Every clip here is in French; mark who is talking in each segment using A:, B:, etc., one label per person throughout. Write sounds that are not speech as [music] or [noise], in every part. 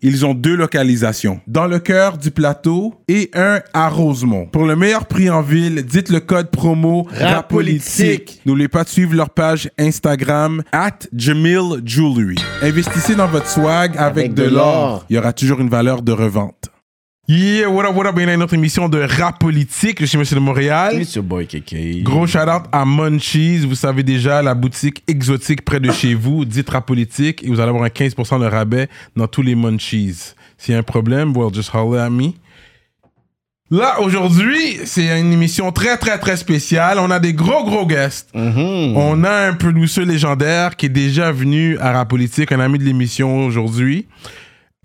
A: ils ont deux localisations, dans le cœur du plateau et un à Rosemont. Pour le meilleur prix en ville, dites le code promo RAPOLITIQUE. N'oubliez pas de suivre leur page Instagram at Jamil Jewelry. Investissez dans votre swag avec,
B: Avec
A: de
B: de
A: l'or
B: l'or.
A: il y aura toujours une valeur de revente. Yeah, what up, what up, bienvenue à notre émission de rap politique. Je suis Monsieur de Montréal.
B: It's your boy KK.
A: Gros shout-out à Munchies. Vous savez déjà, la boutique exotique près de chez vous, dites rap politique, et vous allez avoir un 15% de rabais dans tous les Munchies. S'il y a un problème, well, just holler at me. Là, aujourd'hui, c'est une émission très, très, très spéciale. On a des gros, gros guests. On a un pelouseux légendaire qui est déjà venu à Rap Politique, un ami de l'émission aujourd'hui,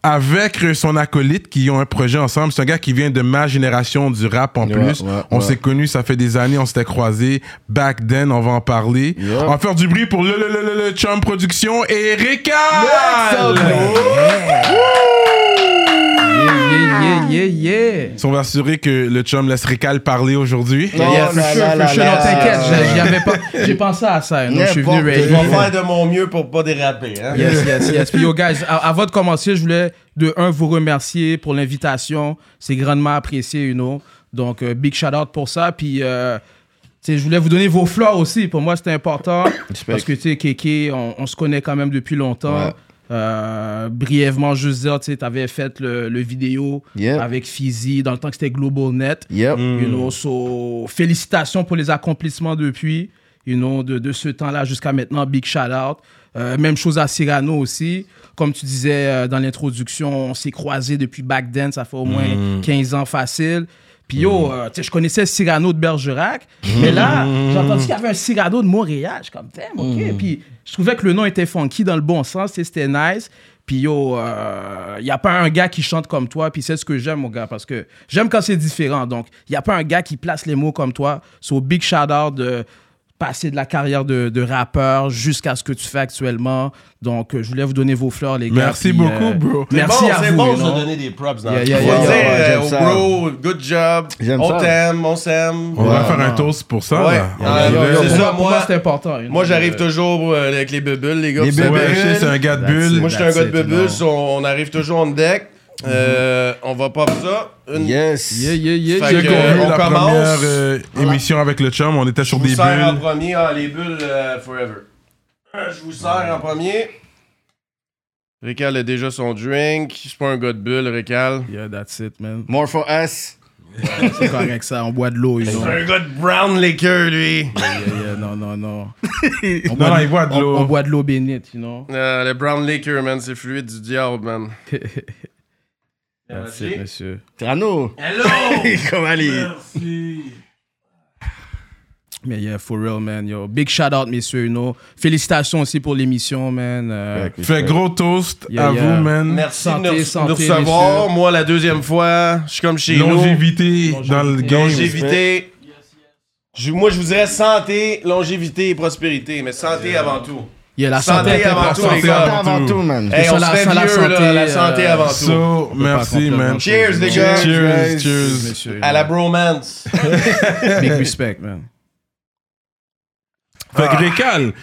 A: avec son acolyte qui ont un projet ensemble. C'est un gars qui vient de ma génération du rap en
B: Ouais,
A: plus.
B: ouais,
A: on
B: ouais.
A: s'est connus, ça fait des années, on s'était croisés. Back then, on va en parler.
B: Yeah.
A: On va faire du bruit pour le, le, le, le, le Chum Production et Rika!
C: Yeah, yeah, yeah, yeah.
A: On va assurer que le Chum laisse Rical parler aujourd'hui.
B: Non,
C: Yeah, for
B: là,
C: sure,
B: là,
C: for
B: là,
C: sure.
B: là.
C: Non, t'inquiète, j'ai- j'y avais pas- j'ai pensé à ça. Non, je suis venu
B: N'importe, Je vais
C: ready.
B: faire de mon mieux pour pas déraper. Hein?
C: Yes, yes, yes. Puis yo, guys, a- avant de commencer, je voulais de un vous remercier pour l'invitation. C'est grandement apprécié, you know. Donc, euh, big shout out pour ça. Puis, euh, tu sais, je voulais vous donner vos fleurs aussi. Pour moi, c'était important. parce que, tu sais, Kéké, on, on se connaît quand même depuis longtemps.
B: Ouais.
C: Euh, brièvement, juste dire, tu sais, t'avais fait le, le vidéo
B: Yep.
C: avec Fizzy dans le temps que c'était Global Net.
B: Yep.
C: You know, so, félicitations pour les accomplissements depuis, you know, de, de ce temps-là jusqu'à maintenant. Big shout out. Euh, même chose à Cyrano aussi. Comme tu disais euh, dans l'introduction, on s'est croisés depuis back then, ça fait au moins 15 ans facile. Puis yo, euh, tu sais, je connaissais Cyrano de Bergerac, mais là, j'ai entendu qu'il y avait un Cyrano de Montréal. Je suis comme, damn, ok. Puis je trouvais que le nom était funky dans le bon sens, tu sais, c'était nice. Puis yo, il n'y a pas un gars qui chante comme toi, puis c'est ce que j'aime, mon gars, parce que j'aime quand c'est différent. Donc, il n'y a pas un gars qui place les mots comme toi. So, big shout out de passer de la carrière de, de rappeur jusqu'à ce que tu fais actuellement. Donc, euh, je voulais vous donner vos fleurs, les gars.
A: Merci
C: puis, euh,
A: beaucoup, bro.
B: C'est
C: Merci
B: bon,
C: à
B: c'est
C: vous.
B: bon
C: you
B: de
C: know.
B: donner des props. Dans
C: Yeah,
B: le-
C: yeah,
B: Faut
C: yeah,
B: dire,
C: yeah,
B: euh,
D: Hey,
B: au
D: oh,
B: bro.
D: bro, good job.
B: J'aime
D: on
B: ça.
D: t'aime, on s'aime.
A: On va
B: Ouais.
A: faire un toast pour ça.
D: Ouais.
A: là. On
D: Ah,
A: va
D: yo,
A: dire-
D: yo,
C: Pour
D: C'est
C: moi,
D: ça,
C: pour
D: moi-
C: moi, c'est important. you know.
D: Moi, j'arrive toujours euh, avec les bubules, les gars.
B: Les
D: vous savez.
B: bubules.
A: Ouais, je sais, c'est un gars de bulle.
D: Moi, je suis un
C: That's
D: gars de
C: it,
D: bubules.
C: non.
D: On, on arrive toujours en deck. Euh, on va pop ça. Une...
B: Yes.
C: Yeah, yeah, yeah.
D: Fait
C: yeah.
A: Ceux qui ont
D: Euh,
A: vu
D: on
A: la
D: commence.
A: première euh, émission avec le chum, on était sur
D: Je
A: des
D: vous sers en
A: bulles.
D: premier. Ah, les bulles euh, forever. Euh, Je vous sers en premier. Récal a déjà son drink. Je suis pas un gars de bulle, Récal.
C: Yeah, that's it, man.
B: More for us.
C: C'est correct, ça. On boit de l'eau, you know.
D: C'est un gars de brown liquor, lui.
C: Yeah, yeah, non, non,
A: [laughs]
C: non. On
A: Non, non, il boit de
C: on-
A: l'eau.
C: On boit de l'eau bénite, you know.
D: Euh, le brown liquor, man, c'est fluide du diable, [laughs] man.
C: That's it, monsieur.
B: [laughs] Trano.
D: Hello!
B: Comment aller?
C: Mais yeah, for real, man. Yo, big shout out, messieurs, you know. Félicitations aussi pour l'émission, man. Euh,
A: Fait gros toast
C: Yeah,
A: à
C: yeah.
A: vous, man.
D: [laughs] Merci
C: Santé,
D: de nous,
C: santé,
D: nous recevoir.
C: messieurs.
D: Moi, la deuxième fois, je suis comme chez nous.
A: Longévité dans le
C: Longévité.
A: game.
D: Longévité. Je- moi, je vous dirais santé, longévité et prospérité, mais santé avant tout.
C: yeah, la
D: Santé
C: santé, est
D: avant
C: importante.
D: tout, les gars.
A: Avant
B: Avant
A: tout.
B: tout, man.
D: Hey,
C: ça,
D: on se
C: la-
D: fait
C: ça, la
D: vieux, là,
C: santé,
D: la santé
C: euh,
D: avant tout.
A: So, merci,
C: comprendre
A: man.
C: grand-chose.
D: Cheers, les gars.
A: Cheers,
B: Cheers.
A: cheers.
C: Messieurs,
D: À la bromance. [laughs]
C: big respect, man.
A: Fait que Récal,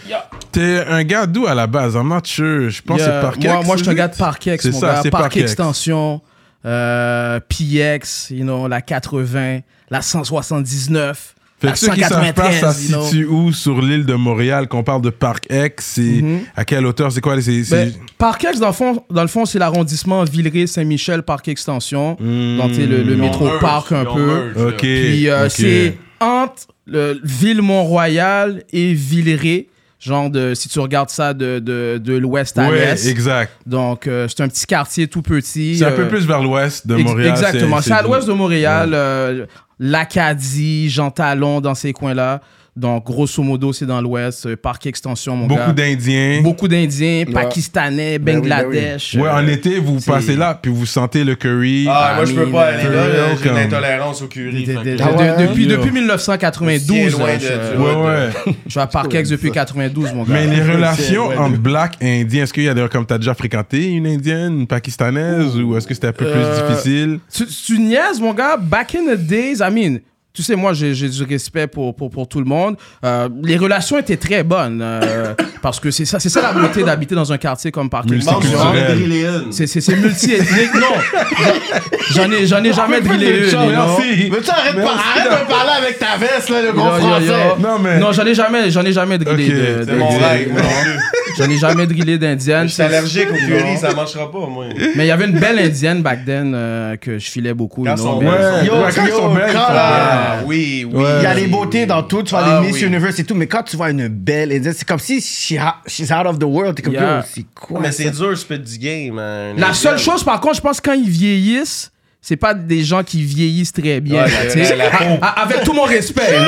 A: t'es un gars d'où à la base? I'm not sure. Je pense que
C: Yeah,
A: c'est Parkex.
C: Moi, moi je suis un
A: c'est
C: gars
A: ça?
C: de Parkex,
A: C'est
C: mon
A: ça,
C: gars.
A: c'est
C: Parc
A: Parkex.
C: Extension, euh, PX, you know, la 80, la 179,
A: Fait
C: la
A: que ceux qui savent pas,
C: 193,
A: ça
C: you know.
A: se situe où sur l'île de Montréal? Qu'on parle de Parc X, c'est à quelle hauteur? C'est quoi? C'est, c'est-
C: Mm-hmm. Ben, Parkex, dans le fond, dans le fond c'est l'arrondissement Villeray-Saint-Michel, Parc Extension.
A: Mm.
C: Donc, tu sais, le,
A: Hmm.
C: le métro parc un peu.
A: ok.
C: Puis euh,
A: ok.
C: c'est entre le ville Mont-Royal et Villeray. Genre, de, si tu regardes ça de, de, de l'ouest à
A: Ouais,
C: l'est.
A: exact.
C: Donc, euh, c'est un petit quartier tout petit.
A: C'est un
C: euh,
A: peu plus vers l'ouest de
C: ex-
A: Montréal.
C: Exactement. C'est à
A: d'où?
C: l'ouest de Montréal, euh, l'Acadie, Jean Talon, dans ces coins-là. Donc, grosso modo, c'est dans l'Ouest, euh, parc extension, mon gars.
A: Beaucoup d'Indiens.
C: Beaucoup d'Indiens, Pakistanais,
B: Ben oui, ben oui.
C: Bangladesh.
A: Ouais, en
C: euh,
A: été, vous
C: c'est-
A: passez là, puis vous sentez le curry.
D: Ah, moi, je peux
C: I
D: pas
C: mean,
D: aller là, là. J'ai une
A: welcome.
D: intolérance au curry.
C: de- de-
D: fait que-
C: de-
B: Ah ouais?
C: de- depuis,
A: Yo.
C: depuis 1992,
D: C'est loin
C: euh,
D: de-
C: je,
D: du-
A: ouais, ouais.
C: je suis à Parkex depuis 92, mon gars.
A: Mais les relations
B: ouais,
A: entre black et indien, est-ce qu'il y a des comme t'as déjà fréquenté une indienne, une pakistanaise, ou est-ce que c'était un peu
C: Euh,
A: plus difficile?
C: Tu, tu niaises, mon gars. Back in the days, I mean, tu sais, moi, j'ai j'ai du respect pour, pour, pour tout le monde. Euh, les relations étaient très bonnes euh, [coughs] parce que c'est ça, c'est ça la beauté d'habiter dans un quartier comme Parker.
D: Membre du
A: Multiculturel.
D: André Léon.
C: C'est c'est- c'est multi-ethnique, non. J'en ai, j'en ai jamais drillé une. you know.
B: Mais tu arrêtes pas- arrête de parler avec ta veste, là, le gros
C: Yo, yo, yo.
B: français.
A: Non, mais-
C: Non, j'en ai jamais, j'en ai jamais drillé.
A: Ok,
C: de-
A: c'est
C: de-
D: C'est mon
C: de-
D: rêve.
C: non. J'en ai jamais drillé d'indienne.
D: Je suis allergique au curry, ça marchera pas, moi.
C: Mais il y avait une belle indienne back then euh, que je filais beaucoup.
D: Quand
C: you know,
D: son-
C: mais-
A: Ouais,
B: Yo,
A: ouais, quand ils
B: yo,
A: sont belles, ils
B: quand
A: sont
B: la-
A: belles.
D: Ah, oui, oui.
B: Il y a
A: Ouais.
B: les beautés dans tout, tu vois,
D: Ah
B: les Miss
D: oui.
B: Universe et tout, mais quand tu vois une belle Indienne, c'est comme si she ha- she's out of the world. T'es comme,
C: Yeah.
B: yo, c'est quoi?
D: Mais
B: ça?
D: c'est dur, spit du game. hein.
C: La seule chose, par contre, je pense quand ils vieillissent, c'est pas des gens qui vieillissent très bien.
D: Ouais,
C: là,
D: la-
C: tu sais.
D: la peau.
C: A- Avec tout mon respect, non?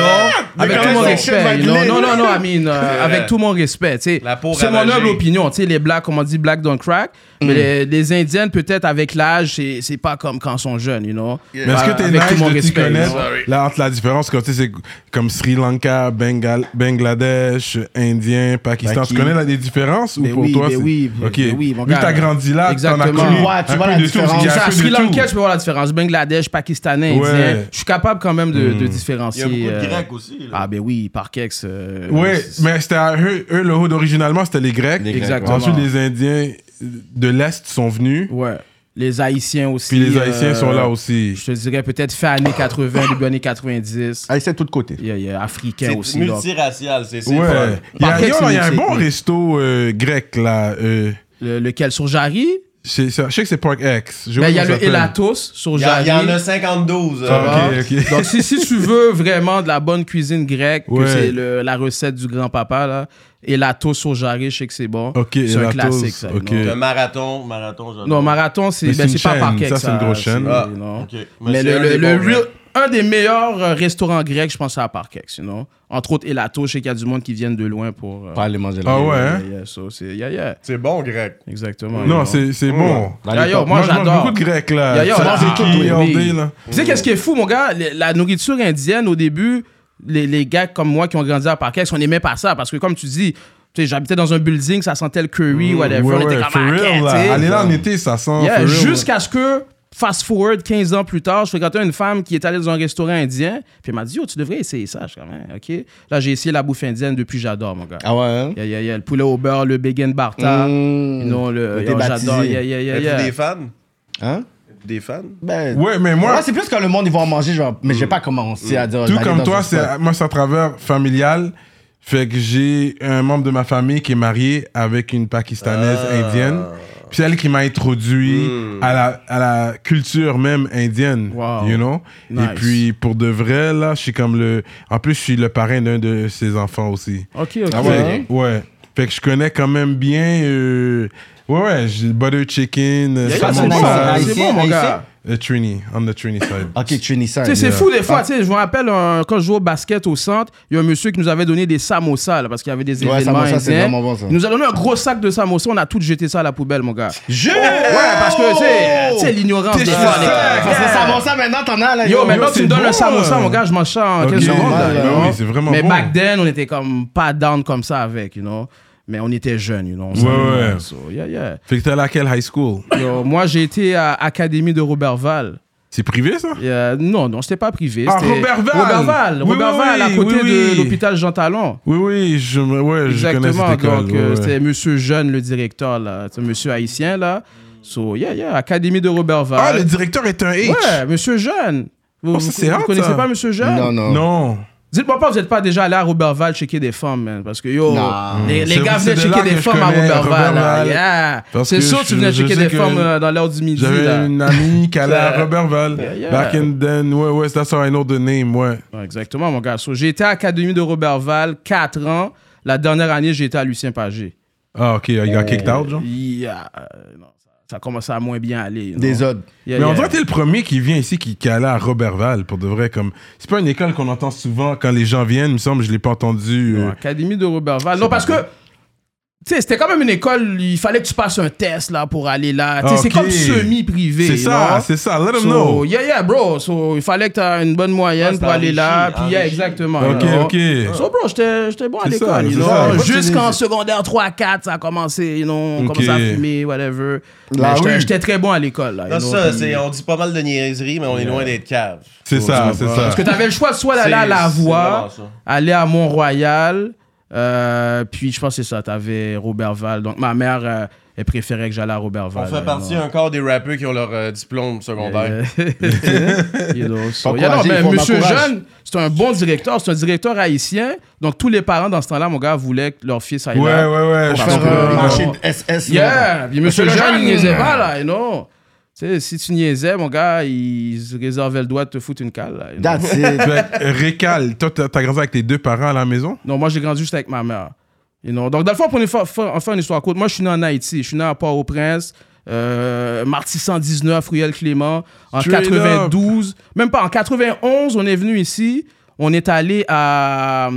C: Avec
B: Mais
C: tout
B: quand
C: mon
B: ils sont
C: respect,
B: chefs
C: non?
B: anglais.
C: Non, non, non, I mean, euh,
D: vrai.
C: avec tout mon respect, tu sais.
D: La peau
C: C'est mon
D: ravagée.
C: humble opinion, tu sais, les blacks, comme on dit, black don't crack. Mais les, les indiennes, peut-être, avec l'âge, c'est c'est pas comme quand ils sont jeunes, you know?
A: Mais est-ce que
C: Euh,
A: t'es
C: avec tout mon
A: nice de t'y
C: respect,
A: connaître
C: you know?
A: là, entre la différence, comme, tu sais, c'est comme Sri Lanka, Bengal- Bangladesh, Indien, Pakistan,
B: Paki.
A: tu connais là des différences
C: Bah, Ben
A: ou pour
C: oui,
A: toi
C: ben
A: c'est-
C: oui, ben
A: ok.
C: oui, mon
A: Vu
C: gars.
A: que t'as grandi là, t'en as
C: Exactement.
A: connu
C: Tu
B: vois- tu
A: un
B: vois
A: peu
B: la
A: de tout, parce qu'il y
C: C'est
A: a
C: à
A: un peu
C: Sri
A: de tout.
C: Lanka, tu peux voir la différence. Bangladesh, Pakistanais,
A: Ouais.
C: Indien. Je suis capable quand même de, de
D: Il y
C: différencier.
D: a beaucoup de
C: euh,
D: Grecs aussi. là.
C: Ah ben oui, Parkex. euh,
A: Ouais,
C: c'est-
A: mais c'était à eux, eux, le hood originalement, c'était les Grecs.
D: Les Grecs,
C: Exactement.
A: Ensuite, les Indiens de l'Est sont venus,
C: Ouais. Les Haïtiens aussi.
A: puis les Haïtiens
C: euh,
A: sont là aussi.
C: Je te dirais peut-être fin années 80, début années 90.
B: Ah, c'est de tous côtés.
C: Il y a, il y a Africains
D: C'est
C: aussi. donc.
D: multiracial, c'est c'est
A: Ouais.
D: fun.
A: Il y a,
C: Parfait,
A: yo,
C: c'est
A: là, il y a un
C: multi-
A: bon resto euh, grec, là. euh,
C: Le- lequel sur Jarry
A: c'est- c'est- je sais que c'est Park X. Je
C: Ben,
A: vois
C: Il y a
A: comment
C: le
A: ça s'appelle.
C: Elatos sur
D: Il y a-
C: Jarry.
D: il y en a 52.
A: Ah,
D: euh,
A: ok, ok.
C: Donc si, si tu veux vraiment de la bonne cuisine grecque, que
A: Ouais.
C: c'est le- la recette du grand-papa, là, Elatos sur Jarry, je sais que c'est bon.
A: Ok,
C: c'est un
A: Elatos,
C: classique, ça.
A: ok.
C: non?
D: Le marathon, marathon, j'adore.
C: Non, Marathon, c'est
A: Mais
C: ben,
A: c'est une
C: c'est pas
A: chaîne.
C: Parkex.
A: Ça, c'est une grosse chaîne.
D: Ah,
C: non.
D: ok. Mais
C: Mais
D: c'est
C: le,
D: un
C: le-
D: des
C: le
D: bons
C: real-
D: Grecs.
C: un des meilleurs euh, restaurants grecs, je pense, c'est à Parkex, you know? Entre autres, Elato, je sais qu'il y a du monde qui viennent de loin pour... euh,
B: Pas aller manger
A: Ah
B: là.
A: ouais,
C: yeah,
A: hein?
C: yeah, so c'est- yeah, yeah.
D: C'est bon, grec.
C: Exactement. you know.
A: Non, c'est c'est bon.
C: Yeah, yo, moi,
A: Moi, je mange
C: j'adore.
A: beaucoup de grec, là.
C: Yeah, yo,
A: Ça,
C: moi,
A: c'est
C: ah,
A: qui,
C: oui,
A: yandé,
C: oui.
A: là?
C: Tu sais, qu'est-ce qui est fou, mon gars? Le- la nourriture indienne, au début, les, les gars comme moi qui ont grandi à Parkex, on aimait pas ça parce que, comme tu dis, tu sais, j'habitais dans un building, ça sentait le curry, whatever.
A: Mm, Ouais,
C: on était
A: ouais,
C: comme,
A: for
C: ah,
A: real,
C: tu
A: là.
C: sais.
A: Aller là en été, ça sent.
C: Yeah,
A: for real,
C: jusqu'à ce que, fast forward, 15 ans plus tard, je fréquentais une femme qui est allée dans un restaurant indien, puis elle m'a dit, yo, tu devrais essayer ça, je suis comme, Hein, ok. Là, j'ai essayé la bouffe indienne depuis, j'adore, mon gars.
B: Ah ouais, hein?
C: Yeah, yeah, yeah, le poulet au beurre, le begin barta,
B: Mm.
C: non,
B: Le
C: le, yo,
B: débaptisé.
C: j'adore, yeah, yeah, yeah,
D: Êtes-vous
C: yeah.
D: des fans?
B: Hein?
D: Êtes-vous Des fans?
B: Ben.
A: Ouais, mais moi,
B: Moi, c'est plus quand le monde, ils vont en manger, genre, mais je vais pas commencer à dire.
A: Tout
B: j'allais
A: comme
B: dans un
A: toi,
B: spot.
A: c'est moi c'est à travers familial. Fait que j'ai un membre de ma famille qui est marié avec une pakistanaise
D: Ah.
A: indienne. Puis c'est elle qui m'a introduit
D: Mm.
A: à, la, à la culture même indienne,
C: Hmm. Wow.
A: you know.
C: Nice.
A: Et puis pour de vrai là, je suis comme le. En plus, je suis le parrain d'un de ses enfants aussi.
C: Ok, ok.
B: Ah
A: Fait que- ouais. Fait que je connais quand même bien. euh, Ouais ouais, j'ai le butter chicken,
C: Yeah,
A: euh,
C: yeah,
B: Ça,
C: c'est
A: samon
C: bon,
A: sauce,
C: c'est bon, mon
B: Haïtien,
C: gars.
A: euh, Trini, on the Trini side.
B: Ok, Trini ça.
C: Tu sais, c'est
A: Yeah.
C: fou des fois, tu sais, je me rappelle un- quand je jouais au basket au centre, il y a un monsieur qui nous avait donné des samosas là, parce qu'il y avait des
B: Ouais,
C: événements
B: samosa, c'est
C: indiens.
B: vraiment bon, ça.
C: Il nous a donné un gros sac de samosas, on a tout jeté ça à la poubelle mon gars.
B: Je!
C: Ouais,
D: Ah,
C: parce que tu sais, tu sais l'ignorance des
A: T'es
C: fois. les gars.
A: sac.
B: Parce que ça va ça maintenant, t'en as là.
C: Yo, mais maintenant
A: c'est
C: tu me donnes
A: bon,
C: un samosa
A: là.
C: mon gars, je mange ça en
A: Ok, Ben
C: quelques secondes.
B: normal,
C: là,
B: là.
C: you know.
A: Oui, c'est vraiment
C: Mais
A: bon.
C: back then, on était comme pas down comme ça avec, you know. Mais on était jeunes, you know. on
A: Ouais,
C: s'en-
A: ouais.
C: so, yeah, yeah.
A: Fait que t'es allé à quelle high school?
C: Yo, moi, j'ai été à Académie de Robertval.
A: C'est privé ça?
C: Et, euh, non, non, c'était pas privé.
A: Ah,
C: c'était-
A: Robertval.
C: Robertval,
A: Oui,
C: Robertval,
A: oui,
C: à côté
A: oui, oui.
C: de l'hôpital Jean Talon.
A: Oui, oui, je, me- ouais, je connais
C: Exactement.
A: cette école.
C: Donc, euh,
A: ouais.
C: c'était Monsieur Jeune, le directeur, là. C'est Monsieur Haïtien, là. So, yeah, yeah, Académie de Robertval.
A: Ah, le directeur est un H.
C: Ouais, Monsieur Jeune. Vous,
A: Oh, ça,
C: vous-
A: c'est
C: vous
A: hot,
C: connaissez
A: ça.
C: pas Monsieur Jeune
B: Non, non.
A: Non.
C: Dites-moi pas, vous n'êtes pas déjà allé à Robertval checker des femmes, man. Parce que yo,
B: Non.
C: les, les
A: Mm. C'est-
C: gars venaient
A: c'est de là
C: checker des
A: que je
C: femmes à
A: connais
C: Robertval. là.
A: Robertval.
C: Yeah.
A: Parce
C: C'est
A: que
C: sûr, tu
A: je-
C: venais
A: je
C: checker
A: sais
C: des
A: que
C: femmes euh, dans l'heure du midi.
A: J'avais
C: là.
A: une amie qui allait à Robertval.
C: [laughs] Yeah, yeah.
A: Back in then, ouais, ouais, that's how I know the name, ouais.
C: Ouais, Exactement, mon gars. So, j'ai été à l'Académie de Robertval 4 ans. La dernière année, j'ai été à Lucien Pagé.
A: Ah, ok, il got kicked out, genre.
C: Yeah, euh, non, ça- ça commençait à moins bien aller. you know.
B: Des odds.
C: Yeah,
A: Mais on
C: yeah.
A: dirait que t'es le premier qui vient ici qui, qui allait à Robertval, pour de vrai. comme C'est pas une école qu'on entend souvent quand les gens viennent, il me semble, je l'ai pas entendu. euh,
C: Non, Académie de Robertval. Non, parce que, tu sais, c'était quand même une école, il fallait que tu passes un test, là, pour aller là. Tu sais, C'est
A: Ok.
C: comme semi-privé.
A: C'est
C: you
A: ça,
C: know?
A: c'est ça, let them
C: So,
A: know.
C: Yeah, yeah, bro. So, il fallait que tu aies une bonne moyenne
D: Ouais,
C: pour aller
D: c'était
C: là.
D: enrichi,
C: Puis, yeah,
D: enrichi.
C: exactement.
A: Ok,
C: you know?
A: ok.
C: So, bro, j'étais j'étais bon à
A: C'est ça,
C: l'école. you
A: c'est
C: know?
A: ça. Pas de
C: Jusqu'en
D: Tunisie.
C: secondaire 3-4, ça a commencé. You know, on
A: Ok. Bah
C: commençait à fumer, whatever. Mais
B: La
C: j'étais-
B: rue.
C: J'étais très bon à l'école. là, you
D: Non,
C: know,
D: ça,
C: bah, puis-
D: c'est- on dit pas mal de niaiseries, mais on est loin d'être cave.
A: C'est ça, c'est ça.
C: Parce que t'avais le choix soit d'aller à
D: C'est-
C: La
D: c'est
C: Voix,
D: vraiment ça.
C: aller à Mont-Royal, euh, puis je pense que c'est ça, t'avais Robertval. Donc ma mère, euh, elle préférait que j'aille à euh, Robertval.
D: On fait partie encore des rappeurs qui ont leur euh, diplôme secondaire.
C: [laughs] you know, so-
B: Faut
C: Yeah, non,
B: encourager,
C: mais
B: faut
C: Monsieur
B: encourager.
C: Jeune, c'est un bon directeur, c'est un directeur haïtien. Donc tous les parents dans ce temps-là, mon gars, voulaient que leur fils aille
A: Ouais,
C: là.
A: ouais, ouais. je
B: Pour
C: Parce
B: faire
A: comprends.
C: que-
B: euh,
C: non.
B: marché de SS. là.
C: Yeah! Puis Monsieur
B: Monsieur
C: Jeune, il
B: Jeune.
C: niaisait pas, là, you know. Tu sais, si tu niaisais, mon gars, il se réservait le doigt de te foutre une cale, là, you know.
B: That's it.
A: [laughs] Fait que, euh, Récal, toi, t'as t'as grandi avec tes deux parents à la maison?
C: Non, moi, j'ai grandi juste avec ma mère. You know. Donc, dans le fond, pour nous fa- fa- en faire une histoire courte, moi, je suis né en Haïti. Je suis né à Port-au-Prince, euh, Marty 119, Ruel Clément, en
A: Straight
C: 92. Même pas, en 91, on est venu ici. On est allé à,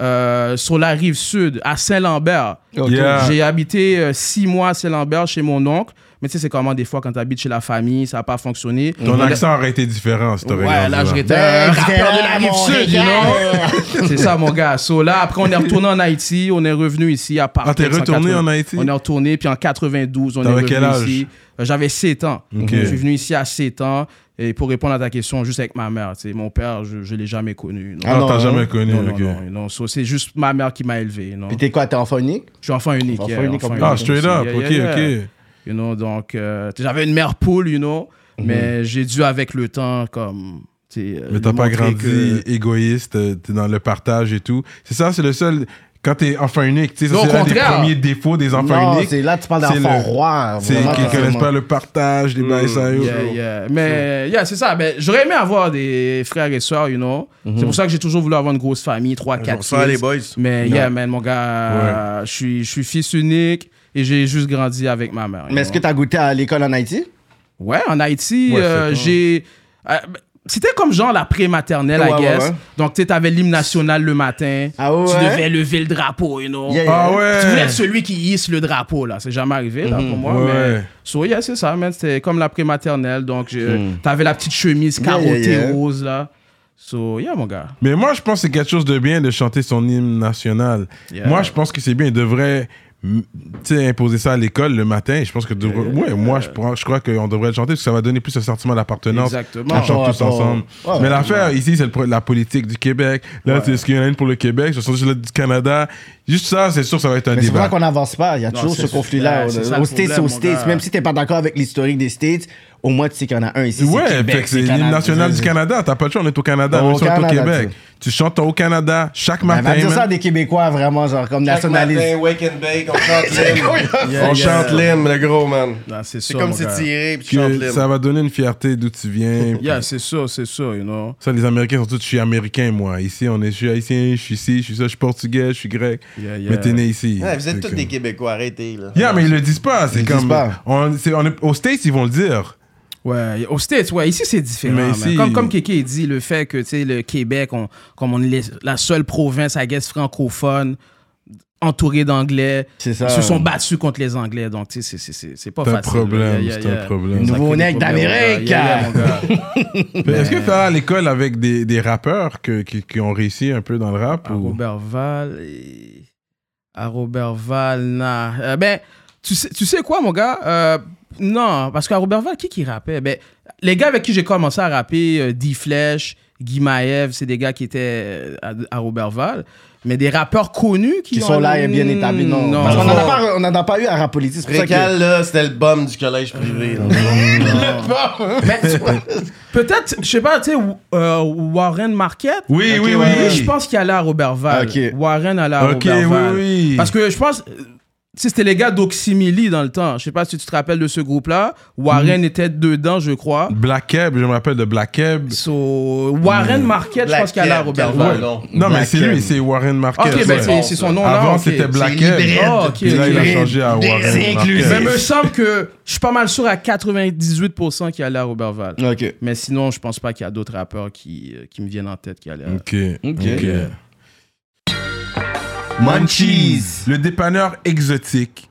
C: euh, sur la rive sud, à Saint-Lambert.
A: Yeah.
C: J'ai habité euh, six mois à Saint-Lambert chez mon oncle. Mais tu sais, c'est comment des fois, quand tu habites chez la famille, ça n'a pas fonctionné.
A: Ton
C: On a-
A: accent aurait été différent si t'aurais
C: Ouais,
A: grandi
C: là, j'aurais été
B: Ben,
C: un rappeur de la rive
B: mon
C: sud, you
B: régal.
C: know? C'est ça, mon gars. So, là, après, on est retourné en Haïti. On est revenu ici à Paris.
A: Ah, t'es retourné en Haïti?
C: On est retourné, puis en 92, on est
A: T'avais
C: revenu
A: quel âge?
C: ici. Euh, J'avais 7 ans.
A: Ok.
C: Je suis venu ici à 7 ans. Et pour répondre à ta question, juste avec ma mère. tu sais, Mon père, je ne l'ai jamais connu. non.
A: Ah
B: Ah,
A: non, t'as
B: non,
A: jamais
B: non.
A: connu,
C: Non, non,
A: ok.
C: non, non. So, c'est juste ma mère qui m'a élevé. non.
B: [laughs] Puis t'es quoi, t'es enfant unique?
C: Je suis enfant unique.
B: Enfant
C: yeah,
B: unique,
C: enfant
B: enfant
A: Ah,
C: unique
A: straight
C: aussi.
A: up,
C: Yeah,
A: ok,
C: yeah, yeah.
A: ok.
C: You know, donc, euh, j'avais une mère poule, you know, mais j'ai dû, avec le temps, comme. tu sais, euh,
A: Mhm. Mais t'as
C: lui
A: pas
C: montrer
A: grandi
C: que-
A: égoïste, euh, t'es dans le partage et tout. C'est ça, c'est le seul. Quand t'es enfant unique, tu sais, ça,
C: Non, au
A: c'est un des
C: contraire.
A: premiers défauts des enfants
B: Non,
A: uniques.
B: c'est là, tu parles
A: C'est
B: d'enfant
A: le-
B: roi.
A: C'est
B: vraiment,
A: qu'ils
B: vraiment.
A: connaissent pas le partage, les bails, ça yo.
C: Mm, Yeah, yeah. Mais, yeah, c'est ça. Ben, J'aurais aimé avoir des frères et sœurs, you know. C'est pour ça que j'ai toujours voulu avoir une grosse famille, trois, quatre.
D: ça,
C: kids.
D: les boys.
C: Mais, yeah, man, mon gars, je suis- je suis fils unique et j'ai juste grandi avec ma mère. you
B: Mais est-ce
C: know.
B: que t'as goûté à l'école en Haïti?
C: Ouais, en Haïti,
A: Ouais,
C: euh,
A: c'est pas-
C: j'ai. euh, ben, c'était comme genre la pré-maternelle,
B: Ouais,
C: I
B: ouais,
C: guess.
B: ouais.
C: Donc, tu sais, t'avais l'hymne national le matin.
B: Ah ouais?
C: Tu devais lever le drapeau, you know.
B: Yeah, yeah. Mhm.
A: Ah
C: Tu voulais
A: ouais!
C: être celui qui hisse le drapeau, là. C'est jamais arrivé, là, pour moi.
A: Ouais.
C: Mais... So, yeah, c'est ça, man. C'était comme la pré-maternelle. Donc, je- t'avais la petite chemise
B: Hmm. Yeah,
C: carottée
B: yeah, yeah.
C: rose, là. So, yeah, mon gars.
A: Mais moi, je pense que c'est quelque chose de bien de chanter son hymne national.
C: Yeah.
A: Moi, je pense que c'est bien. Ils devraient mm, tu sais, imposer ça à l'école le matin. Je pense que devra- ouais, moi, je, prends- je crois qu'on devrait le chanter parce que ça va donner plus un sentiment d'appartenance.
C: Exactement.
A: On chante
B: Ouais,
A: tous
B: ouais,
A: ensemble.
B: ouais. Ouais,
A: Mais
B: ouais,
A: l'affaire ici, c'est le pro- la politique du Québec. Là, c'est ce qu'il y en a une pour le Québec. Je suis du Canada. Juste ça, c'est sûr, que ça va être un
B: Mais c'est pour ça
A: débat.
B: qu'on n'avance pas. Il y a toujours
C: c'est
B: ce
C: ça.
B: conflit-là.
C: Ouais, c'est ça le
B: Aux States, c'est
C: problème,
B: aux
C: mon gars.
B: States. Même si t'es pas d'accord avec l'historique des States, au moins tu sais qu'il y en a un ici.
A: Ouais,
B: c'est Québec,
A: fait que c'est
B: Canada. Ben,
A: l'hymne national du Canada. T'as pas le choix, on est au Canada,
B: Au
A: même si on est au
B: Canada,
A: Québec.
B: tu-
A: Tu chantes au Canada chaque
B: Ben,
A: matin.
B: va dire ça
A: man.
B: à des Québécois, vraiment, genre, comme
D: Chaque
B: nationalistes.
D: matin, wake and bake, on chante
B: [laughs]
D: l'hymne.
C: Yeah, yeah.
D: on chante l'hymne, le gros, man.
C: Non, c'est
D: C'est
C: ça,
D: comme
C: mon
D: si
C: gars.
D: tu irais puis tu chantes
A: Que ça
D: l'hymne.
A: va donner une fierté d'où tu viens. puis-
C: Yeah, c'est ça, c'est ça, you know.
A: Ça, les Américains sont tous, je suis américain, moi. Ici, on est, je suis haïtien, je suis ici, je suis ça, je suis portugais, je suis grec.
C: Yeah, yeah.
A: Mais t'es né ici.
D: Ouais, Vous êtes
A: C'est
D: tous
A: comme-
D: des Québécois, arrêtez, là.
A: Yeah, mais ils le disent pas. C'est
B: Ils le disent
A: comme.
B: pas.
A: On, c'est- on est- aux States, ils vont le
D: [laughs]
A: dire.
C: Ouais, aux States, ouais, ici c'est différent.
A: Mais
C: man.
A: ici-
C: Comme, comme Kéké dit, le fait que tu sais, le Québec, on- comme on est les- la seule province, à guess, francophone, entourée d'anglais,
B: C'est ça.
C: ils se sont battus contre les Anglais. Donc, tu sais, c'est- c'est- c'est c'est pas
A: C'est un
C: facile. Yeah,
A: problème,
C: yeah,
A: c'est un
C: yeah.
A: problème.
C: Ça crée
B: Nouveau
C: des
B: nègre
C: problèmes,
B: d'Amérique.
C: yeah, yeah, mon gars.
A: Mais Est-ce que t'es allé à l'école avec des, des rappeurs que- qui, qui ont réussi un peu dans le rap
C: À
A: ou...
C: Robertval. et- À Robertval, nah. Euh, ben, tu sais, tu sais quoi, mon gars? Euh, non, parce qu'à Robertval, qui qui rappait? Ben, les gars avec qui j'ai commencé à rapper, euh, D. Flèche, Guy Maëv, c'est des gars qui étaient euh, à, à Robertval. Mais des rappeurs connus qui,
B: Qui
C: ont- Hmm,
B: sont là et bien établis, non.
C: Non.
B: Parce qu'on n'en a pas- on n'en a pas eu à Rapolitis. C'est pour ça que-
D: Récal, là, c'était le bum du collège privé. là.
C: Mais tu- peut-être, je sais pas, tu sais, euh, Warren Marquette.
A: Oui,
D: Ok,
A: oui,
D: ouais.
C: Lui,
A: oui.
C: je pense qu'il allait à Robertval.
B: Ok.
C: Warren allait à
A: Ok,
C: Robertval.
A: oui, oui.
C: Parce que je pense. Tu sais, c'était les gars d'Oximili dans le temps. Je sais pas si tu te rappelles de ce groupe-là.
A: Mm.
C: Warren était dedans, je crois.
A: Black Cab, je me rappelle de Black Cab.
C: So,
A: Mm.
C: Warren Marquette, je pense qu'il y a là, Robert
D: Black
C: Val.
D: Cab, non.
A: Non, mais
B: Black
A: c'est lui,
B: Cab.
A: c'est Warren Marquez.
C: Ok, ben
D: ouais.
C: c'est- c'est son nom là.
A: Avant,
C: ok.
A: c'était Black Cab.
C: Oh, ok,
A: Puis là, il a
C: ok.
A: changé à Warren Marquez.
C: Mais me semble que je suis pas mal sûr à 98% qu'il y a là, Robert Val.
B: Ok.
C: Mais sinon, je pense pas qu'il y a d'autres rappeurs qui, euh, qui me viennent en tête qui allaient.
A: Ok.
B: Ok.
A: Munchies. Le dépanneur exotique.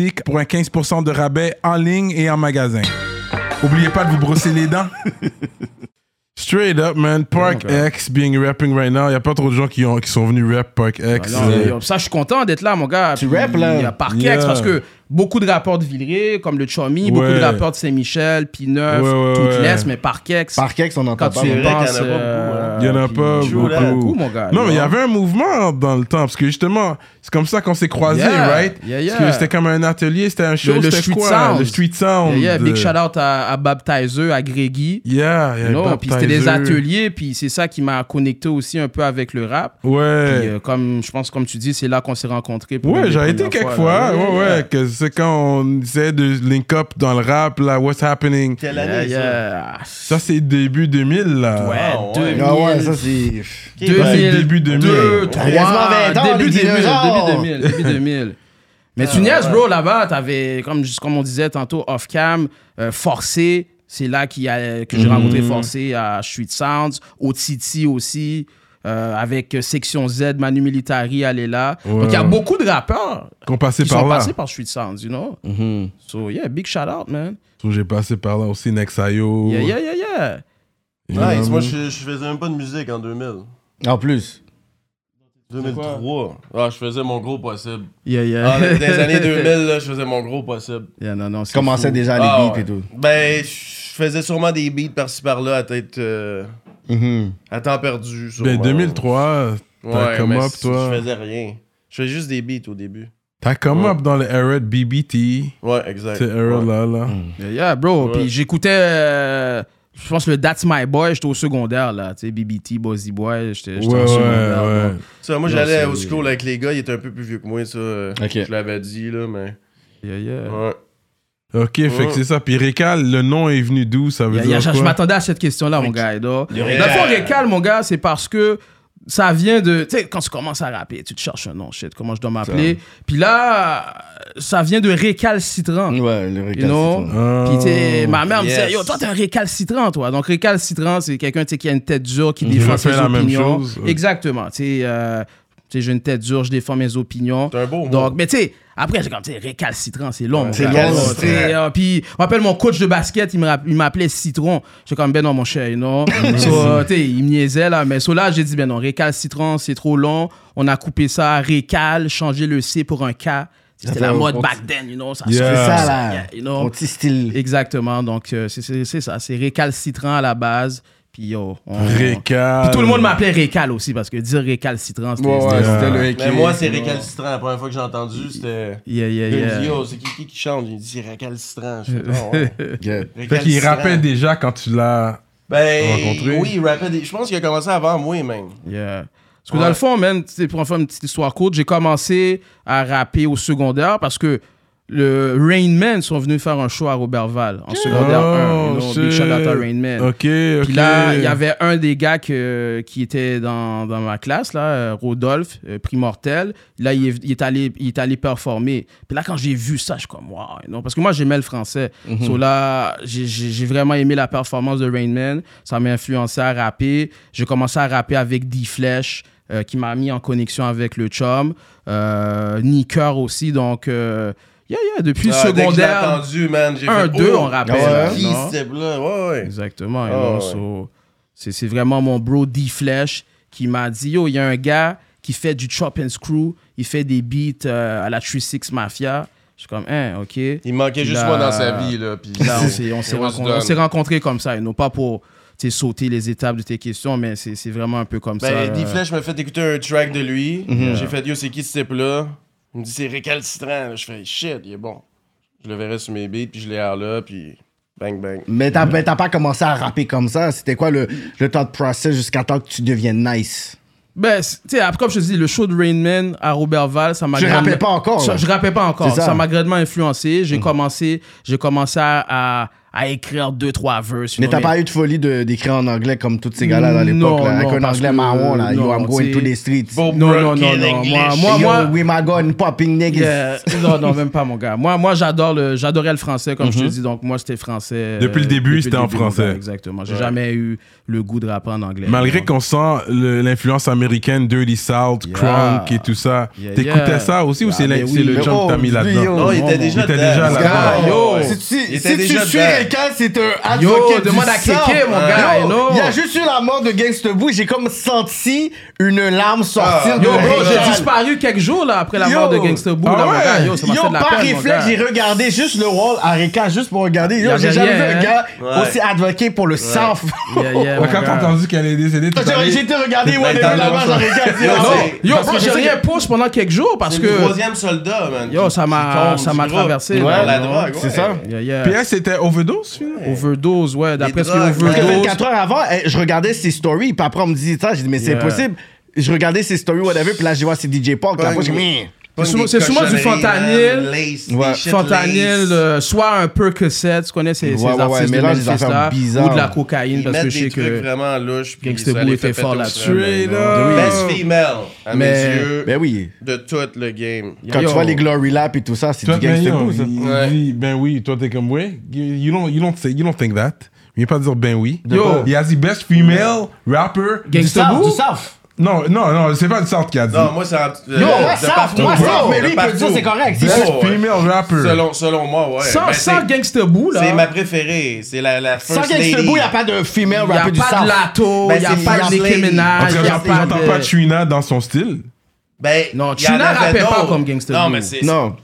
A: pour un 15% de rabais en ligne et en magasin. Oubliez pas de vous brosser les dents. [laughs] Straight up, man. Park X being rapping right now. Il a pas trop de gens qui, ont, qui sont venus rap Park X.
C: Ah Non,
A: Euh,
C: yo, ça, je suis content d'être là, mon gars. Tu
B: rappes, là?
C: Il y a Parkex,
A: Yeah.
C: parce que beaucoup de rapports de Villeray, comme le Chomi, beaucoup
A: Ouais.
C: de rapports de Saint-Michel, Pineuf,
A: Ouais, ouais,
C: toute
A: ouais.
C: l'Est, mais Parkex,
B: Parkex, on
C: quand
B: entend pas.
C: tu y
D: vrai qu'il y en a
C: penses...
D: pas beaucoup,
C: euh,
D: hein.
A: Il y en a
C: puis-
A: pas
D: Joe,
A: beaucoup.
D: là,
C: beaucoup, mon gars.
A: Non, mais il y
C: Non.
A: avait un mouvement dans le temps, parce que justement, c'est comme ça qu'on s'est croisés,
C: Yeah,
A: right?
C: yeah, yeah.
A: Parce que c'était comme un atelier, c'était un show,
C: le
A: c'était
C: street
A: quoi?
C: sound.
A: Le street sound.
C: Yeah, yeah, big
A: euh,
C: shout-out à, à Baptizer, à Greggy.
A: Yeah, yeah,
C: Non, puis c'était des
A: Baptizer.
C: ateliers, puis c'est ça qui m'a connecté aussi un peu avec le rap.
A: Ouais.
C: Puis, euh, comme, je pense, comme tu dis, c'est là qu'on s'est rencontrés. pour une
A: Ouais,
C: des
A: j'ai été
C: premières
A: quelques
C: fois,
A: fois.
C: là.
A: Ouais, ouais. Que c'est quand on essayait de link up dans le rap, là, what's happening.
D: Quelle
C: Yeah,
D: année, ça?
C: yeah.
A: Ça, c'est début 2000, là.
C: Ouais,
D: Ah, ouais.
C: 2000,
B: Ah ouais, ça c'est.
D: Ok,
A: Deux-
D: ouais.
C: 2000,
A: bah, début 2000.
B: Il
C: 2,
B: y a quasiment
C: 3,
B: 20 ans,
C: début
B: les
C: 2000,
B: dinosaures.
C: début 2000, début 2000. Mais
D: Ah,
C: tu niaises, bro, là-bas, t'avais, comme, juste comme on disait tantôt, off-cam, euh, Forcé, c'est là qu'il y a, que j'ai
A: Mhm.
C: rencontré Forcé à Street Sounds, au Titi aussi, euh, avec euh, Section Z, Manu Militari, elle est là. Donc il y a
A: Ouais. Bah
C: beaucoup de rappeurs
A: Qu'on passait
C: qui sont
A: par là.
C: passés par Street Sounds, you know?
D: Mhm.
C: So yeah, big shout-out, man.
A: So, J'ai passé par là aussi, Nexayo.
C: Yeah, yeah, yeah, yeah.
A: You know
D: Nice.
A: what I
D: Moi,
A: mean?
D: je, je faisais même pas de musique en 2000.
B: En plus.
D: 2003. Ah, je faisais mon gros possible.
C: Yeah, [laughs] yeah.
D: Ah, dans les années 2000, là, je faisais mon gros possible.
C: Yeah, non, non, c'est
B: Tu commençais
C: fou.
B: déjà les
D: Ah,
B: beats
D: ouais.
B: et tout.
D: Ben, je faisais sûrement des beats par-ci par-là à tête. euh,
B: Mhm.
D: à temps perdu. sûrement.
A: Ben, 2003, t'as
D: Ouais,
A: come
D: mais
A: up,
D: c-
A: toi.
D: Je faisais rien. Je faisais juste des beats au début.
A: T'as come
D: Ouais.
A: up dans le era de BBT.
D: Ouais, exact.
A: C'est era
D: Ouais.
A: là, là.
C: Yeah, yeah, bro.
D: Ouais.
C: Puis j'écoutais, euh, je pense, le That's My Boy. J'étais au secondaire, là. Tu sais, BBT, Bozzy Boy. J'étais j'étais
A: Ouais,
C: au
A: ouais,
C: secondaire.
A: ouais.
C: donc.
D: Ça, moi,
C: Non,
D: j'allais
C: c'est-
D: au school avec les gars, ils étaient un peu plus vieux que moi, ça. euh,
B: Ok.
D: Je l'avais dit, là, mais.
C: Yeah, yeah.
D: Ouais.
A: Ok, fait que c'est ça. Puis Récal, le nom est venu d'où Ça veut
C: Yeah,
A: dire
C: yeah, je je
A: quoi
C: m'attendais à cette question-là, mon gars. Edo. Dans
D: Récal.
C: le fond, Récal, mon gars, c'est parce que ça vient de. Tu sais, quand tu commences à rapper, tu te cherches un nom, shit, comment je dois m'appeler. Puis là, ça vient de récalcitrant.
B: Mm-hmm. Ouais, le
C: You know?
B: récalcitrant.
A: Ah.
C: Puis, tu sais, ma mère me disait,
D: Yes.
C: yo, toi, t'es un récalcitrant, toi. Donc, récalcitrant, c'est quelqu'un, tu sais, qui a une tête dure, qui défend ses
A: refais la même
C: opinions.
A: chose.
C: Exactement. Tu sais, euh, tu sais, j'ai une tête dure, je défends mes opinions.
D: C'est un beau mot.
C: Donc, mais tu sais, après, j'ai comme, tu sais, récalcitrant, c'est long. mon
B: c'est
C: gars.
B: récalcitrant.
C: Tu sais, euh, Puis, je me rappelle, mon coach de basket, il me rapp- il m'appelait Citron. J'étais comme, ben non, mon cher, non. so, euh, tu sais, il me niaisait, là. Mais so, là, j'ai dit, ben non, récalcitrant, c'est trop long. On a coupé ça, à récal, changé le C pour un K. C'était la
B: Attends,
C: mode
B: on-
C: back then, you know. Ça
A: Yeah.
C: se
B: C'est
C: faisait,
B: ça,
C: yeah,
B: là.
C: you know.
B: Mon petit style.
C: [laughs] Exactement. Donc, euh, c'est- c'est c'est ça. C'est récalcitrant à la base. Puis, yo, on-
A: Récal.
C: Puis tout le monde m'appelait récal aussi parce que dire récalcitrant, c'était.
B: Ouais, ouais,
C: c'était-
B: c'était le
D: Mais
B: équipe.
D: moi, c'est récalcitrant. La première fois que j'ai entendu, c'était.
C: Yeah, yeah,
D: Il me
C: yeah.
D: dit, yo, c'est qui, qui qui chante Il dit récalcitrant. Je fais, Ah,
C: [laughs]
D: ouais.
B: Ok.
A: Fait qu'il
D: Récalcitrant.
A: rappait déjà quand tu l'as.
D: Ben,
A: rencontré.
D: oui, il rappait des- Je pense qu'il a commencé avant moi, même.
C: Yeah. Parce que dans le fond, man, tu sais, pour en faire une petite histoire courte, j'ai commencé à rapper au secondaire parce que le Rain Man sont venus faire un show à Robertval en secondaire 1.
A: Oh,
C: You know, big
A: shit.
C: shout out à Rain Man.
A: Ok, ok.
C: Puis là, il y avait un des gars que- qui était dans, dans ma classe, là, euh, Rodolphe, euh, Primortel. Là, il est, il est allé, il est allé performer. Puis là, quand j'ai vu ça, je suis comme, waouh, non? Parce que moi, j'aimais le français.
D: Mhm.
C: So là, j'ai- j'ai j'ai vraiment aimé la performance de Rainman. Ça m'a influencé à rapper. J'ai commencé à rapper avec D-Flesh. euh, qui m'a mis en connexion avec le chum, euh, Nicker aussi, donc euh, yeah, yeah, depuis le
D: Ah, dès que je l'ai
C: secondaire,
D: entendu, man. J'ai
C: Un,
D: fait,
C: deux,
D: oh,
C: on rappelle,
D: ouais,
C: non?
D: Qui, ce type-là? Ouais, ouais.
C: Exactement. you
D: Ah,
C: know,
D: ouais.
C: so, c'est, c'est vraiment mon bro D-Flesh qui m'a dit Yo, il y a un gars qui fait du chop and screw, il fait des beats euh, à la 36 Mafia. Je suis comme, hein,
E: [laughs]
C: ok.
D: Il manquait juste
C: Là-
D: moi dans sa vie, là. Puis
C: Là, on s'est- on s'est
D: It was
C: rencontrés,
D: done.
C: on s'est rencontrés comme ça, et non pas pour tu sais, sauter les étapes de tes questions, mais c'est c'est vraiment un peu comme ça.
D: Ben,
C: euh, Mhm.
D: D-Flesh m'a fait écouter un track de lui. J'ai fait Yo, c'est qui ce type-là Il me dit c'est récalcitrant. Je fais shit, il est bon. Je le verrai sur mes beats, puis je l'ai hard là, puis bang bang.
E: Mais t'as mais t'as pas commencé à rapper comme ça. C'était quoi le, le temps de process jusqu'à temps que tu deviennes nice?
C: Ben, c'est- tu sais, après, comme je te dis, le show de Rain Man à Robert Val, ça m'a
E: Je
C: grandement-
E: rappais pas encore,
C: Ça-
E: là.
C: je rappais pas encore.
E: C'est ça. Mm.
C: Ça m'a grandement influencé. J'ai commencé, j'ai commencé à, à, à écrire deux, trois verses.
E: Mais
C: you
E: t'as
C: know,
E: pas eu de folie de- d'écrire en anglais comme tous ces gars-là dans l'époque,
C: Non,
E: là, avec
C: non,
E: un
C: parce
E: anglais
C: que-
E: marron, là. yo,
C: non,
E: I'm going
C: t'sais-
E: to the streets.
D: Bon,
C: Non, non, non, non. Moi, moi,
E: yo,
C: moi-
E: we my gun, popping niggas.
C: Yeah. [laughs] Non, non, même pas, mon gars. Moi, moi j'adore le, j'adorais le français, comme je te dis. Donc, moi, c'était français. euh,
A: Depuis le début, c'était en français.
C: ouais, Exactement. J'ai jamais eu le goût de rapper en anglais.
A: Malgré
C: Non.
A: qu'on sent le- l'influence américaine, Dirty South,
C: Yeah.
A: Crunk et tout ça,
C: Yeah,
A: t'écoutais
C: yeah.
A: ça aussi ou
C: Ah,
A: c'est la-
C: ben
A: c'est
C: oui.
A: le
E: Mais
A: jump
E: oh,
A: que t'as mis
E: lui,
A: là-dedans?
E: yo.
D: Non, il était
C: non,
A: il
D: déjà
A: était
D: dedans.
A: déjà
D: Parce
A: là-dedans.
D: que-
C: Ah, Yo,
D: ouais.
E: Si tu,
D: Il
E: si
D: était
E: tu
D: déjà
E: suis
D: dedans.
E: quelqu'un, c'est un
C: Yo,
E: advocate du
C: demande à
E: sang.
C: Kéké, mon gars.
E: Yo,
C: non.
E: Il y a juste eu la mort de Gangsta Boo, j'ai comme senti une larme
D: Ah.
E: sortir de
C: Yo, bro,
E: mon
C: j'ai
E: crâne.
C: disparu quelques jours là, après la
E: Yo.
C: mort de Gangsta Boo.
A: Ah
C: là, mon
A: ouais.
C: gars. Yo, ça m'a
E: Yo,
C: fait de la
E: par
C: peine, mon
E: réflexe,
C: gars.
E: j'ai regardé juste le wall à Reka juste pour regarder.
C: Y
E: Yo,
C: avait
E: j'ai jamais vu
C: rien,
E: un
C: hein.
E: gars
D: Ouais.
E: aussi advoqué pour
C: [laughs]
E: le sang.
C: Yeah, yeah,
A: Ouais,
C: mon gars.
A: Quand t'as entendu qu'elle est décédée, t'es
E: J'ai
A: allé-
E: j'ai été regarder
D: Ben,
E: ouais,
D: t'as
E: là-bas,
D: raison.
E: j'ai regardé.
D: Yo,
E: yo,
D: non.
E: c'est-
C: Yo,
E: parce
C: bro,
E: que je
C: j'ai
E: sais
C: rien push pendant quelques jours parce
D: C'est le
C: que.
D: troisième soldat, man.
C: Yo,
D: qui-
C: ça m'a-
D: qui tombe
C: ça
D: du
C: m'a
D: groupe.
C: traversé,
D: Ouais,
C: man,
D: la
C: non.
D: drogue,
E: C'est
D: ouais.
E: ça.
C: Yeah, yeah.
A: Puis elle, c'était overdose, finalement?
C: Overdose, ouais, d'après ce que
D: drogues,
E: Parce que
D: Overdose.
E: 24 heures avant, eh, je regardais ses stories, puis après on me dit ça, j'ai dit mais c'est
C: Yeah.
E: impossible. Je regardais ses stories, whatever, puis là je vois c'est DJ Paul, puis après je dis
D: Pas
C: C'est souvent-
D: des
C: c'est souvent du
D: cochonneries,
C: fentanyl.
D: man, lace, des
E: Ouais.
D: shit
C: Fentanyl,
D: lace.
C: euh, soit un peu que tu connais ces, ces
E: Ouais, ouais, ouais,
C: artistes de
E: mélange des
C: Memphis
E: affaires
C: là,
E: bizarres.
C: ou de la cocaïne
D: Ils
C: parce que
D: mettent
C: je
D: des
C: sais
D: trucs
C: que
D: vraiment louches. puis
C: Gangsta
D: ça
C: Boo
D: les
C: était
D: fait
C: fort
D: péter au
C: là-dessus.
D: sol.
A: Straight
C: non.
A: up.
D: Best female, à mes
C: Mais-
D: yeux,
E: Ben oui.
D: de tout le game.
E: Quand
C: Yo.
E: tu vois les Glory Lap et tout ça, c'est
A: Toi,
E: du
A: ben,
E: gangster hein.
A: yo,
E: boo, ça.
A: il-
D: Ouais.
A: il- ben oui, toi, t'es comme, oui. You, you don't, you, don't say- you don't think that. Il vient pas dire ben oui.
C: Yo.
A: Il a dit best female rapper.
E: Du
C: Gangsta
E: South,
C: Boo?
E: du South.
A: Non, non, non, c'est pas du South qui a dit.
D: Non, moi, c'est en-
E: Yo,
D: euh,
E: moi,
D: de
E: South,
D: partout,
E: moi,
D: bro,
E: South, mais
D: de
E: lui, il peut
D: partout.
E: dire c'est correct, c'est
D: Best
A: best female rapper.
D: Selon, selon moi, ouais.
C: sans,
D: Ben,
C: sans
D: c'est-
C: Gangsta Boo, là.
D: C'est ma préférée. C'est la, la first
E: Sans gangster
D: lady.
E: boo, il n'y a pas de female
C: Il n'y a
E: rapper du
C: pas
E: South.
C: de Lato, il
D: Ben,
C: n'y a
D: c'est
C: pas de
D: Young
C: Nicki
D: Lady.
A: en
C: Minaj,
A: tout
C: il
A: cas,
C: n'y a
A: j'entends
C: pas
A: j'entends pas
C: de...
A: Trina dans son style.
D: Ben,
C: Non,
D: il y en
C: Trina
D: avait
C: rappait pas
D: d'autres.
C: comme Gangsta
D: Non,
C: Boo.
D: mais c'est.
E: Non.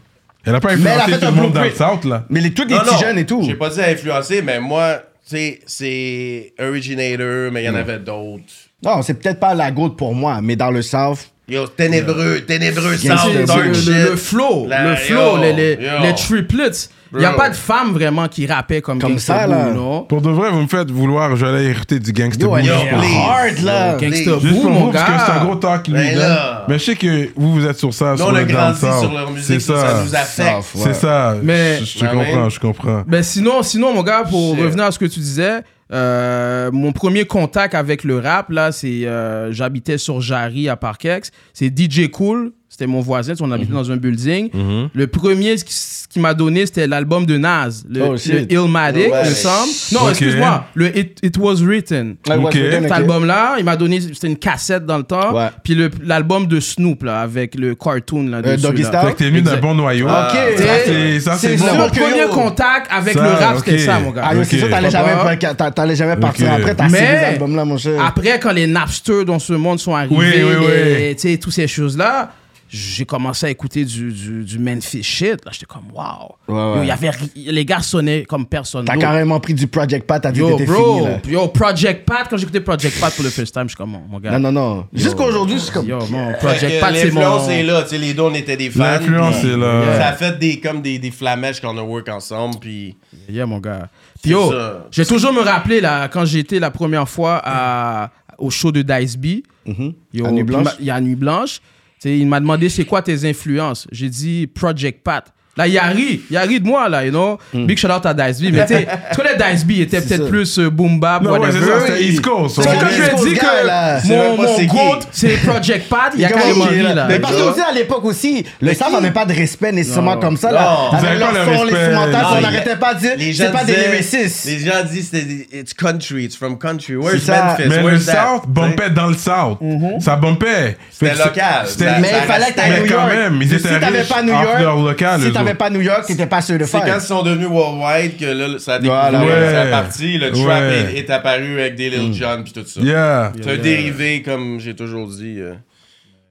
A: Elle a pas
E: Mais elle a
A: influencé
E: fait
A: tout
E: un
A: le monde dans le
E: blueprint.
A: South, là.
E: Mais les, tous les
D: Non, non,
E: petits jeunes et tout.
D: J'ai pas dit influencer, mais moi, tu sais, c'est Originator, mais il y en avait d'autres.
E: Non, c'est peut-être pas la goutte pour moi, mais dans le South.
D: Yo, ténébreux, ténébreux,
C: C'est-
E: Gangsta
D: sound,
C: c'est
D: dark shit.
C: le, le- le flow,
D: La-
C: le flow,
D: yo,
C: les, les,
D: yo.
C: les triplets. Il n'y a
D: Bro.
C: pas de femme vraiment qui rappait comme,
E: Comme
C: Gangsta
E: ça,
C: Boo,
E: là.
C: non?
A: Pour de vrai, vous me faites vouloir, j'allais hériter du gangster
E: Yo,
A: boo.
E: elle est
D: Yo, please.
E: hard, là.
D: Yo,
C: Gangsta
A: Juste
C: Boo,
A: pour
C: mon
A: vous, parce que c'est un
C: gars.
A: gros talk, lui.
D: Ben
A: là.
D: là.
A: Mais je sais que vous, vous êtes sur ça,
D: Non,
A: sur
D: on a
A: le
D: grandi
A: dancehall.
D: sur leur musique,
A: C'est
D: ça. nous affecte.
E: South, ouais.
A: C'est ça.
C: Mais-
A: Je- Je te
D: Ah, mais-
A: comprends, je comprends.
C: Ben sinon, sinon, mon gars, pour
D: Shit.
C: revenir à ce que tu disais, euh, mon premier contact avec le rap, là, c'est. euh, J'habitais sur Jarry à Parkex. C'est DJ Cool. C'était mon voisin, on habitait
E: Mhm.
C: dans un building. Le premier ce qui, ce qui m'a donné, c'était l'album de Nas, le,
E: Oh, shit.
C: le Illmatic,
D: Ouais.
C: me semble. Non,
A: Ok.
C: excuse-moi, le It, It Was Written.
E: Ouais, ouais,
A: Ok.
E: c'est bien,
C: Cet
E: ok.
C: album-là, il m'a donné, c'était une cassette dans le temps.
E: Ouais. Euh,
C: Puis le- l'album de Snoop, là, avec le cartoon, là, dessus,
E: Doggy
C: là.
E: Style?
A: Fait que t'es venu d'un
C: Exact.
A: bon noyau.
E: Ah, ok.
A: Ça, c'est- Ça, c'est
E: C'est
A: bon.
C: C'est
E: sûr.
C: mon
E: Ok,
C: premier
E: yo.
C: contact avec
A: Ça,
C: le rap,
A: ok.
C: c'était ça, mon gars.
E: Ah, yo, c'est
A: Ok.
E: sûr, t'allais jamais,
C: Papa.
E: par- t'allais jamais partir
A: Ok.
E: après, t'as
C: Mais-
E: ces albums-là, mon cher.
C: Après, quand les Napster dans ce monde sont arrivés,
A: Oui, oui, oui.
C: les- tu sais, toutes ces choses-là, j'ai commencé à écouter du, du, du Memphis shit. Là, j'étais comme, wow.
E: Ouais, ouais.
C: Yo, il y avait ri- les gars sonnaient comme personne
E: T'as
C: d'autre.
E: carrément pris du Project Pat, t'as dit que
C: Yo,
E: t'étais
C: bro.
E: fini, là.
C: Yo, Project Pat, quand j'écoutais Project Pat pour le first time, je suis comme, mon gars.
E: Non, non, non. Jusqu'aujourd'hui, je suis comme. Euh,
C: Yo,
E: [laughs]
C: mon
D: Fait
C: Project
D: que
C: Pat, c'est
D: Euh, L'influence
C: mon.
D: est là, tu sais, les deux on était des fans.
A: L'influence
D: puis
A: est là.
D: Ça a fait des, comme des, des flamèches qu'on a work ensemble, puis
C: Yeah, mon gars. Puis yo,
D: ça.
C: j'ai toujours me rappelé là, quand j'étais la première fois à, au show de Dice B. Yo,
E: À Mm-hmm.
C: puis
E: Nuit Blanche?
C: ma- Il y a Nuit Blanche. Tu sais, il m'a demandé c'est quoi tes influences. J'ai dit Project Pat. Là, il a ri. Il a ri de moi, là, you know. Big shout out à Dice B. Mais tu sais,
E: [laughs]
C: tu connais Dice B, il était peut-être
E: Mm. ça.
C: plus euh, boom bap,
A: Non, ouais,
C: whatever.
A: c'est ça, c'était East Coast.
C: Parce
E: C'est
C: que quand je lui
E: East
C: ai dit
E: Coast guy, là.
C: que
D: C'est
C: mon,
D: même pas
C: mon
D: c'est qui.
C: goat, c'est Project Pat, il a carrément
E: Comment-
C: ri, là.
E: Mais
C: you
E: parce que
C: know.
E: aussi, à l'époque aussi, le staff avait pas de respect nécessairement
C: Non.
E: comme ça, là.
D: Non.
E: Avec
A: Vous avez
E: leur
A: pas le
E: son,
A: respect.
E: l'instrumental,
D: Non,
E: on
D: il-
E: n'arrêtait pas de
D: Les
E: dire,
D: gens
E: c'est pas des
D: disaient-
E: lyricistes.
D: Les gens disent c'est des- it's country, it's from country. Where's
E: C'est ça.
D: Memphis?
A: Mais le
D: Where's that?
A: South bumpait dans le South. Ça bumpait.
D: C'était
A: Fait que c'est-
D: local.
A: c'était-
D: Ça-
E: Mm-hmm. Mais il fallait que t'ailles
A: Mais
E: New
A: quand
E: York.
A: même, ils
E: Si
A: étaient
E: t'avais
A: riches
E: pas New
A: off
E: York,
A: leur local, eux
E: Si t'avais
A: autres.
E: pas New York, t'étais pas sûr de
D: C'est quand
E: faire.
D: ils sont devenus worldwide que là, ça a découvert
E: Voilà.
A: Ouais.
D: sa partie. Le trap
A: Ouais.
D: est, est
C: Mm.
D: apparu avec des Lil Jon puis tout ça.
A: Yeah.
D: C'est un dérivé, comme j'ai toujours dit. euh.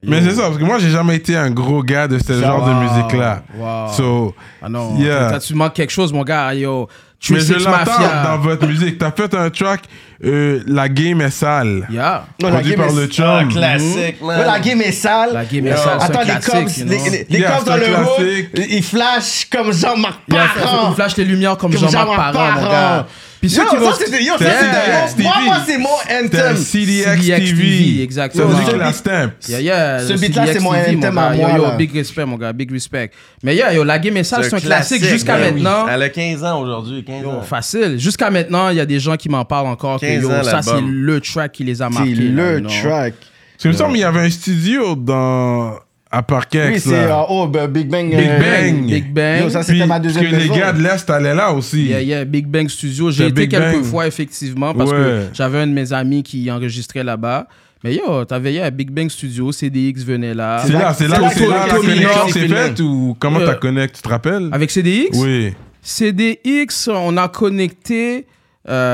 A: Mais c'est ça, parce que moi, j'ai jamais été un gros gars de ce genre de
C: Wow.
A: musique-là.
C: Wow.
A: So,
C: Ah non,
A: yeah.
C: t'as- tu manques quelque chose, mon gars. Yo, tu
A: Mais je
C: sais
A: l'entends dans votre musique. T'as fait un track, euh, La game est sale.
C: Yeah.
B: Non, la
A: Produit
B: game
A: par
B: est-
A: le chum.
D: classique, man.
B: Ouais, la game est sale.
C: La game est
B: Yo,
C: sale, c'est
B: Attends,
C: un
B: les
C: classique,
B: cops,
C: you
B: les,
C: know.
B: les- les
A: Yeah,
B: cops
A: c'est
B: dans
A: un
B: le
A: classique.
B: road, ils flashent comme Jean-Marc
C: Il a
B: Parent.
C: flash les lumières comme
B: Comme
C: Jean-Marc
B: Jean-Marc
C: Parent, mon gars.
B: Parent.
C: Puis
B: Yo,
C: ceux qui vont.
B: ça, c'est yo, ça,
A: Yeah,
B: c'est de-
A: Stevie.
B: Moi, moi, c'est mon
A: C'était un
B: anthem.
A: CDX,
C: CDX
A: TV.
C: TV,
A: Ça
C: exactement.
A: veut dire que la stamp.
C: Yeah, yeah,
B: Ce
C: le
B: beat-là,
C: CDX
B: c'est mon
C: TV,
B: anthem
C: gars.
B: à
C: Yo,
B: moi,
C: Yo,
B: là.
C: big respect, mon gars, big respect. Mais yeah, yo, la game est sale, c'est un classique. Jusqu'à
D: ben oui.
C: maintenant,
D: Elle a 15 ans aujourd'hui, 15
C: Yo,
D: ans.
C: facile. Jusqu'à maintenant, il y a des gens qui m'en parlent encore. Que,
D: 15
C: yo,
D: ans,
C: ça,
D: l'album.
C: c'est le track qui les a
B: C'est
C: marqués. là,
B: le
C: non?
B: track.
A: Parce que il me semble qu'il y avait un studio dans... à
B: Oui,
A: Parkex.
B: c'est
A: là.
B: euh, oh, ben, Big Bang.
A: Big
B: euh,
A: Bang.
C: Big Bang.
B: Yo, ça,
A: Puis,
B: c'était ma
A: parce
B: deuxième
A: que les
B: maison.
A: gars de l'Est allaient là aussi.
C: Yeah, yeah, Big Bang Studio. J'ai
A: The
C: été
A: Big
C: quelques
A: Bang.
C: fois, effectivement, parce
A: Ouais.
C: que j'avais un de mes amis qui enregistrait là-bas. Mais yo, t'avais yo, à Big Bang Studio, CDX venait là.
A: C'est là, c'est là,
B: là
A: où- c'est
B: que
A: là la
B: Tommy
A: connexion
B: North
A: s'est
B: est filmé.
A: faite ou comment
C: Euh,
A: t'as connecté, tu te rappelles?
C: Avec CDX
A: Oui.
C: CDX, on a connecté.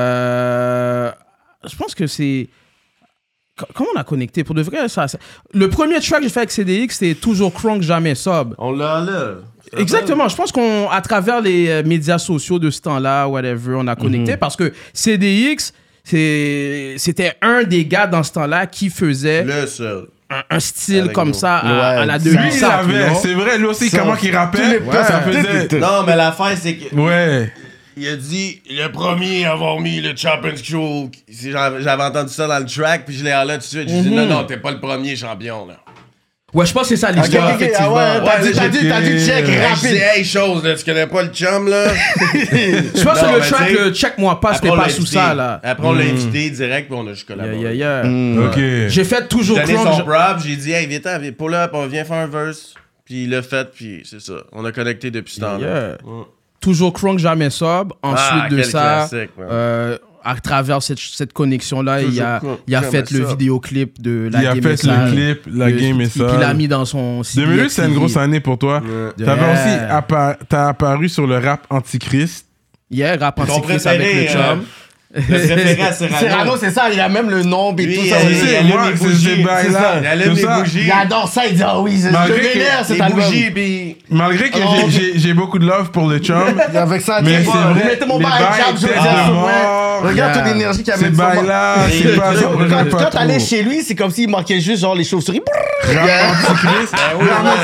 C: euh, je pense que c'est. co- Comment on a connecté Pour de vrai, ça. ça- Le premier track que j'ai fait avec CDX, c'était Toujours Crunk, Jamais Sob.
D: On l'a là.
C: Exactement. Je pense qu'on, à travers les euh, médias sociaux de ce temps-là, whatever, on a
D: Mhm.
C: connecté parce que CDX, c'est- c'était un des gars dans ce temps-là qui faisait
D: Le seul.
C: un, un style
D: Avec
C: comme
D: nous.
C: ça à,
B: Ouais.
C: à la
B: Lui,
C: demi
A: Lui, il avait, c'est vrai, lui aussi,
B: Ça,
A: comment qu'il
B: tous les
A: rappelle,
B: plans,
A: ça
B: c'est
A: faisait...
B: tout, tout,
D: Non, mais l'affaire, c'est que
A: Ouais.
D: Il a dit le premier à avoir mis le champion crew. J'avais j'avais entendu ça dans le track, puis je l'ai allé tout de suite. J'ai dit
C: Mm-hmm.
D: non, non, t'es pas le premier champion. là.
C: Ouais, je pense que c'est ça
B: Ok, ok,
C: l'histoire,
B: ok, ah
C: effectivement.
B: ouais, t'as
D: Ouais,
B: dit, t'as dit, t'as dit check
A: j'ai-
D: Hey, je dis,
B: rapide.
D: hey, chose, là, tu connais pas le chum, là.
C: Je pense
D: Non,
C: que le
D: mais
C: track,
D: tu sais,
C: le check-moi pas,
D: Après,
C: c'était
D: on l'a
C: pas sous
D: invité.
C: ça, là. Mm.
D: Après, on l'a invité direct, puis on a juste
C: Yeah,
D: collaboré.
C: yeah, yeah.
A: OK.
C: J'ai fait
D: J'ai
C: toujours
D: donné
C: Crunk.
D: son
C: je-
D: prop, j'ai dit, hey, viens, viens, pull up, on vient faire un verse. Puis il l'a fait, puis c'est ça. On a connecté depuis ce temps-là.
C: Yeah. Toujours crunk, jamais sobre. Ensuite
D: Mm. Ah,
C: de
D: quel
C: ça,
D: classique, man.
C: euh, à travers cette, cette connexion-là, il a,
D: crunk,
C: il a
D: jamais
C: fait le
D: sobre.
C: vidéoclip de la
A: Il a
C: game
A: fait
C: est sale.
A: le clip, la
C: Le-
A: game est
C: puis- Puis il l'a
A: sale.
C: mis dans son
A: 2008, c'est une grosse année pour toi. T'avais
C: Yeah.
A: aussi appa- t'as apparu sur le rap Antichrist.
C: Hier, rap
D: Ton
C: antichrist avec le
D: préféré, euh,
C: chum.
D: Le préféré
C: [laughs]
D: à
B: Cyrano,
D: Serrano.
B: c'est ça, il a même le nom et
D: Lui,
B: tout
D: il
B: ça.
D: allume-
A: c'est-
D: il
B: aussi.
D: allume
A: moi,
D: les
A: c'est
D: bougies,
A: ces bails-là.
D: c'est ça. Il allume
A: Tout
D: les
A: ça,
D: bougies.
B: Il adore ça, il dit ah oui, je
A: Malgré que
B: m'énerve cet
D: Les
B: album.
D: bougies, puis...
A: Malgré que j'ai- j'ai- j'ai beaucoup de love pour le chum,
B: Avec ça,
A: Mais
B: tu
A: c'est
B: sais,
A: vrai,
B: vous mettez mon
A: les
B: bar à
A: bails
B: câble, je veux
A: tête
B: dire,
A: de
B: ouais.
A: mort,
B: Regarde
C: yeah.
B: toute l'énergie qu'il y a
A: ces
B: même sur moi.
A: bails-là,
D: Mais-
A: c'est pas...
B: Quand, quand
A: pas
B: t'allais
A: trop.
B: chez lui, c'est comme s'il manquait juste genre les chauves-souris.
A: Rap
D: Ah
A: Antichrist. Mais en même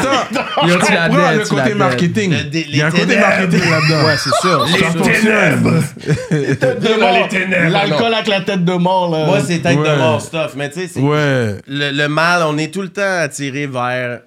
A: temps,
C: Yo,
A: je
C: tu la
A: comprends
C: dead,
A: le
C: tu
A: côté
C: la
A: marketing.
D: dead. Le dé-
A: Il y a un
D: les
A: côté
D: ténèbres.
A: marketing là-dedans.
C: Ouais, c'est sûr.
A: Ça fonctionne.
D: dans les ténèbres,
B: L'alcool avec la tête de mort, là.
D: Moi, c'est tête
A: Ouais.
D: de mort stuff, mais tu sais, c'est-
A: Ouais.
D: le, le mal, on est tout le temps attiré vers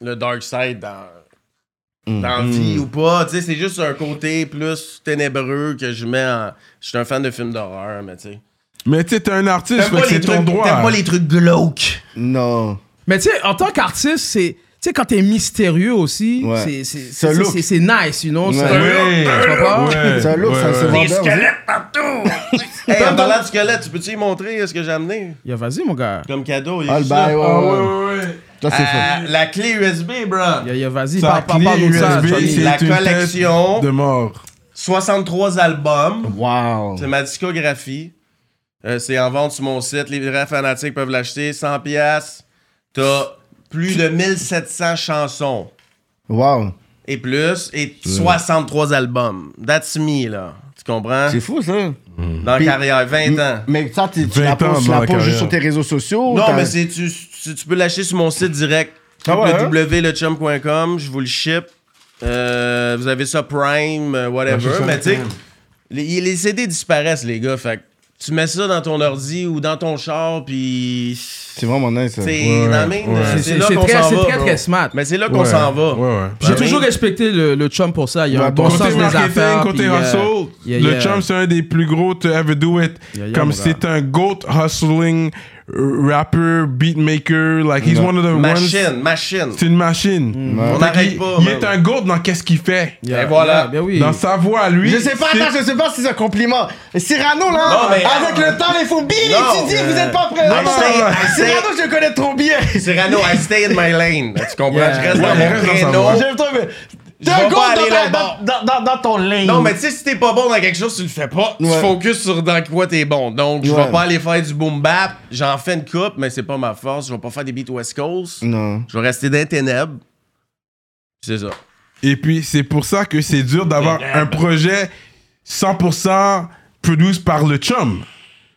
D: le dark side dans, dans vie ou pas. Tu sais, c'est juste un côté plus ténébreux que je mets en. Je suis un fan de films d'horreur, mais tu sais.
A: Mais tu sais, t'es un artiste,
D: T'aimes
A: fait que
D: pas,
A: c'est
D: les
A: ton
D: trucs-
A: droit.
D: t'aimes pas les trucs glauques.
B: Non.
C: Mais tu sais, en tant qu'artiste, c'est. Tu sais, quand t'es mystérieux aussi,
B: Ouais.
C: c'est- c'est-
B: C'est un
C: c'est
B: look.
C: c'est- c'est nice, you know?
B: Ouais.
C: c'est-
A: Ouais.
C: Tu comprends?
A: Ouais.
B: C'est un look,
A: Ouais,
B: ça se
A: ouais.
B: vend
D: Des
B: bien.
D: squelettes partout! hey, en parlant de squelettes, tu peux-tu y montrer euh, ce que j'ai amené
C: Yo, vas-y, mon gars.
D: comme cadeau? il y a
B: Ah, le
D: ça.
B: bail, ouais,
A: Ah ouais,
B: ouais.
A: ouais, ouais.
B: Ça, c'est
D: Ah,
B: fou.
D: la clé USB, bro.
C: Yo, yo, vas-y,
A: Sa
C: parle parle-
A: clé
C: parle-nous de ça.
A: USB,
C: Johnny. Bah
A: c'est
D: La
A: une tête
D: collection.
A: de mort.
D: 63 albums.
B: Wow.
D: C'est ma discographie. Euh, c'est en vente sur mon site. Les vrais fanatiques peuvent l'acheter. 100 pièces. T'as plus de 1700 chansons
B: Wow.
D: et plus et 63 albums. That's me, là. Tu comprends?
B: C'est fou, ça.
D: Dans la
B: Puis-
D: carrière, 20 ans.
B: Mais ça, tu, tu
A: 20
B: la
A: ans
B: poses, tu
A: dans
B: la
A: la
B: poses juste
A: carrière.
B: sur tes réseaux
A: Oh,
B: sociaux.
D: Non,
B: t'as-
D: mais c'est- tu, tu, tu peux l'acheter sur mon site direct.
B: Ah ouais, hein?
D: www.lechum.com. Je vous le ship. Euh, vous avez ça Prime, euh,
A: Ouais, c'est
D: whatever.
A: ça,
D: Mais tu sais,
A: Prime.
D: les, les CD disparaissent, les gars. Fait que tu mets ça dans ton ordi ou dans ton char, puis.
B: C'est vraiment nice, ça.
D: C'est
A: Ouais,
D: dans la mine,
A: ouais.
D: euh,
C: C'est-
D: c'est
C: c'est
D: là
C: très-
D: qu'on s'en
C: c'est
D: va,
C: très,
D: bro.
C: très smart.
D: Mais c'est là qu'on
A: Ouais.
D: s'en va. Ben
A: Ouais, ouais.
C: J'ai
D: Ouais.
C: toujours respecté le, le chum pour ça. Il y a
B: Ouais,
C: un bon
B: bon
C: sens
A: Côté
C: des
A: marketing,
C: affaires.
A: côté
C: puis, euh,
A: hustle,
C: yeah,
A: le
C: yeah.
A: chum, c'est un des plus gros to ever do it.
C: Yeah, yeah,
A: Comme
C: mon
A: c'est un goat hustling euh, rapper, beatmaker. Like, he's one of the ones.
D: Machine, machine.
A: C'est une
B: Mm.
A: machine.
D: On
A: Fait
D: n'arrête
A: qu'il-
D: pas.
A: Il
D: man.
A: est un goat dans qu'est-ce qu'il fait.
C: Yeah,
D: Et voilà.
C: yeah, ben oui.
A: Dans sa voix, à lui.
B: Je sais pas,
A: c'est-
B: attends, je sais pas si c'est un compliment. Cyrano, là,
D: Non, mais-
B: avec le temps, les phobies,
D: Non,
B: tu dis,
D: euh,
B: vous êtes pas prêts.
D: non,
B: Ah,
D: non,
B: Cyrano,
D: non, non.
B: Cyrano, je le connais trop bien. [laughs]
D: Cyrano, I stay in my lane. Tu comprends?
C: Yeah.
D: Je reste
A: Ouais,
D: dans
A: il reste dans sa
D: mon
A: voie.
D: créneau.
B: J'aime trop, mais
D: Je vais
E: go
D: pas aller
E: dans, ta-
D: là bas.
E: dans, dans- dans ton lane.
D: Non, mais tu sais, si t'es pas bon dans quelque chose, tu le fais pas. Tu
B: Ouais.
D: focuses sur dans quoi t'es bon. Donc, je
B: Ouais.
D: vais pas aller faire du boom bap. J'en fais une coupe, mais c'est pas ma force. Je vais pas faire des beats West Coast.
B: Non.
D: Je vais rester dans les ténèbres. C'est ça.
A: Et puis, c'est pour ça que c'est dur d'avoir un projet 100% produit par le chum.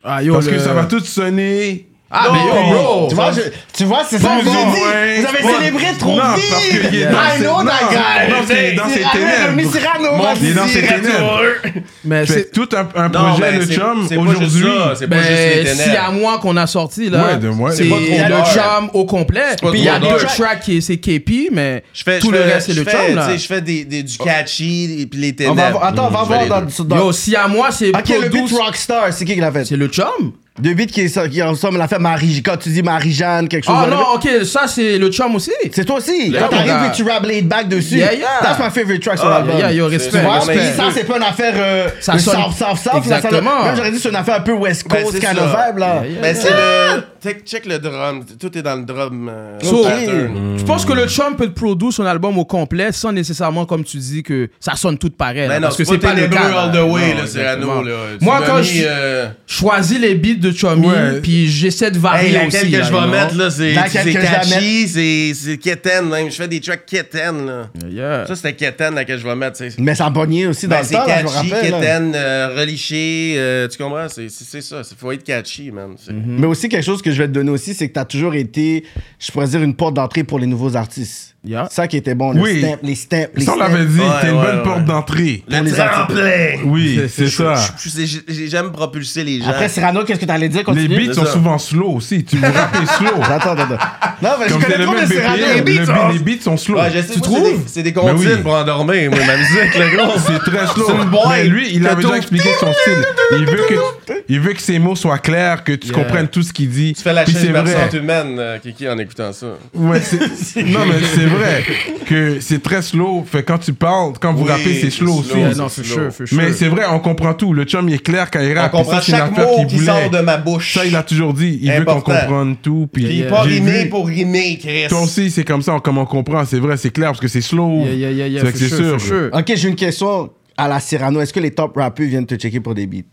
C: Ah, yo,
A: Parce que
C: le-
A: ça va tout sonner.
D: Ah, mais
C: Oh,
D: yo,
A: puis-
D: bro!
E: Tu vois, je- tu vois, c'est ça,
A: Plus
E: vous
A: ou
E: avez dit.
A: moins.
E: Vous avez
A: Ouais.
E: célébré trop
A: Non,
E: vite.
A: parce que il est dans
E: I
A: ses-
E: know that
A: non,
E: guy.
A: non, parce qu'il est dans
E: C'est-
A: ses
E: ah, ouais,
A: ténèbres.
E: Remy Cyrano,
D: Mon
E: vas-y.
A: Il est dans ses
D: petit
A: ténèbres.
D: retour.
C: Mais
A: Fait
C: c'est
A: tout un, un
D: Non,
A: projet,
D: mais
A: le
D: c'est-
A: chum,
D: c'est pas juste
A: aujourd'hui.
D: ça, C'est pas juste les
C: Ben, si à
D: ténèbres.
C: moi qu'on a sorti là,
A: Ouais, de moi,
C: c'est
A: c'est pas
D: trop d'heures.
C: le charme au complet.
D: pas
C: Puis il y a
D: trop
C: deux
D: d'heures.
C: tracks qui c'est KP, mais
D: Je fais,
C: tout
D: je
C: le
D: fais-
C: reste c'est
D: je
C: le
D: fais,
C: charme
D: tu
C: là. Ah.
D: sais, Je fais des, des- du catchy et puis les
E: On
D: ténèbres.
E: va voir- Attends, on va
D: Je fais
E: voir
D: les
E: dans,
D: deux.
E: dans-
C: Yo, si à moi c'est
E: Ok, le beat
C: Produce-
E: Rockstar, c'est qui qui l'a fait
C: c'est le chum.
E: Le beat qui, est ça- qui ressemble à l'a fait Marie. Quand tu dis Marie-Jeanne, quelque chose.
C: Ah
E: whatever.
C: non, ok, ça c'est le chum aussi.
E: C'est toi aussi.
C: Yeah,
E: Quand t'arrives
C: mon
E: et
C: gars.
E: tu rap laid back dessus.
C: Yeah, yeah.
E: That's my favorite track sur
D: Ah,
E: l'album.
C: Yeah, yo,
D: C'est-
E: Tu
C: respect.
E: vois,
D: Ouais,
E: puis
D: mais-
E: ça, c'est pas une affaire euh,
C: Ça
E: de
C: sonne-
E: South, South, South. là, ça-
C: Exactement.
E: Même j'aurais dit c'est une affaire un peu West
D: Ben,
E: Coast,
D: c'est
E: kind
D: ça.
E: of vibe, là.
C: Yeah, yeah.
D: Mais Ben, c'est le. check- Check le drum. Tout est dans le drum. euh,
C: So-
D: pattern.
C: Je pense que le chum peut produire son album au complet sans nécessairement, comme tu dis, que ça sonne tout pareil. là,
D: Ben non,
C: parce que c'est pas le
D: ténébreux
C: cas.
D: all
C: là.
D: the way,
C: Non,
D: là, Cyrano,
C: exactement.
D: là. Tu
C: Moi,
D: m'as
C: quand
D: mis,
C: je
D: euh,
C: choisis les beats de Chummy,
A: Ouais.
C: puis j'essaie de
D: Hey,
A: Ah,
C: varier
D: laquelle
C: aussi.
D: que
C: là,
D: je
C: you
D: vais
C: know.
D: mettre, là, c'est
E: Laquelle
D: c'est
E: que je la
D: catchy, c'est c'est Keten, même. Je fais des tracks Keten, là.
C: Yeah.
D: Ça, c'était Keten, laquelle je vais mettre, tu sais.
E: Mais ça pognait aussi dans
D: Ben,
E: le
D: c'est
E: temps, là, je me
D: catchy,
E: rappelle. là.
D: Keten, euh, reliché, euh, tu comprends? C'est c'est- c'est ça, il faut être catchy, man. C'est-
A: Mhm.
E: Mais aussi, quelque chose que je vais te donner aussi, c'est que t'as toujours été, je pourrais dire, une porte d'entrée pour les nouveaux artistes.
C: Yeah.
E: Ça qui était bon, les
A: Oui.
E: steps, les steps, les
A: Ça, on
E: steps.
A: l'avait dit,
D: Ouais,
A: t'es une
D: ouais,
A: bonne
D: ouais.
A: porte d'entrée.
E: Pour
D: Le
E: les artistes.
D: tremplin!
A: Oui, c'est ça.
D: Je- je- j'ai- j'ai- J'aime propulser les gens.
E: Après, Cyrano, qu'est-ce que t'allais dire?
A: Les
E: Continue.
A: beats
D: C'est
A: sont
D: ça.
A: souvent slow aussi. Tu veux
D: [laughs]
A: rapper slow.
E: Attends, attends, attends. [laughs] Non, mais je
A: Comme c'est
E: connais
A: le
E: pas
A: même
E: de Cyrano.
A: BPM,
E: Les beats,
A: le
E: hein.
A: beat- les beats sont slow.
D: Ouais, je sais,
A: tu
D: moi, c'est
A: trouves
D: des- C'est des comptines
A: Ben oui.
D: pour endormir, moi, ma musique, le gros.
A: [laughs] C'est très slow.
D: C'est une boîte.
A: Mais lui, il
D: Que
A: a déjà
D: tout-
A: expliqué son style. Il veut
D: [laughs]
A: que, il veut que ses mots soient clairs, que tu comprennes tout ce qu'il dit.
D: Tu fais la
A: Puis
D: chaise
A: c'est vrai.
D: versante humaine, euh, Kiki, en écoutant ça.
A: Ouais,
D: [laughs]
A: c'est- non, mais c'est vrai que c'est très slow. Fait quand tu parles, quand vous
D: Oui,
A: rappez, c'est
D: c'est
A: slow,
D: slow.
C: Yeah,
A: aussi.
C: non,
D: c'est
C: for
D: slow.
C: sure, for sure.
A: Mais c'est vrai, on comprend tout. Le chum, il est clair quand il
D: On
A: rappe. Ah, Puis
D: comprend
A: ça, c'est une
D: chaque
A: affaire
D: mot
A: qu'il
D: qui
A: voulait.
D: sort de ma bouche.
A: Ça, il a toujours dit. Il veut qu'on
D: Important.
A: comprenne tout. Puis,
D: Puis
A: j'ai
D: pas rimé
A: vu-
D: pour rimer, Chris.
A: Toi aussi, c'est comme ça, on- comme on comprend. C'est vrai, c'est clair parce que c'est slow.
C: Yeah, yeah, yeah, yeah,
A: C'est
C: for
A: que c'est
C: sure,
A: sûr.
C: for sure.
E: Ok, j'ai une question à la Cyrano. Est-ce que les top rappeurs viennent te checker pour des beats?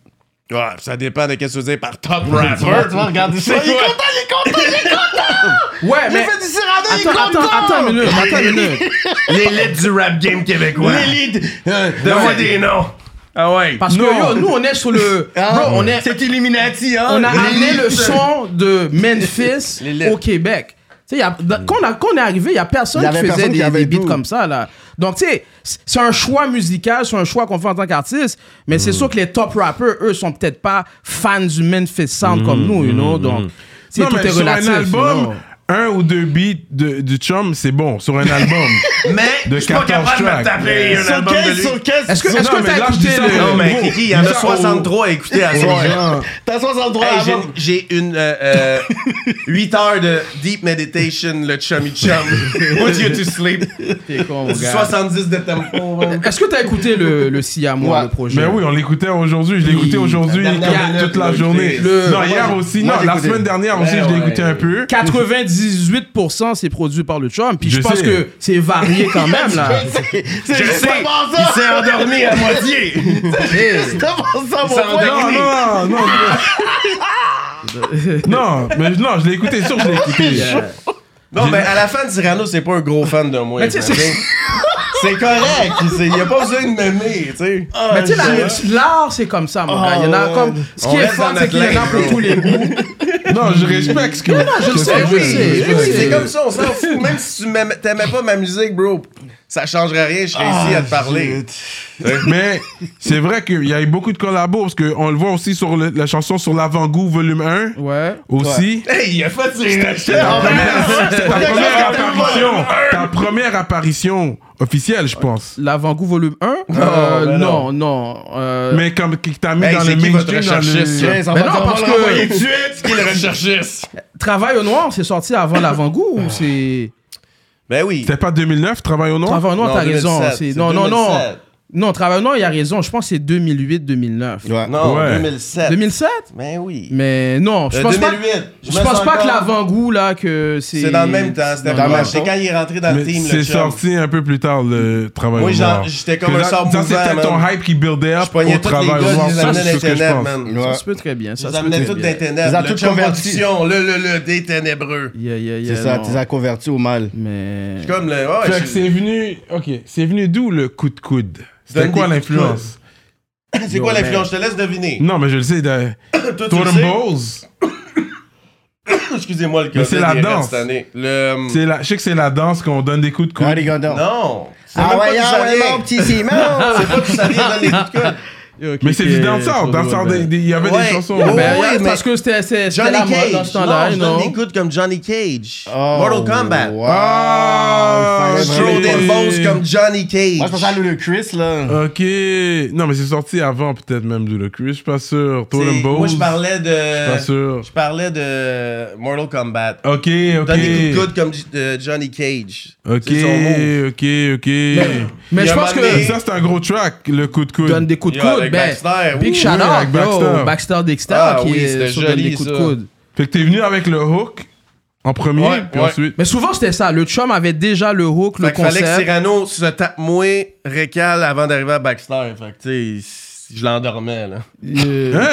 D: Ouais, ça dépend de qu'est-ce que tu veux dire par top
E: Tu vois, tu
D: rapper.
E: vois, regarde ça. Il est content, il est content, il est
D: Ah.
C: Ouais, mais.
E: fait du Cyrano, il est
C: Attends,
E: content.
C: attends, attends une minute, attends une minute.
D: [laughs] L'élite du rap game québécois.
E: L'élite. Euh,
D: Donne-moi des noms. Ah ouais.
C: Parce que yo, nous on est sur le.
D: Ah,
C: Bro, on est.
E: C'est Illuminati, hein?
C: On a
E: L'élite.
C: amené le son de Memphis
D: Les lettres.
C: au Québec. Tu sais, y a- da- quand, on a- quand on est arrivé, il n'y a personne
E: Il y
C: qui
E: avait
C: faisait
E: personne
C: des,
E: qui avait
C: des beats
E: tout.
C: comme ça. Là. Donc, tu sais, c- c'est un choix musical, c'est un choix qu'on fait en tant qu'artiste, mais c'est sûr que les top rappers, eux, sont peut-être pas fans du Memphis Sound comme nous, you know. Donc, tu sais,
A: Non,
C: tout
A: mais
C: est
A: sur
C: relatif.
A: un
C: you
A: album,
C: know.
A: un ou deux beats de- du chum, c'est bon. Sur un
D: [laughs]
A: album.
D: Mais
A: De
D: je suis pas
A: 14
D: capable de me
A: tracks.
D: taper un
E: Sur
D: album de
E: 15,
D: lui.
E: sur 15.
C: Est-ce que
A: Non,
C: est-ce que
A: mais
C: t'as
A: là, je dis
C: écouté
A: ça,
C: le.
D: Non, mais
A: Gros,
D: Kiki, il y en a
A: ça, oh, on-
D: 63 à écouter à soir.
E: Genre, T'as 63
D: Hey, j'ai-
E: avant.
D: j'ai une 8 heures de deep meditation, le
A: [laughs]
D: chummy chum. What you to sleep?
C: T'es con, mon
D: Du
C: gars.
D: 70 de tempo. man.
C: Est-ce que t'as écouté le, le Si à moi,
E: Ouais.
C: le projet
A: Mais Ben oui, on l'écoutait aujourd'hui. Je l'ai
C: Oui.
A: écouté aujourd'hui
D: La dernière
A: comme
D: minute,
A: toute
D: tu
A: la
D: l'as
A: journée.
D: écouté.
C: Le-
A: Non,
C: Moi,
A: hier
C: j'ai-
A: aussi.
E: moi,
A: Non,
E: j'ai
A: la
E: écouté.
A: semaine dernière aussi,
D: Ouais,
A: je l'ai
D: ouais.
A: écouté un peu.
C: 98% c'est produit par le chum, puis je
A: Je
C: pense
A: sais.
C: que c'est varié quand même là.
E: C'est
D: Je
E: juste
D: sais,
E: avant
D: il
E: ça.
D: s'est endormi à moitié.
E: [laughs] C'est juste avant ça, mon
D: s'en
E: frère.
A: Non, non, non.
D: [laughs]
A: Non, non, mais non, je l'ai écouté. Sûr, que je l'ai écouté.
D: Non, mais à la fin, Cyrano, c'est pas un gros fan de moi.
C: Mais tu sais,
D: man. C'est correct. c'est- Il a pas besoin de m'aimer, tu sais.
C: Mais tu sais, la- l'art, c'est comme ça, mon gars. Il y en a comme. Ce
D: On
C: qui est
D: reste
C: fun,
D: dans
C: c'est qu'il y en a
D: notre
C: pour
D: lane,
C: tous les goûts.
A: Non, je respecte ce que. Non,
C: je le sais, je le sais.
D: Eh oui,
C: c'est-
D: c'est comme ça, on s'en fout. Même si tu m'aimais- t'aimais pas ma musique, bro, ça changerait rien, je serais ici
C: Ah,
D: à te parler.
A: Mais c'est vrai qu'il y a eu beaucoup de collabos parce qu'on le voit aussi sur le- la chanson sur l'avant-goût volume 1
C: Ouais.
A: aussi.
D: Hey, il a fait ses
A: Ta première- ta première
E: Regarde,
A: apparition, ta première apparition officielle, je pense.
C: L'avant-goût volume 1. Euh,
D: ben
C: non, non. euh,
A: Mais comme qui t'a mis
D: Hey,
A: dans
D: c'est
A: le
D: qui votre
A: mainstream, dans le-
D: recherchiste, là?
E: Ça
C: Mais
E: va-
C: non,
E: ça va
C: parce que-
E: l'envoyer dessus.
D: Suite, qu'il recherchisse.
C: Travail au noir, c'est sorti avant l'avant-goût ou c'est.
D: Ben oui.
A: C'était pas 2009, Travail au Noir?
C: Avant au noir,
D: Non,
C: t'as raison.
D: 2007,
C: c'est-
D: c'est
C: Non, non, non.
D: 2007.
C: Non, travail, non, il a raison. Je pense que c'est 2008-2009.
E: Ouais.
D: Non,
A: Ouais.
D: 2007.
C: 2007?
D: Mais Ben oui.
C: Mais non, je
D: Euh,
C: pense pas.
D: 2008, je
C: Je
D: me
C: pense
D: sens
C: pas que
D: encore-
C: l'avant-goût, là, que c'est.
D: C'est dans le même temps. C'était
C: Dans
D: pas
C: le
D: mal.
C: même
D: C'est
C: temps.
D: quand il est rentré dans le
A: Mais
D: team. le
A: C'est
D: chum.
A: sorti un peu plus tard, le travail
D: Moi,
A: au
D: j'en-
A: noir.
D: j'étais comme
A: Que
D: un
A: là-
D: sort
A: Ça,
D: mouvant,
A: c'était ton
D: man.
A: hype qui buildait
D: Je
A: up au
D: poignais tous les
A: travail au
D: gars,
A: noir.
D: je les
A: Ça,
D: amenais
A: c'est ce que je
D: d'Internet,
A: pense.
D: man.
C: Ça
E: Ouais.
C: se peut très bien.
D: Je
C: Ça se
D: les
C: peut très
D: amenais tous
C: bien.
D: d'Internet.
E: Ils ont
D: Le
E: tout
D: chum
E: converti.
D: production, le, le, le, des ténébreux.
C: Yeah, yeah, yeah,
E: C'est ça,
C: non.
E: tu les as convertis au mal.
C: Mais.
D: Comme le... ouais,
A: Fait
D: je-
A: que c'est venu. Ok, c'est venu d'où le coup de coude C'était
D: Donne
A: quoi
D: des
A: l'influence
D: C'est quoi l'influence? Je te laisse deviner.
A: Non, mais je le sais. de-
D: Toi, tu le
A: Totem
D: sais?
A: Bowls,
D: Excusez-moi, le
A: Mais c'est
D: COVID
A: la
D: est raide
A: danse.
D: cette année. Le...
A: c'est la- je sais que c'est la danse qu'on donne des coups de coude.
E: Allez, gondons.
D: Non. C'est
B: Ah
D: même
B: ouais,
D: pas
B: ah ouais, mon
D: du
B: petit Simon!
D: [laughs] C'est pas du salien dans les coups de coude.
C: Ok,
A: Mais c'est
C: ok,
A: du dancehall.
C: Claude
A: danseur
C: Goldberg.
A: des- des- Il y avait
D: Ouais.
A: des chansons.
D: Oh,
C: Ben,
D: ouais,
C: yeah,
D: mais-
C: parce que c'était c'était- c'était
D: Johnny
C: la mode
D: Cage.
C: dans ce temps-là, non?
D: non, je donne des coudes comme Johnny Cage.
E: Oh,
D: Mortal Kombat.
E: wow.
A: Ah,
E: Il
D: Je
E: fallait
D: throw
E: vraiment
D: des
A: shit.
E: pas-
D: bones comme Johnny Cage.
E: Moi, je pensais à le Chris, là.
A: Ok. Non, mais c'est sorti avant, peut-être même Ludacris. Je suis pas sûr. Totem
D: C'est-
A: Bowls.
D: Moi, je parlais
A: Je suis pas
D: de...
A: sûr.
D: Je parlais de Mortal Kombat.
A: Ok,
D: Donne des coups de
A: ok.
D: coude comme euh, Johnny Cage.
A: Ok,
D: C'est son move.
A: ok, [laughs] ok.
C: Mais
D: Il
C: je
D: a
C: pense
D: mané-
C: que.
A: Et Ça, c'est un gros track, le coup de coude.
C: Donne des coups de
D: Yo,
C: coude,
D: avec
C: ben.
D: Baxter,
C: Big
D: oui,
C: shout out,
A: avec Baxter.
C: bro. Baxter Dexter
D: Ah
C: qui
D: oui,
C: est
D: c'était
C: sur Donne des
D: joli,
C: coups de
D: ça.
C: coude.
A: Fait que t'es venu avec le hook en premier,
D: Ouais,
A: puis
D: ouais.
A: [laughs] ensuite.
C: Mais souvent, c'était ça. Le chum avait déjà le hook, le
D: Fait que fallait que
C: concept.
D: Cyrano se tape moins récal avant d'arriver à Baxter. Fait que, tu sais, je l'endormais, là.
C: Euh,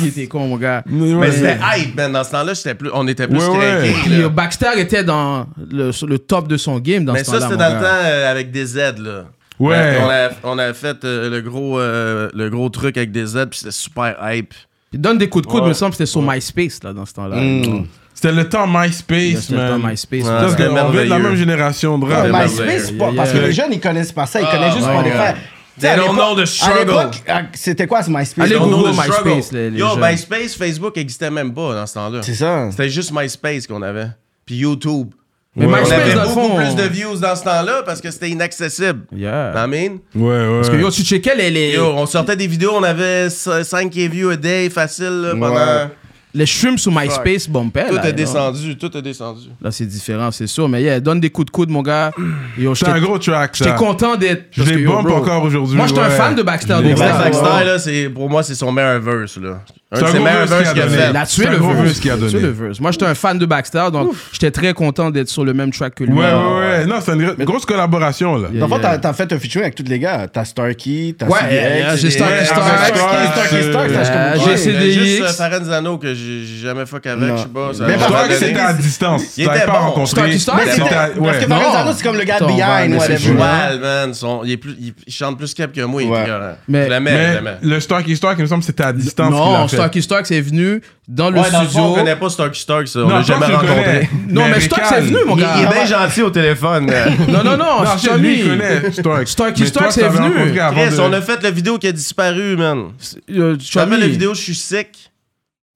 C: Il était con, mon gars.
A: Mais
D: Mais
A: ouais.
D: c'était hype, man. Dans ce temps-là, j'étais plus, on était plus
A: Ouais, ouais.
D: craqués,
C: Puis,
D: là.
C: euh, Baxter était dans le, sur le top de son game dans
D: Mais
C: ce
D: ça,
C: temps-là.
D: c'était
C: mon
D: dans le temps
C: gars.
D: euh, avec des Z, là.
A: Ouais.
D: Euh, On a, on a fait euh, le, gros, euh, le gros truc avec des Z, puis c'était super hype.
C: Il donne des coups de coude,
D: Ouais.
C: me semble, c'était sur MySpace là, dans ce temps-là.
E: Mm.
A: C'était le temps
C: Yeah,
A: MySpace,
C: C'était pas
A: man.
C: MySpace.
D: Ouais.
A: Parce
C: Parce
A: que
C: que-
D: C'était
A: on veut de la
D: merveilleux.
A: même génération de
D: Ah,
A: rap.
D: Ouais,
A: man.
E: MySpace,
C: yeah,
E: pas-
C: yeah.
E: parce que les jeunes, ils connaissent pas ça. Ils connaissent juste
D: my
E: pour les
D: God.
E: faire. Tu sais, à
D: They don't
E: l'époque-
D: know the
E: à
D: struggle.
E: l'époque, à- C'était quoi ce MySpace?
C: Allez,
D: They don't
C: Google
D: know the struggle.
C: MySpace, les- les
D: Yo,
C: jeunes.
D: MySpace, Facebook n'existait même pas dans ce temps-là.
E: C'est ça.
D: C'était juste MySpace qu'on avait. Puis YouTube.
C: Mais
A: Ouais.
D: On
C: MySpace,
D: avait
C: dans le
D: beaucoup
C: fond.
D: plus de Bah, views dans ce temps-là parce que c'était inaccessible.
C: Yeah.
D: I mean?
A: Ouais, ouais.
C: Parce que yo, tu checkais les, les,
D: Yo, on sortait des vidéos, on avait 5 views a day facile là, pendant.
E: Ouais.
C: les streams sur MySpace bumpaient. là,
D: Tout est
C: you know.
D: descendu, tout est descendu.
C: Là, c'est différent, c'est sûr. Mais yeah, donne des coups de coude, mon gars. Yo,
A: C'était un
C: j'étais
A: gros track,
C: j'étais
A: ça.
C: content d'être.
A: Je
C: parce que,
A: les
C: yo,
A: bombe
C: bro,
A: encore aujourd'hui.
C: Moi, j'étais un
A: ouais.
C: fan de Baxter
A: Je les
C: Dexter.
A: bombe
C: Ouais.
D: Baxter,
C: encore.
A: encore.
D: là, c'est- pour moi, c'est son meilleur verse. Là. Un
A: C'est
D: de
A: un
D: ses
A: gros
D: meilleurs
A: verse
D: verses
A: qu'il
D: qu'il
A: a
D: a
A: donné.
D: fait.
C: Il a tué
A: C'est un
C: le
A: gros
C: verse.
A: verse qu'il a
C: Il tué
A: donné.
C: le verse. Moi, j'étais un fan de Baxter, donc j'étais très content d'être sur le même track que lui.
A: Ouais, ouais, ouais. Non, c'est une gr- grosse collaboration, là.
C: Yeah,
E: Dans le fond,
C: yeah.
E: t'as- t'as fait un featuring avec tous les gars. T'as Starkey, t'as
C: Ouais,
E: CDX,
C: yeah, j'ai Starkey,
E: t'as
C: Starkey,
E: Starkey,
A: Starkey,
E: Starkey,
A: Starkey.
C: Yeah,
E: Starkey.
C: j'ai
E: Ouais.
C: essayé-
D: Il y a juste euh,
C: CDX.
D: Farenzano que j'ai j'ai jamais fuck avec,
E: Non.
D: je sais pas. ça-
E: Mais
D: à un
E: parce
D: moment
A: Toi,
E: que
D: donné-
A: c'était à distance. Tu
D: Il
A: t'avais
D: était
A: pas
D: bon.
A: rencontré.
C: Starkey, Starkey,
A: Mais
C: c'était-
A: c'était-
E: Parce que
A: ouais.
E: Farenzano, c'est comme le gars
C: Attends,
E: de
C: on va
E: Behind,
C: aller
D: C'est
C: sur
E: whatever.
D: Joal, man. Son- il, est plus, il, il chante plus cap que moi, il est
E: Ouais.
D: écœurant.
C: Mais-
D: Je l'aimais, je
A: Mais
D: l'aimais.
A: le Starkey Stark, il me semble que c'était à distance qu'il
C: Non,
A: l'a fait.
C: Starkey Stark, c'est venu dans le
D: Ouais, dans le fond, on
C: studio.
D: connaît pas Stark Stark, ça. On
A: Non,
D: l'a
A: toi,
D: jamais
A: tu le
D: rencontré.
A: connais.
C: Non, mais Stark,
A: Récal.
C: c'est venu, mon
D: Il, il est
C: gars.
D: bien gentil au téléphone.
A: [laughs]
D: euh.
C: Non, non, non,
A: Non,
C: c'est
A: c'est lui, il connaît
C: lui. [laughs]
A: Stark.
C: Starkey
A: Mais
C: Stark,
A: toi,
C: c'est
A: t'avais
C: venu.
A: rencontré avant
D: Chris,
A: de-
D: on a fait la vidéo qui a disparu, man.
C: Euh,
D: Tu
C: Chummy.
D: rappelles la vidéo Je suis sick?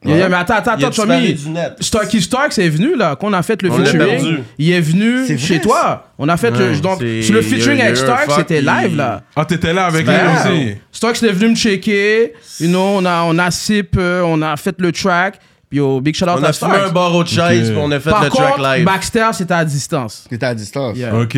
C: Yeah, yeah, mais attends, attends,
D: Il a
C: attends,
D: disparu
C: Chummy.
D: du net.
C: Starkey Stark, c'est venu, là, qu'on a fait le
D: On l'a perdu.
C: featuring. Il est venu
E: C'est vrai,
C: chez toi. On a fait le.
D: Ouais,
C: Donc,
D: c'est-
C: sur le featuring
D: il y a eu
C: avec
D: un
C: Stark,
D: fuck
C: c'était
D: qui-
C: live, là.
A: Ah, t'étais là avec lui
D: Ben,
A: aussi.
C: Stark, c'était venu me checker. You know, on a, on a sip, euh, on a fait le track. Puis, yo, big shout out
D: On
C: à
D: a fumé un
C: Stark.
D: barreau de chaise,
A: Ok.
D: puis on a fait
C: Par
D: le track
C: contre,
D: live.
C: Baxter, c'était à distance.
E: T'étais à distance.
C: Yeah.
A: Ok,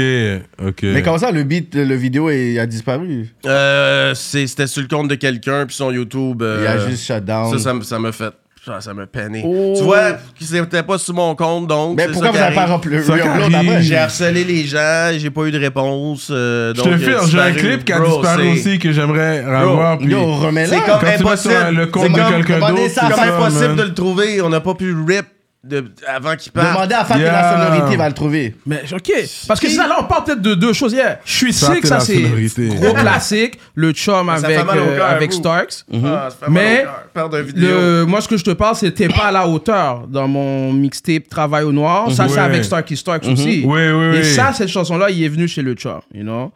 A: ok.
E: Mais comment ça, le beat, le vidéo est- a disparu?
D: Euh, c'est- C'était sur le compte de quelqu'un, puis son YouTube. euh,
E: Il a juste shut down.
D: Ça, ça me- ça m'a fait. Ça ça m'a peiné.
C: Oh.
D: Tu vois, c'était pas sur mon compte, donc.
E: Mais
D: c'est
E: pourquoi
D: ça
E: vous
D: qui
E: avez pas
D: arrive.
E: rempli le
A: Ça
E: upload
A: arrive.
E: après?
D: J'ai harcelé les gens, j'ai pas eu de réponse. euh,
A: Je
D: donc,
A: te
D: il a
A: file, j'ai un
D: disparu.
A: clip qui a
D: Bro,
A: disparu
D: c'est-
A: aussi que j'aimerais avoir. puis-
E: Yo, remets-la.
D: C'est comme
A: Quand tu mets sur
D: impossible.
A: le compte
D: C'est
A: de
D: comme-
A: quelqu'un
E: demandez
A: d'autre,
E: ça
D: C'est
E: à
A: tout
D: comme
E: Ah,
A: ça,
D: impossible
A: man.
D: de le trouver. On n'a pas pu rip de- avant qu'il parte.
E: Demandez à Fab que la
A: Yeah.
E: sonorité va le trouver.
C: Mais ok, parce que c'est ça, là on parle peut-être de deux choses. Yeah, je suis
A: Ça,
C: sick,
A: c'est
C: ça
A: la
C: c'est
A: sonorité.
C: gros classique. Le chum
D: Ça
C: avec,
D: fait mal au
C: euh,
D: cœur,
C: avec
D: vous.
C: Starks.
D: Ah, ça fait mal
C: Mhm. Mais
D: au cœur. Perdre une vidéo.
C: Le, moi ce que je te parle, c'est t'es pas à la hauteur dans mon mixtape Travail au Noir. Ça c'est
A: Ouais. Mhm.
C: avec Starky Starks aussi.
A: Oui, oui,
C: Et
A: oui.
C: ça, cette chanson-là, il est venu chez le chum, you know?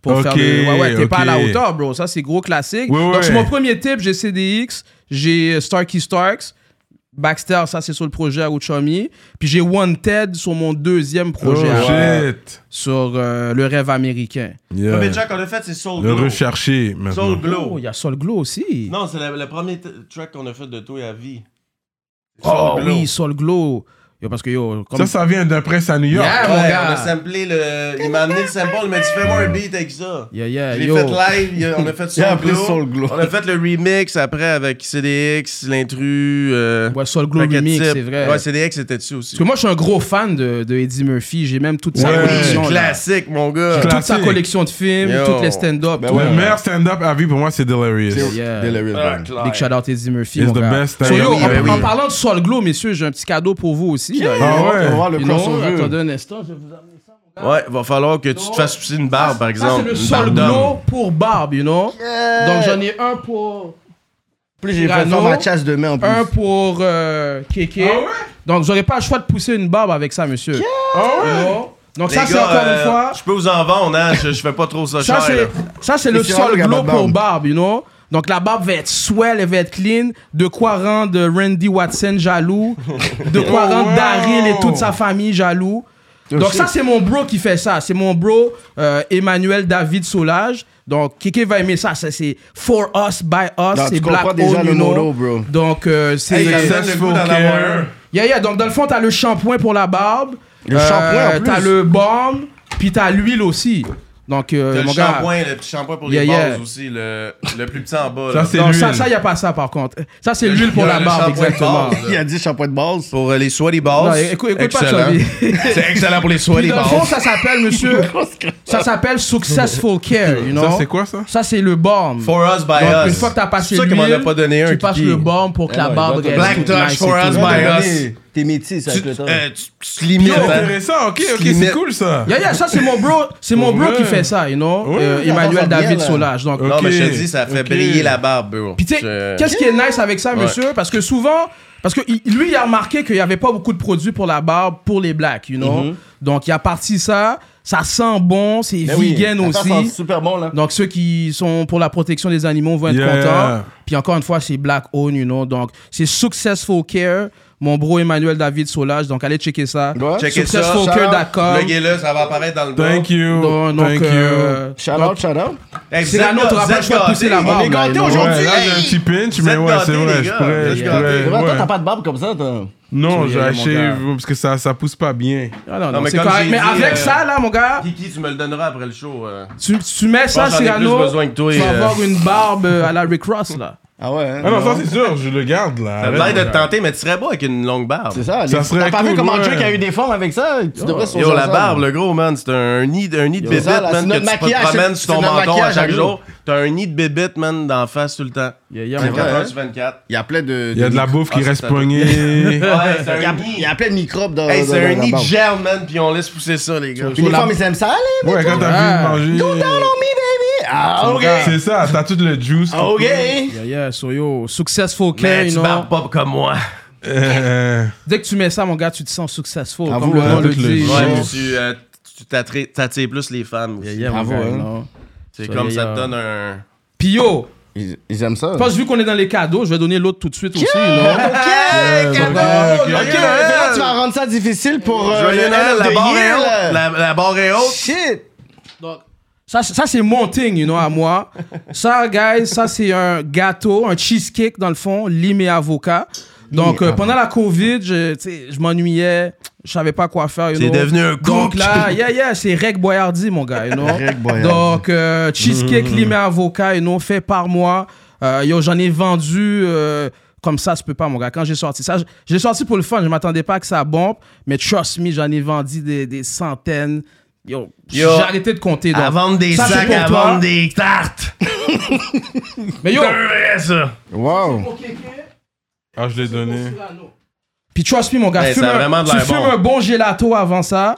C: Pour
A: Ok,
C: faire le- Ouais, ouais, t'es pas à la
A: ok.
C: hauteur, bro. Ça, c'est gros classique.
A: Ouais, ouais.
C: Donc, c'est mon premier tip. J'ai CDX, j'ai Starkey Starks, Baxter, ça, c'est sur le projet Aochami. Puis j'ai Wanted sur mon deuxième
A: Oh,
C: projet,
A: shit.
C: sur euh, le rêve américain.
A: Yeah.
D: premier track qu'on a fait, c'est Soul
A: Le
D: Glow.
A: recherché, maintenant.
D: Soul Glow.
C: Oh, il y a Sol Glow aussi.
D: Non, c'est le, le premier t- track qu'on a fait de toi à vie.
C: oh
D: Soul Glow.
C: oui, Sol Glow. Yo, parce que yo, comme.
A: Ça, ça vient d'un press à New York.
C: Yeah,
D: Ouais,
C: mon
D: on a
C: gars.
D: samplé le. Il m'a amené le sample, il m'a dit fais-moi un beat avec ça.
C: Yeah, yeah,
D: Je l'ai
C: yo.
D: fait live, il a- on a
E: Il
D: fait
E: a
D: Soul
E: appelé
D: Glow.
E: Soul Glow.
D: On a fait le remix après avec CDX, l'intrus. Euh,
C: Ouais, Soul Glow
D: Packet
C: Remix,
D: Tip.
C: c'est vrai.
D: Ouais, CDX était dessus aussi.
C: Parce que moi, je suis un gros fan de, de Eddie Murphy. J'ai même toute sa
A: Ouais,
C: collection. là.
D: Classique, mon gars.
C: Toute sa
A: Classique.
C: collection de films,
D: Yo.
C: toutes les stand-up.
E: Ben
C: tout.
E: ouais,
A: Le meilleur stand-up à vie pour moi, c'est Delirious.
C: C'est- Yeah.
E: Delirious,
D: Ah,
E: man.
D: clair.
C: Big shout out Eddie Murphy.
A: It's
C: mon
A: the
C: gars.
A: best
C: So, yo,
A: stand-up.
C: en,
D: Ben oui.
C: en parlant de Sol Glow, messieurs, j'ai un petit cadeau pour vous aussi. d'ailleurs.
A: Ah ouais.
E: On va voir le
C: You know,
E: crossover.
C: attendez un instant, je vais vous amener ça. mon gars.
D: Ouais, va falloir que tu te fasses pousser une barbe, Ah, par
C: Ça,
D: exemple.
C: c'est le
D: Une
C: Sol
D: barbe d'homme.
C: Glow pour barbe, you know. Donc, j'en ai un pour.
E: Plus j'ai fait
C: Cyrano,
E: faire ma chasse demain en plus.
C: Un pour euh,
D: Ah
C: Kéké. Donc, j'aurais pas le choix de pousser une barbe avec ça, monsieur. You know? Donc,
D: Ah Les
C: ça, c'est
D: gars,
C: encore
D: euh,
C: une fois.
D: Je peux vous en vendre, hein. Je, je fais pas trop ça,
C: Ça,
D: cher. là.
C: c'est, ça, c'est le
E: C'est rare,
C: sol
E: le gars,
C: glow
E: pas de barbe.
C: pour barbe, you know? Donc, la barbe va être swell, elle va être clean. De quoi rendre Randy Watson jaloux.
E: [laughs]
C: De quoi rendre Daryl et toute sa famille jaloux.
E: Oh,
C: Donc, ça, c'est mon bro qui fait ça. C'est mon bro euh, Emmanuel David Solage. Donc, Kéké va aimer ça. ça c'est For Us, By Us.
E: Non,
C: c'est
E: tu
C: Black
E: comprends déjà
C: Owned,
E: le
C: you know?
E: motto, bro.
C: Donc, euh, c'est.
D: Hey, ça me donne le goût d'en avoir un.
C: Yeah, yeah. Donc, dans le fond, t'as le shampoing pour la barbe. Euh,
E: Le shampoing, en plus.
C: T'as le baume, puis t'as l'huile aussi. Donc, euh,
D: T'as le
C: mon gars.
D: shampoing, le petit shampoing pour
C: Yeah,
D: les
C: yeah.
D: bases aussi, le, le plus petit en bas.
A: Ça,
D: là.
A: c'est
C: Non,
A: l'huile.
C: ça, ça, y a pas ça, par contre. Ça, c'est
D: Le-
C: l'huile pour
D: le-
C: la
D: le
C: barbe,
D: shampoing de
C: exactement.
D: base.
E: Il a dit shampoing de base.
D: Pour euh, les sweaty balls.
C: Non, écoute, écoute pas
D: excellent.
C: Chubby.
D: [laughs] C'est excellent pour les
C: Puis
D: sweaty
C: dans
D: balls.
C: le fond, ça
D: [laughs]
C: s'appelle, monsieur, ça s'appelle Successful Care, you know?
A: Ça, c'est quoi ça?
C: Ça, c'est le balm.
D: For us by
C: Donc,
D: us. Eh
C: une fois que t'as passé
D: C'est pour ça
C: l'huile,
D: qu'il m'en a pas donné un,
C: tu passes
D: Kiki.
C: le balm pour que la
E: non, il
C: barbe
E: va te-
C: reste
D: Black
C: toute
D: touch
C: nice
D: for
C: et
D: us
C: tout.
D: by
C: Ouais,
D: us.
C: ouais.
E: T'es métis avec le
D: Tu-
E: temps.
D: euh, tu- tu te limites.
A: C'est
D: hein.
A: intéressant, ok, ok,
D: Limite.
A: c'est cool ça.
C: Yeah, yeah, ça c'est mon bro, c'est mon bro
A: Ouais.
C: qui fait ça, you know,
A: Ouais,
C: Euh,
E: ça
C: Emmanuel
E: va bien,
C: David
E: là.
C: Solage. Donc,
A: Ok.
D: Non, mais je te dis, ça fait
A: Ok.
D: briller la barbe, bro.
C: Puis tu sais,
D: Je-
C: qu'est-ce qui est nice avec ça, monsieur? Parce que souvent, parce que il- lui, il a remarqué qu'il n'y avait pas beaucoup de produits pour la barbe, pour les blacks, you know? Donc, il a parti ça, ça sent bon, c'est
E: Ben oui,
C: vegan
E: ça sent
C: aussi.
E: super bon, là.
C: Donc, ceux qui sont pour la protection des animaux vont être
A: Yeah.
C: contents. Puis encore une fois, c'est Black Owned, you know? Donc, c'est Successful Care, mon bro Emmanuel David Solage. Donc, allez checker ça.
E: Ouais.
D: Checkez ça.
C: Successfulcare.com.
D: Pluguez-le, ça va apparaître dans le bas.
A: Thank you.
C: Donc,
A: Thank you.
C: euh,
E: Shout out, shout out.
D: Hey, vous
C: C'est la
D: êtes
C: nôtre,
D: gâtés,
C: on va
D: vous
C: pas
D: êtes
C: le choix de pousser
D: gâtés.
C: la barbe.
D: On est
C: là,
D: gâtés
C: you know?
D: aujourd'hui.
A: Ouais, là, j'ai un petit pinch, mais
D: êtes
A: ouais, c'est
D: gâtés,
A: vrai,
D: les
A: je
D: gars.
A: pourrais.
D: Vous
A: je
D: êtes
A: pourrais,
E: Vraiment, toi,
A: Euh, ouais.
E: t'as pas de barbe comme ça, t'as.
A: Non,
C: Tu
A: j'ai
C: veux y aller,
A: acheté
C: mon
A: parce que ça, ça pousse pas bien.
C: Ah non,
D: Non,
C: non,
D: mais
C: c'est
D: comme
C: correct.
D: j'ai
C: Mais
D: dit,
C: avec
D: euh,
C: ça, là, mon gars,
D: Kiki, tu me le donneras après le show. euh.
C: tu, tu mets ça,
D: pense que j'en ai
C: Cyrano,
D: plus besoin que toi,
C: tu vas
D: euh.
C: avoir une barbe euh, à la Rick Ross, là.
E: Ah ouais, hein?
A: Ah non, ça c'est sûr, je le garde là.
D: Ça a
A: Arrête,
D: l'air de
A: là.
D: te tenter, mais tu serais beau avec une longue barbe.
E: C'est ça.
A: Ça
E: les-
A: serait
E: T'as pas
A: cool,
E: vu comment
A: ouais.
E: Drake a eu des formes avec ça? Tu devrais se
D: Yo,
E: faire
D: la
E: ça,
D: barbe,
E: là.
D: le gros, man, c'est un nid, un nid de
E: Yo,
D: bébite,
E: ça, là, c'est
D: man, que
E: notre
D: tu peux te
E: maquillage,
D: promènes
E: c'est-
D: sur ton
E: c'est notre
D: menton à
E: maquillage,
D: chaque
E: hein,
D: jour. T'as un nid de bébite, man, d'en face tout le temps.
C: Yeah, yeah, mon
D: 24
C: gars.
D: heures
E: hein?
D: sur 24.
E: Il y a plein de.
A: Il y a de la bouffe qui
D: Ah,
A: reste [laughs]
D: c'est
A: poignée.
D: [laughs] Ouais, c'est
E: Il y
D: un
E: a-
D: nid.
E: il y a plein de microbes dans.
D: Hey, c'est
E: dans-
D: un
E: dans la
D: nid de
E: barbe.
D: gel, man, puis on laisse pousser ça, les gars.
E: Puis les femmes, ils aiment ça, allez?
A: Ouais, quand t'as
C: Ouais.
A: fini de manger.
E: me, baby! Ah, ok! Ah,
A: C'est ça, t'as tout le juice.
D: Ah,
E: Ok!
C: Yeah, yeah, so yo, successful care,
D: Mais
C: you
D: tu
C: know.
D: barbes pas
E: [laughs]
D: comme moi.
A: Euh,
C: Dès que tu mets ça, mon gars, tu te sens successful.
E: Bravo,
C: comme le
E: hein,
C: nom le
A: avec le
C: dit.
A: jeu.
D: Ouais,
C: you
D: mais
C: know.
D: tu euh, tu t'attra- t'attires plus les femmes. aussi.
C: Yeah, yeah, mon
E: Bravo,
C: gars,
E: hein.
C: you know.
D: C'est
C: Ça,
D: comme
C: yeah,
D: ça te
C: yeah.
D: donne un.
C: Puis yo,
E: Ils, ils aiment ça.
C: je pense vu qu'on est dans les cadeaux, je vais donner l'autre tout de suite aussi, you know.
A: euh, ok, ok.
E: Ok, Félix, tu vas rendre ça difficile pour. euh,
D: Joyeux
E: le
D: Noël,
E: end of
D: la
E: the
D: barre est
E: year,
D: haute.
E: là.
D: La, la barre est haute.
E: Shit!
C: Ça, c'est- ça c'est mon thing, you know, à
D: [laughs]
C: moi. Ça, guys, ça, c'est un gâteau, un cheesecake, dans le fond, lime et avocat. Donc, euh, pendant la COVID, je, tu sais, je m'ennuyais, je savais pas quoi faire, you
D: C'est
C: know.
D: devenu un
C: Donc
D: cook.
C: là, yeah, yeah, c'est Reg Boyardi, mon gars, you know.
E: Reg Boyardi.
C: Donc, euh, cheesecake, lime et avocat, you know, fait par moi. Euh, yo, j'en ai vendu... euh, comme ça, se peut pas, mon gars. Quand j'ai sorti ça, j'ai sorti pour le fun. Je m'attendais pas que ça bombe, mais trust me, j'en ai vendu des, des centaines. Yo,
D: Yo.
C: j'ai arrêté de compter. donc.
D: À vendre des
C: Ça, c'est
D: sacs,
C: pour
D: à
C: toi.
D: vendre des
C: [laughs]
D: tartes.
C: Mais yo,
D: Ouais, ça.
E: Wow!
A: Ah, je l'ai donné.
C: puis trust me, mon gars,
D: Hey,
C: fume
D: ça a
C: un,
D: vraiment de
C: tu
D: l'air
C: fumes
D: bon.
C: un bon gelato avant ça,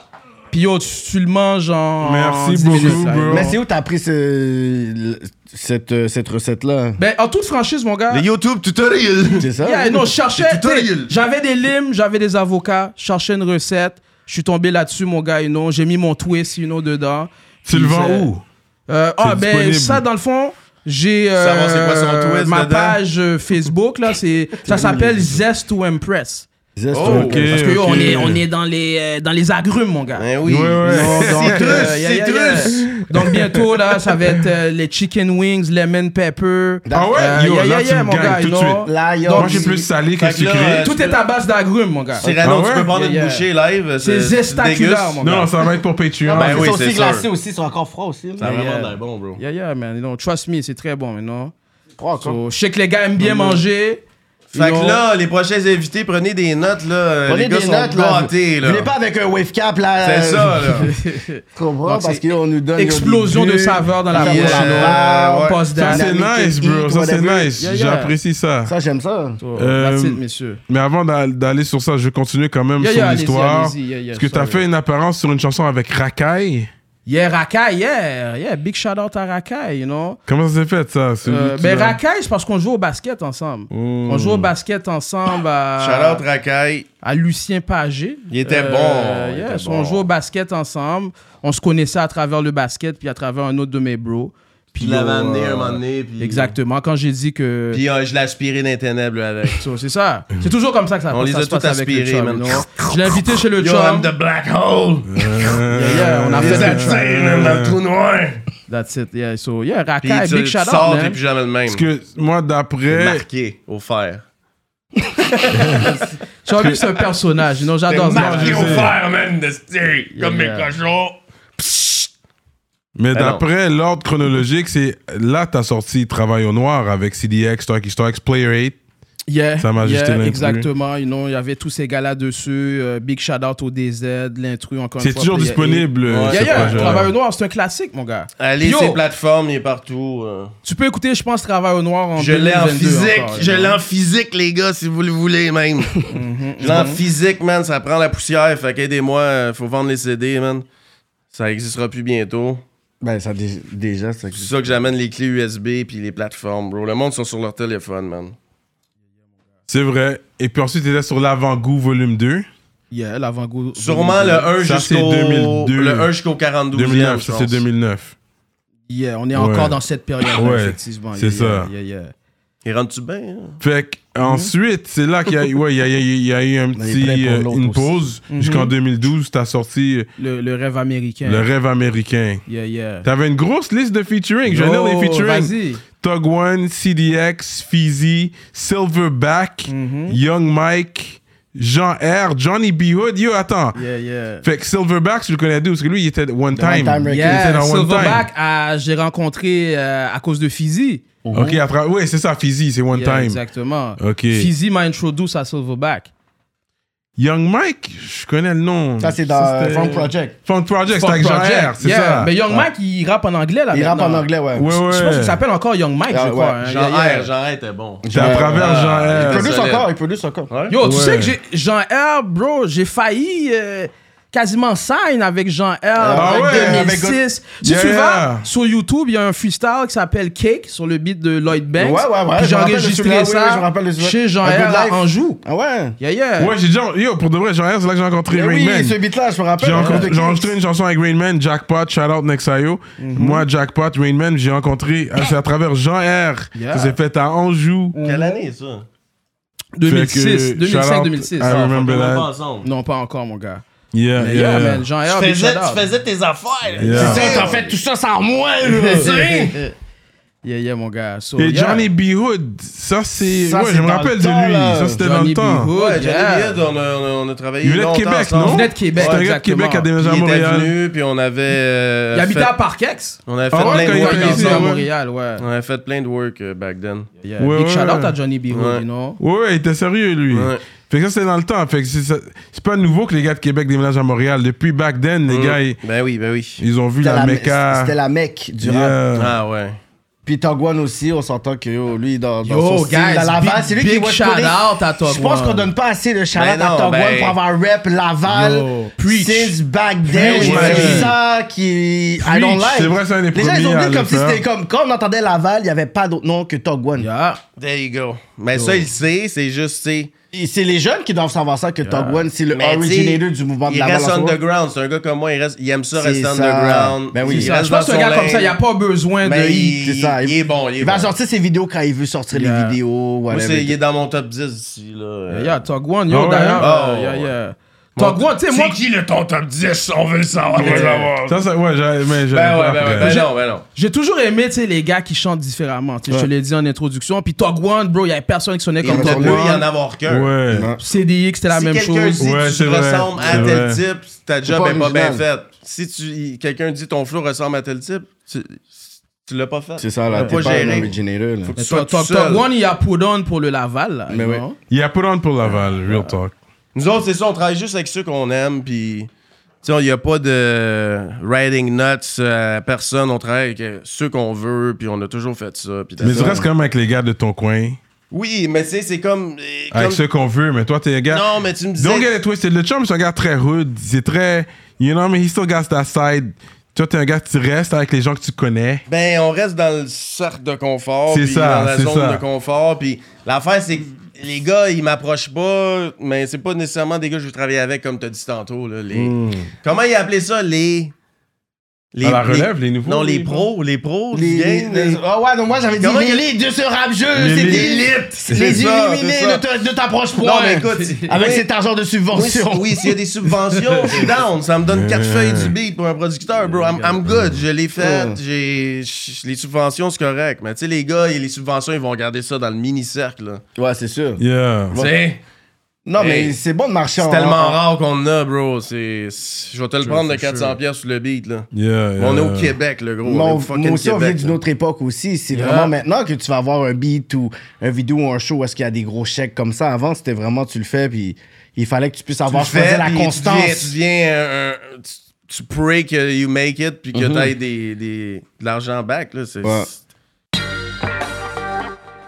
C: puis yo, tu, tu le manges en.
A: Merci
C: en dix
A: beaucoup,
C: minutes, là.
A: bro.
E: Mais c'est où t'as pris ce- le- cette, euh, cette recette-là?
C: Ben, en toute franchise, mon gars.
D: Le YouTube tutorial.
E: C'est ça?
D: hein?
C: Yeah, non, je cherchais.
D: C'est tutoriel.
C: t'sais, J'avais des limes, j'avais des avocats, je cherchais une recette. Je suis tombé là-dessus, mon gars, you know. J'ai mis mon twist, you know, dedans.
A: Tu le
C: Puis,
A: vends
C: euh,
A: où
C: Euh, ah,
A: C'est
C: ben,
A: disponible.
C: ça, dans le fond, j'ai euh,
D: Savoir c'est quoi son twist
C: ma
D: dedans.
C: page euh, Facebook, là, c'est, ça s'appelle Zest to Impress.
E: Zeste,
D: Oh,
E: ok.
C: Parce que yo, on,
A: ok.
C: est, on est dans les, euh, dans les agrumes, mon gars.
D: Ben oui.
A: Ouais, ouais. [laughs]
C: Non, donc,
D: Citrus,
C: euh, yeah, yeah, yeah.
D: citrus.
C: Donc bientôt, là, ça va être euh, les chicken wings, lemon pepper.
A: Ah ouais?
C: Euh,
A: Yo,
C: yeah, yeah,
A: là,
C: yeah,
A: tu me
C: mon gars,
A: gagnes tout de
C: you know.
A: suite.
E: Là, yo,
A: Moi, j'ai
E: si-
A: plus salé que
D: Fait que là,
A: sucré.
D: euh,
C: Tout est à base d'agrumes, mon gars.
D: [laughs] Cyrano,
A: Ah ouais?
D: tu peux prendre
C: Yeah, yeah.
D: une bouchée live.
C: C'est zestaculaire, mon
A: Non,
C: gars.
A: non, ça va être pour Patreon.
D: ben
E: c'est
D: oui, c'est
E: aussi
D: sûr.
E: glacé aussi, c'est encore froid aussi.
D: Ça a
E: là.
D: vraiment
C: Yeah.
D: l'air bon, bro.
C: Yeah, yeah, man. You know, trust me, c'est très bon, maintenant.
E: Froid encore.
C: So, je sais que les gars aiment
A: Mm-hmm.
C: bien manger. you
D: Fait que
C: know.
D: là, les prochains invités, prenez des notes, là. Euh,
E: Prenez
D: les gars
E: des
D: sont
E: notes, là.
D: gâtés, là.
E: Venez pas avec un wave cap, là.
D: C'est
E: euh,
D: ça, là.
E: Tu comprends?
C: Donc,
E: Parce
C: c'est
E: qu'on nous donne.
C: Explosion de saveur dans la
D: Yeah,
C: bouche. you know.
D: ouais.
C: On passe
A: Ah, Ça,
C: that.
A: c'est
E: Dynamic
A: nice,
E: and
A: bro.
E: eat,
A: Ça, c'est
E: whatever.
A: nice.
C: Yeah, yeah.
A: J'apprécie ça.
E: Ça, j'aime ça.
C: So,
A: Euh,
C: That's it, messieurs.
A: Mais avant d'a- d'aller sur ça, je vais continuer quand même
C: Yeah,
A: sur
C: yeah, allez-y,
A: l'histoire.
C: allez-y, yeah, yeah,
A: Parce que t'as
C: sorry.
A: fait une apparence sur une chanson avec Rakai.
C: Yeah, Rakai, yeah. Yeah, big shout out à Rakai, you know.
A: Comment ça s'est fait, ça? C'est
C: Euh,
A: lui qui
C: ben,
A: l'a-
C: Rakai, c'est parce qu'on joue au basket ensemble.
A: Mm.
C: On
A: [laughs]
C: joue au basket ensemble
D: [laughs]
C: à,
D: Shout-out, Racaille.
C: à Lucien Pagé.
D: Il était bon, il
C: yeah,
D: était
C: so On
D: bon.
C: joue au basket ensemble. On se connaissait à travers le basket, puis à travers un autre de mes bros. Puis
D: Je l'avais
C: euh,
D: amené un moment donné, puis...
C: Exactement. Quand j'ai dit que.
D: Puis euh, je l'ai aspiré d'un ténèbre avec.
C: So, c'est ça. C'est toujours comme ça que ça
D: On les
C: ça
D: a
C: se passe
D: tous
C: avec le
D: aspirés,
C: chum,
D: man.
C: you know. Je l'ai invité chez le
D: Yo,
C: chum.
D: I'm the black hole!
C: Yeah, yeah, on a
D: Les
C: fait le chum.
D: attirés, man, dans le trou noir!
C: That's it. Yeah, so, yeah,
D: Puis
C: Rakai,
D: tu
C: big
D: tu
C: shout
D: sors,
C: out.
D: t'es
C: man.
D: plus jamais le même.
A: Parce que moi, d'après.
D: Marqué au fer.
C: J'ai envie que c'est un personnage. you know, j'adore ça.
A: je
D: Marqué au
A: sais.
D: fer, même, de style, comme mes
C: Yeah.
D: cochons!
A: Mais
D: Ben
A: d'après l'ordre chronologique, c'est là t'as sorti Travail au noir avec CDX, Stark Stark, Player 8.
C: Yeah,
A: Sa Majesté
C: yeah,
A: l'intrus.
C: exactement. You know, il y avait tous ces gars-là dessus. euh, Big shout out au DZ, l'intrus encore. une
A: C'est
C: fois, E.
A: toujours
C: Player
A: disponible.
C: Eight.
A: euh,
C: Yeah,
A: ce
C: yeah,
A: projet-là.
C: Travail au noir, c'est un classique, mon gars.
D: Allez,
C: Yo.
D: ces plateformes, il est partout. euh.
C: Tu peux écouter, je pense, Travail au noir en
D: Je l'ai en
C: 2022
D: physique,
C: encore,
D: je
C: you know.
D: l'ai en physique, les gars, si vous le voulez,
A: [laughs]
D: même.
A: Mhm.
D: je l'ai en physique, man, ça prend la poussière, fait qu'aidez-moi, euh, faut vendre les CD, man. Ça n'existera plus bientôt.
E: Ben, ça, dé- déjà, ça
D: C'est
E: existe.
D: ça que j'amène les clés USB puis les plateformes, bro. Le monde sont sur leur téléphone, man.
A: C'est vrai. Et puis ensuite, t'étais sur l'avant-goût volume 2.
C: Yeah, l'avant-goût.
D: Sûrement le 1
A: Ça, c'est
D: jusqu'au
A: 2002.
D: le 1 jusqu'au 42e.
A: 2009, ça
D: je
A: c'est
D: pense.
A: 2009.
C: Yeah, on est
A: Ouais.
C: encore dans cette période,
A: Ouais,
C: effectivement.
A: c'est
C: Yeah,
A: ça.
C: yeah, yeah, yeah.
D: Il rentre-tu bien? hein?
A: Fait que,
C: Mhm.
A: ensuite, c'est là qu'il y, a- ouais, il y a- il y a eu un
E: est plein
A: petit,
E: pour
A: euh,
E: l'autre
A: une
E: aussi.
A: pause.
C: Mhm.
A: Jusqu'en 2012, t'as sorti euh,
C: Le, le rêve américain.
A: Le rêve américain.
C: Yeah, yeah.
A: T'avais une grosse liste de featuring. Je vais lire
C: Yo,
A: les featuring.
C: Vas-y.
A: Tug One, CDX, Feezy, Silverback,
C: Mm-hmm.
A: Young Mike, Jean R, Johnny B. Hood. Yo, attends.
C: Yeah, yeah.
A: Fait que Silverback, je le connais d'où? Parce que lui, il était One
E: One
A: Time.
E: Time Records.
A: Il était
C: Yeah,
A: dans One Time.
C: Silverback, ah, j'ai rencontré euh, à cause de Fizzy.
A: Ok, après, oui, c'est ça, Feezy, c'est One
C: Yeah,
A: Time.
C: Exactement.
A: Ok.
C: Fizzy m'a introduit à Silverback.
A: Young Mike, je connais le nom.
E: Ça, c'est dans
A: c'était-
E: Funk Project.
A: Funk Project, c'est avec Jean R, c'est
C: Yeah,
A: ça.
C: Mais Young Mike, il rappe en anglais là.
E: Il rappe en
C: maintenant.
E: anglais, ouais.
A: Ouais, ouais.
C: Je pense qu'il s'appelle encore Young Mike,
E: Ah,
C: je crois.
E: ouais.
C: hein.
D: Jean
C: Yeah, yeah.
D: R, Jean R était bon.
A: C'est à travers
D: Ah,
E: Il
A: Jean R.
E: produit
D: Solide.
E: encore, il produit encore.
C: Yo, tu
A: Ouais.
C: sais que j'ai Jean R, bro, j'ai failli euh, quasiment sign avec Jean R avec
A: Ah ouais,
C: 2006.
A: avec-
C: Si tu
A: Yeah.
C: vas sur YouTube, il y a un freestyle qui s'appelle Cake sur le beat de Lloyd Banks.
E: Ouais, ouais, ouais,
C: Puis
E: je
C: J'ai
E: me rappelle celui-là,
C: enregistré
E: oui, oui, je me
C: ça
E: rappelle celui-là.
C: chez Jean R
E: Un good
C: là,
E: life.
C: en joue.
E: Ah ouais?
C: Yeah, yeah.
A: Ouais, j'ai déjà. Yo, pour de vrai, Jean R, c'est là que j'ai rencontré
E: Eh oui,
A: Rainman.
E: ce beat-là, je me rappelle. hein.
A: J'ai
E: on
A: rencontré-
E: écoute
A: j'ai
E: de Kings.
A: enregistré une chanson avec Rainman, Jackpot, shout out Nexayo. Moi, Jackpot, Rainman, j'ai rencontré, ah, c'est à travers Jean R.
C: Yeah.
A: Ça s'est fait à Anjou.
D: Quelle année, ça?
C: 2006,
A: Fait que, shout out
C: 2005-2006.
A: à-
D: Ah,
A: remember
D: faut qu'on
A: that.
D: va ensemble.
C: Non, pas encore, mon gars.
A: Yeah,
C: Mais yeah,
A: yeah.
C: man, Jean R,
D: Tu
C: big
D: faisais,
C: shout out.
D: tu faisais tes affaires.
A: Yeah.
D: C'est ça, t'as fait tout ça sans moi,
F: [laughs]
D: là, tu sais?
C: Yeah, yeah, mon gars. So,
A: Et
C: yeah.
A: Johnny B. Hood, ça c'est.
E: Ça,
A: Ouais,
E: c'est
A: je me
E: dans
A: rappelle
E: le
A: de
E: temps,
A: lui.
E: là.
A: Ça c'était dans
C: Johnny
A: le
C: B.
A: temps.
C: Hood,
D: Ouais, Johnny
C: yeah.
D: Bid, on a, on a- on a travaillé.
A: Il venait de
D: longtemps
A: Québec,
D: ensemble.
A: non
C: Il venait de Québec,
A: C'était un gars de
C: exactement.
A: Québec à
D: Puis
A: déménager à
D: Il était
A: Montréal.
D: venu, puis on avait. euh,
C: Il habitait
D: fait-
C: à Parkex.
D: On avait fait
A: Ah ouais,
D: plein
A: quand
D: de
A: il
D: work
A: était ici,
C: à
D: ensemble.
A: ouais.
C: Montréal, ouais.
D: On avait fait plein de work euh, back then.
C: Yeah.
A: Ouais,
C: Big
A: ouais,
C: shout out
A: ouais.
C: à Johnny B. Hood,
D: Ouais.
C: you know.
A: Ouais, ouais, il était sérieux lui.
D: Ouais.
A: Fait que ça c'est dans le temps. Fait que c'est ça- c'est pas nouveau que les gars de Québec déménagent à Montréal. Depuis back then, les gars, ils,
D: Ben oui, ben oui.
A: ils ont vu
E: C'était
A: la
E: la-
A: Mecca.
E: C'était la mecque du rap.
A: Yeah.
D: Ah ouais.
E: Puis Togwan aussi, on s'entend que yo, lui, dans, dans son
C: Yo,
E: style,
C: guys,
E: la Laval, c'est
C: big,
E: lui qui
C: big
E: est
C: shout out à Togwan.
E: Je pense qu'on donne pas assez de shout out
D: Ben non,
E: à Togwan
D: ben-
E: pour avoir rap Laval
C: Yo, preach.
E: since back then.
D: Preach,
E: c'est
D: man.
E: ça qui I
A: Preach,
E: don't like.
A: c'est vrai, c'est un des
E: Les gens ils
A: premiers
E: ont
A: à
E: oublié comme
A: le
E: si
A: faire.
E: c'était comme quand on entendait Laval, il y avait pas d'autre nom que Togwan.
C: Yeah.
D: There you go. Mais ça, il sait, c'est juste, tu sais,
E: Et C'est les jeunes qui doivent savoir ça que Tog One, c'est le
D: Mais
E: originator
D: t'sais,
E: du mouvement de
D: Il
E: la balle
D: reste
E: en soi.
D: underground. C'est un gars comme moi, il, reste, il aime ça
E: C'est
D: rester
E: ça.
D: underground.
E: Ben oui,
D: il
E: c'est
C: Je pense qu'un gars comme ça, il n'y a pas besoin de. Il...
D: Mais Ben il,
E: C'est ça,
D: il est bon. Il est
E: Il va
D: bon.
E: sortir ses vidéos quand il veut sortir
C: Yeah.
E: les vidéos,
D: Moi,
E: whatever.
D: c'est- il est dans mon top 10 ici. Là. Euh,
C: Yeah, Tog One, yo,
A: Ah ouais?
C: d'ailleurs.
D: Ah,
C: euh, yeah,
D: ouais.
C: yeah. Tog One, tu sais, moi.
F: C'est qui le ton top 10 On veut le savoir. on veut le savoir.
A: Ça, ça, ouais, j'avais. mais j'avais
D: Ben
A: pas
D: ouais, ben
A: après.
D: ouais, ben non, ben non.
C: J'ai toujours aimé, tu sais, les gars qui chantent différemment. Tu sais, Je te l'ai dit en introduction. Puis Tog One, bro, il n'y avait personne qui sonnait
D: Il
C: comme
D: aurait
C: Tog
D: mieux y en
C: One.
D: avoir qu'un.
A: Ouais.
C: CDX, c'était la
D: si
C: même
D: quelqu'un
C: chose.
D: dit
A: Ouais,
D: tu
A: c'est vrai.
D: ressembles
A: C'est
D: à tel
A: vrai.
D: type, ta job
E: pas
D: est pas bien
E: original.
D: faite. Si tu- quelqu'un dit ton flow ressemble à tel type, tu, tu l'as pas fait.
B: C'est ça, là.
D: Faut
B: T'es pas
D: pas
B: un
D: gérer.
B: originator, là.
D: Faut que tu
C: Mais
D: sois
C: Tog
D: tout
C: Tog-
D: seul.
C: Tog One, il a Poudon pour le Laval. là,
B: Mais
C: you
B: oui.
C: know?
A: Il y a pas pour Laval, real talk.
D: Nous autres, c'est ça, on travaille juste avec ceux qu'on aime, puis... Tu sais, il n'y a pas de riding nuts à personne. On travaille avec euh, ceux qu'on veut, puis on a toujours fait ça. puis
A: Mais
D: t'as
A: tu
D: ça.
A: restes quand même avec les gars de ton coin,
D: Oui, mais tu sais, c'est comme... euh,
A: avec
D: comme-
A: ceux euh, qu'on veut, mais toi, t'es un gars.
D: Non, mais tu me disais...
A: Don't get it twisted. Le chum, c'est un gars très rude. C'est très. You know, mais he still got that side. Toi, t'es un gars, tu restes avec les gens que tu connais.
D: Ben, on reste dans le cercle de confort.
A: C'est
D: puis
A: ça,
D: Dans la
A: c'est
D: zone
A: ça.
D: de confort. Puis l'affaire, c'est que les gars, ils m'approchent pas, mais c'est pas nécessairement des gars que je veux travailler avec, comme tu as dit tantôt. Là, les... Comment ils appelaient ça, les. les
A: À Hmm. Ah, la relève, les nouveaux,
D: Non, les
A: les-
D: pros, les pros.
E: Les-
D: du game,
E: les-
D: les-
E: Ah ouais, donc moi j'avais dit
D: Comment
E: les
D: que-
E: élites de ce rap jeu,
A: Les
E: c'est des
A: élites.
E: élites.
D: C'est
E: Les
D: ça,
E: illuminés
D: c'est ça.
E: ne te- ne t'approchent point.
D: Non, mais écoute,
E: hein. [laughs] Avec
D: oui,
E: cet argent de
D: oui, si-
E: subvention.
D: oui, s'il y a des subventions, je suis down. Ça me donne quatre
A: Yeah.
D: feuilles du beat pour un producteur, bro. I'm, I'm good. Je l'ai fait. J'ai, j- les subventions, c'est correct. Mais tu sais, les gars, et les subventions, ils vont garder ça dans le mini-cercle. là.
E: Ouais, c'est sûr.
A: Yeah.
D: Tu sais?
E: Non, mais
D: Hey.
E: c'est bon de marcher
D: C'est
E: en
D: tellement rare qu'on a, bro. C'est, c'est- je Euh, vais te le prendre de 400 pièces sur le beat, là.
A: Yeah. yeah.
D: On est au Québec, le gros.
E: Moi,
D: on est au fucking
E: moi aussi, on vient
D: Québec.
E: d'une
D: là.
E: autre époque aussi. C'est vraiment maintenant que tu vas avoir un beat ou un vidéo ou un show où est-ce qu'il y a des gros chèques comme ça. Avant, c'était vraiment tu le fais puis il fallait que tu puisses
D: Tu le
E: avoir
D: fais,
E: choisi la
D: puis Tu viens, tu
E: constance.
D: viens, euh, euh, tu- tu pray que you make it, puis que t'ailles des, des, de l'argent back, là. C'est,
B: Ouais.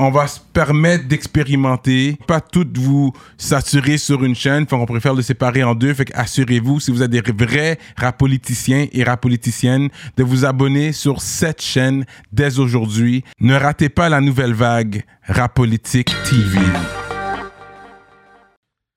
A: On va se permettre d'expérimenter, pas toutes vous saturer sur une chaîne, on préfère le séparer en deux, fait assurez-vous, si vous êtes des vrais rap politiciens et rap politiciennes, de vous abonner sur cette chaîne dès aujourd'hui. Ne ratez pas la nouvelle vague Rap Politique TV.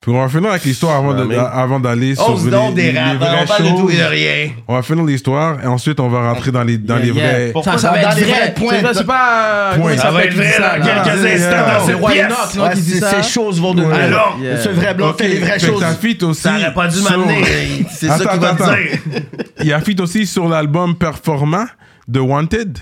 A: Puis on va finir avec l'histoire avant de-
D: Amen.
A: avant d'aller sur
D: On se donne
A: les-
D: des
A: les
D: rats,
A: vraies
D: on parle de tout et
A: choses.
D: de rien.
A: On va finir l'histoire et ensuite on va rentrer dans les, dans les
C: Yeah.
A: vrais.
C: Ça, ça
E: dans-
C: va
E: dans
C: être
E: les
C: vrai.
E: vrais points,
C: C'est vrai, C'est pas.
A: Points.
C: comment il
A: Ça
F: Ça va
C: s'appelle
F: être
C: qui dit
F: vrai
C: ça,
F: dans
C: là?
F: quelques
A: Yeah.
F: instants dans
C: C'est
F: cette
C: Roy
F: pièce.
C: Enoch, non,
E: Ouais,
C: qui dit
E: c'est-
C: ça.
E: Ces choses vont de
F: Alors,
E: Ce vrai blanc fait les vraies
A: fait que
E: choses.
A: t'as feat aussi.
D: Ça aurait pas dû
A: sur-
D: m'amener.
E: [laughs]
D: C'est ça
A: Attends,
D: qu'il va
A: attends,
D: te
A: attends.
D: dire.
A: Il y a feat aussi sur l'album Performant de Wanted.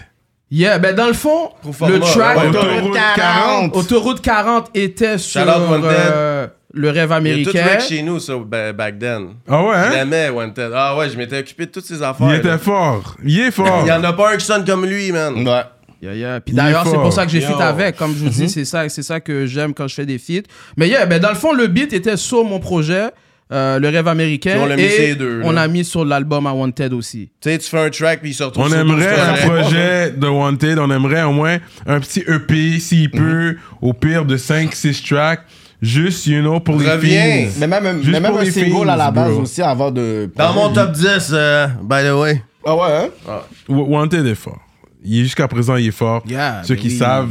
C: Yeah, ben dans le fond,
D: Pro forma,
C: le track
D: ouais.
C: Autoroute,
A: Autoroute
E: 40.
A: 40.
C: Autoroute 40 était sur
D: Shout out Wanted.
C: euh, le rêve
D: Il y a tout
C: américain.
D: wreck chez nous, ça, ba- back then.
A: Ah ouais,
D: Je
A: hein?
D: l'aimais, Wanted. Ah ouais, je m'étais occupé de toutes ces affaires.
A: Il
D: là.
A: était fort. Il est fort.
D: Il y en a pas un qui sonne comme lui, man.
B: Ouais.
C: Yeah, yeah. Puis
A: Il est
C: d'ailleurs, c'est
A: fort.
C: pour ça que j'ai
D: Yo. Mhm.
C: fit avec. Comme je vous dis, c'est ça, c'est ça que j'aime quand je fais des feats. Mais yeah, ben dans le fond, le beat était sur mon projet, euh, le rêve américain.
D: Puis on l'a mis
C: et
D: ces deux,
C: on
D: là.
C: a mis sur l'album I Wanted aussi.
D: Tu sais, tu fais un track, puis il se retrouve
A: On
D: sur
A: aimerait
D: douze
A: un
D: projets.
A: projet de Wanted, on aimerait au moins un petit EP s'il
D: Mhm.
A: peut, au pire de 5-6 tracks, juste, you know, pour les
D: Reviens.
A: filles.
E: Mais même,
A: Juste
E: mais même
A: pour
E: un
A: les
E: single
A: filles,
E: à la base
A: bro.
E: aussi avant de.
D: Dans mon top 10, euh, by the way.
E: Ah ouais, hein?
A: W- Wanted est fort. Il est- Jusqu'à présent, il est fort.
C: Yeah,
A: Ceux
C: ben
A: qui
C: oui.
A: savent,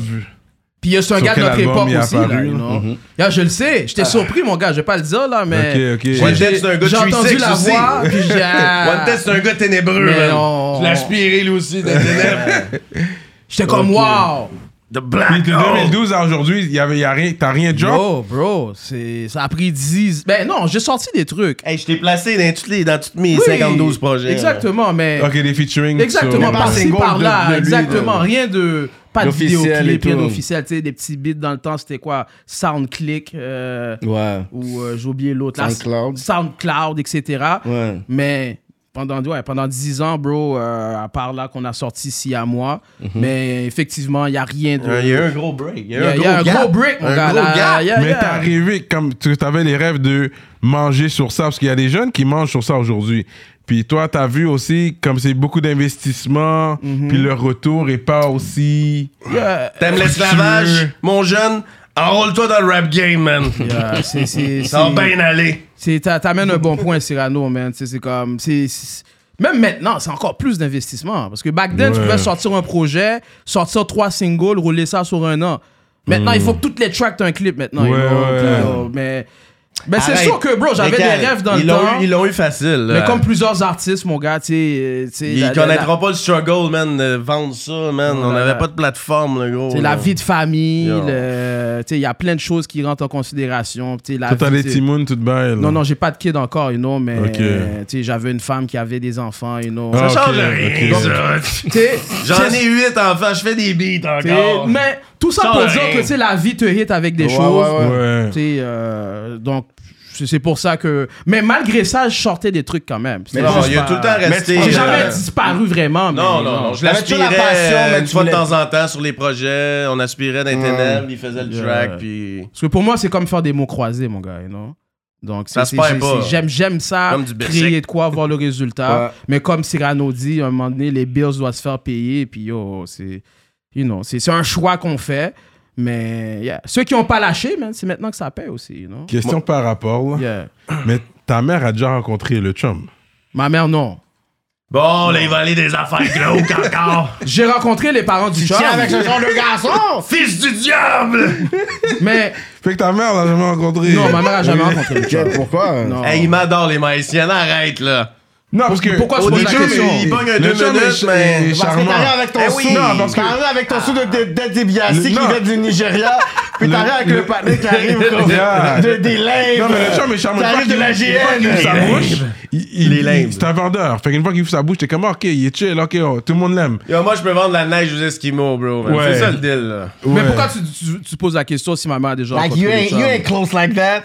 C: Puis euh, c'est un
A: Sur
C: gars de
A: quel
C: notre
A: album
C: époque
A: il est
C: aussi.
A: apparu,
C: là, you
A: là?
C: know.
D: Mhm.
C: Yeah, je le sais.
D: Ah.
C: J'étais surpris, mon gars. Je vais pas le dire, là, mais.
A: Ok, ok.
C: j'ai-
D: Wanted,
C: j'ai-
D: c'est un gars de
C: J'ai entendu
D: 36
C: la
D: aussi.
C: voix, puis
D: [laughs]
C: j'ai.
A: Ah.
D: Wanted, c'est un gars ténébreux,
C: Mais
D: man.
C: non.
D: Je l'aspire, lui aussi, des ténèbres.
C: J'étais comme, wow!
D: The
A: Puis
D: Black
C: Ah,
A: de
C: oh!
D: Hole.
A: 2012 à aujourd'hui, il y avait, il y a rien, t'as rien
C: Bro,
A: drop.
C: bro, c'est- ça a pris 10. Ben non, j'ai sorti des trucs.
D: Hey, je t'ai placé dans toutes, les, dans toutes mes
C: Oui,
D: 52 projets.
C: Exactement, mais.
A: Ok, des featuring.
C: Exactement,
A: sur-
E: pas
C: par-ci,
E: single
C: par-là,
E: de- de lui,
C: exactement.
E: de-
C: Rien de. Pas de
E: D'officiel
C: vidéo clip,
E: et
C: rien
E: tout.
C: d'officiel. Tu sais, des petits beats dans le temps, c'était quoi? Soundclick. euh,
E: Ouais.
C: ou euh, j'ai oublié l'autre. là,
E: SoundCloud.
C: SoundCloud, etc.
E: Ouais.
C: Mais Pendant, ouais, pendant 10 ans, bro, euh, à part là qu'on a sorti Si à moi,
E: Mhm.
C: mais effectivement, il n'y a rien de.
D: Il y a eu un gros break. Il y
C: Il y
D: a
C: a,
D: eu
C: il y a
D: un
C: un
D: gros
C: gros
D: break.
C: break, mon
D: Un
C: gars.
D: gros
C: là,
D: gap.
C: yeah,
A: Mais
C: yeah.
A: t'es arrivé comme tu avais les rêves de manger sur ça, parce qu'il y a des jeunes qui mangent sur ça aujourd'hui. Puis toi, t'as vu aussi comme c'est beaucoup d'investissements,
C: Mhm.
A: puis le retour est pas aussi.
C: Yeah.
D: T'aimes l'esclavage,
A: Tu-
D: mon jeune? Enrôle-toi dans le rap
C: [laughs]
D: game, man.
C: Yeah, c'est- c'est-
D: Ça va
C: c'est-
D: bien aller.
C: C'est- t'a- T'amènes un bon point, Cyrano, man. Tu sais, C'est comme. c'est- c'est- Même maintenant, c'est encore plus d'investissement. Parce que back then, tu
A: Ouais.
C: pouvais sortir un projet, sortir trois singles, rouler ça sur un an. Maintenant, il faut que toutes les tracks t'aient un clip maintenant. you
A: Mm. Ouais,
C: know,
A: ouais.
C: puis, oh, mais mais c'est
D: Arrête.
C: sûr que, bro, j'avais des
D: Lesquels?
C: rêves dans
D: Ils
C: le
D: l'ont
C: temps.
D: eu- ils l'ont eu facile.
C: mais
D: là.
C: comme plusieurs artistes, mon gars, tu sais. euh, tu sais,
D: Ils
C: la- la-
D: connaîtront pas le struggle, man, de vendre ça, man. On
C: la-
D: n'avait
C: la-
D: pas de plateforme, le gros.
C: C'est la
D: là.
C: vie de famille,
D: Yo.
C: le- tu sais, il y a plein de choses qui rentrent en considération. tu sais, la
A: Toi, t'as
C: vie,
A: les
C: tu sais.
A: timounes tout de bail.
C: Non, non, j'ai pas de kid encore, you know, mais
A: Ok.
C: euh, tu sais, j'avais une femme qui avait des enfants, you know.
A: Ah, ok,
D: change
A: ok.
D: rien, ça.
C: Tu sais,
D: J'en
C: c'est-
D: ai huit enfants, je fais des beats hein.
C: tu sais,
D: encore.
C: Mais tout ça
D: Ça,
C: pour
D: ouais.
C: dire que tu sais, la vie te hit avec des
E: Ouais,
C: choses.
E: ouais,
A: Ouais.
C: Tu sais, euh, donc, c'est c'est pour ça que. Mais malgré ça, je sortais des trucs quand même. C'était
D: Non,
C: juste
D: il a
C: pas-
D: tout le temps resté.
C: J'ai
D: euh,
C: jamais disparu vraiment. mais
D: Non, non, non. Je
E: T'avais toujours la
D: l'aspirais
E: passion, mais
D: euh, une
E: tu
D: fois de
E: voulais-
D: temps en temps sur les projets. On aspirait
C: Mm.
D: dans les ténèbres, il faisait le track, puis...
C: Parce que pour moi, c'est comme faire des mots croisés, mon gars, you know? Donc, c'est-
D: Ça se
C: c'est-
D: perd
C: c'est-
D: pas.
C: c'est- j'aime j'aime ça,
D: Comme du Berserk.
C: créer de quoi, voir le résultat.
E: Ouais.
C: Mais comme Cyrano dit, à un moment donné, les bills doivent se faire payer. Puis, yo, c'est you know, c'est- c'est un choix qu'on fait. Mais yeah. ceux qui n'ont pas lâché, man, c'est maintenant que ça paye aussi. You know?
A: Question par rapport, là.
C: Yeah.
A: Mais ta mère a déjà rencontré le chum.
C: Ma mère, non.
D: Bon, là, il va aller des affaires glauques encore.
C: J'ai rencontré les parents du chum,
E: Tiens, avec ce genre
A: [laughs]
E: de garçon!
D: Fils du diable!
C: mais
A: Fait que ta mère l'a jamais rencontré.
C: non, ma mère a jamais rencontré le chum.
E: Ok, Euh, Pourquoi?
C: Non.
D: Hey, il m'adore, les Maïtiens. Arrête, là.
A: Non, parce que.
C: Pourquoi je
D: Au
C: pose la
D: début,
C: question?
D: il pogne
A: Le
D: un deux
A: chum
D: minutes,
A: est-
D: mais...
A: est
E: Parce que
A: charmant.
E: t'arrives avec ton
D: Eh oui.
E: sou.
A: Non, parce que-
E: T'arrives avec ton sou de, de, de
A: Le-
E: Débiassi qui
A: non.
E: vient du Nigeria. Puis
A: Le-
E: t'arrives avec
A: le-
E: le patin
A: [laughs]
E: qui arrive comme
A: Yeah.
E: de, des limbes.
A: Non, mais le chum est charmant.
E: T'arrives
A: Une fois
E: de la
A: qu'il- une fois qu'il ouvre sa
E: GN.
A: bouche, il- il-
D: Les limbes.
A: il- C'est un vendeur. Fait qu'une fois qu'il ouvre sa bouche, t'es comme, ah, ok, il est chill, ok, oh, tout le monde l'aime.
D: Yo, moi, je peux vendre la neige aux Esquimaux, bro. man.
A: Ouais.
D: C'est ça, le deal, là.
A: Ouais.
C: Mais pourquoi tu, tu- tu poses la question si ma mère a déjà
E: Like,
C: rencontré
E: you
C: le
E: ain't,
C: chum?
E: you ain't close like that.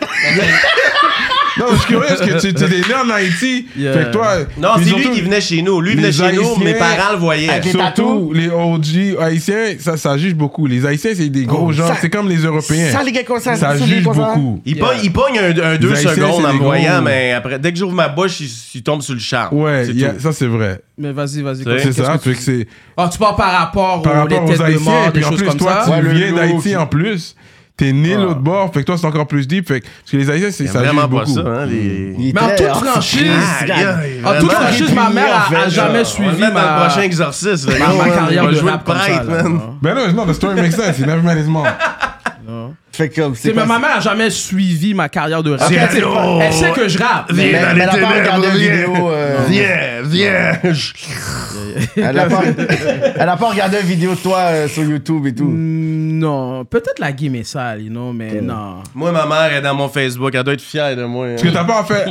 A: Non, je suis curieux parce que tu, tu es né en Haïti.
C: Yeah.
A: Fait que toi.
D: Non,
A: puis
D: c'est lui
A: surtout,
D: qui venait chez nous. Lui venait
A: les
D: chez nous,
A: Haïtiens-
D: mes parents le voyaient.
E: Avec les
A: Surtout,
E: tatous.
A: les OG haïtiens, ça, ça juge beaucoup. Les haïtiens, c'est des gros
E: Oh,
A: gens.
E: ça-
A: C'est comme les Européens.
E: ça, les gars, comme ça,
A: Ça
E: ça,
A: juge
E: les gars, ça.
A: beaucoup.
D: Il,
C: Yeah.
D: pogne, il pogne un, un deux
A: Haïtiens,
D: secondes
A: c'est
D: en
A: des
D: me voyant,
A: gros.
D: mais après, dès que j'ouvre ma bouche, il, il tombe sur le charme.
A: Ouais,
D: C'est
A: il y a-
D: tout.
A: ça, c'est vrai.
C: Mais vas-y, vas-y.
D: C'est
A: C'est
C: qu'est-ce
A: ça.
C: que tu
A: Fait que c'est.
C: Ah, tu parles par rapport
A: Par
C: aux les
A: rapport
C: têtes
A: aux
C: de
A: Haïtiens,
C: mort, des
A: puis en
C: choses
A: plus,
C: comme
A: toi,
C: ça.
A: tu
E: Ouais, le
A: viens
E: look.
A: d'Haïti en plus. T'es né l'autre bord. Fait que toi, c'est encore plus deep. Fait que, parce que les haïtiens, c'est-
D: Il y a
A: ça juge
D: vraiment pas
A: beaucoup. Mm.
D: ça, hein, les...
E: Il est
C: Mais en
E: très-
C: toute
E: ah,
C: franchise,
E: c'est-
C: En toute franchise, ma mère a- a, jamais
D: On va
C: suivi
D: le mettre dans le
C: ma,
D: prochain exorciste. là,
C: ma-
D: gros,
C: ma
D: man.
C: carrière
D: On va
C: de
D: jouer
C: rap comme ça.
D: prêtre,
C: là,
D: man.
C: non.
A: Ben non, non, the story makes sense. It never man is more.
E: Fait comme,
C: T'sais,
E: c'est
C: Mais
E: pas- oh.
C: ma mère a jamais suivi ma carrière de rap.
F: C'est
C: Elle, sait pas-
F: allô.
C: elle sait que je rappe. mais-
F: Viens
E: mais-
F: dans
E: mais
F: les
E: la part de
F: ténèbres,
E: regarder la vidéo,
F: [laughs] viens.
E: euh,
F: Viens, viens.
E: Elle a pas, elle a pas regardé une vidéo de toi euh, sur YouTube et tout.
C: Mm, Non, peut-être la game est sale, you know, mais non.
D: Moi, ma mère est dans mon Facebook. Elle doit être fière de moi. hein.
A: Parce que t'as pas fait.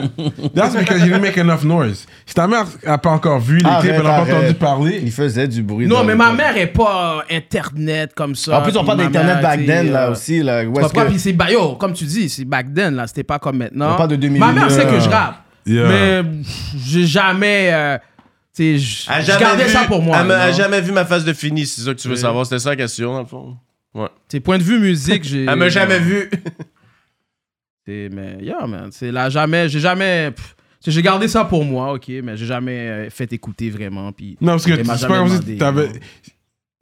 A: That's because you didn't make enough noise. Si ta mère a pas encore vu les clips,
E: Arrête,
A: elle a pas
E: arrête.
A: entendu parler.
E: Il faisait du bruit. dans
C: Non, mais
E: le-
C: ma mère est pas euh, Internet comme ça.
E: En plus, on
C: puis
E: parle
C: ma
E: d'Internet
C: mère,
E: back then,
C: t'sais,
E: là
C: euh,
E: aussi. Là, où
C: Tu
E: est-ce
C: comprends?
E: que-
C: Puis c'est, bah, yo, comme tu dis, c'est back then, là, c'était pas comme maintenant.
E: On parle de 2000.
C: Ma mère sait que je rappe.
A: Yeah.
C: Mais pff, j'ai jamais. euh, tu sais, j-
D: Elle a
C: je
D: jamais
C: gardais
D: vu-
C: ça pour moi.
D: Elle m'a-
C: you
D: elle a
C: know.
D: jamais vu ma face de fini, c'est ça que tu veux savoir. C'était ça la question, dans le fond.
C: Tu sais, point de vue musique, j'ai.
D: Elle m'a jamais vu.
C: C'est- mais yeah, man. C'est là, jamais. J'ai jamais. pff, tu sais, j'ai gardé ça pour moi, ok, mais j'ai jamais euh, fait écouter vraiment. Puis
A: Non, parce que
C: Elle m'a
A: c'est pas
C: jamais
A: comme
C: demandé,
A: si t'avais.
C: non.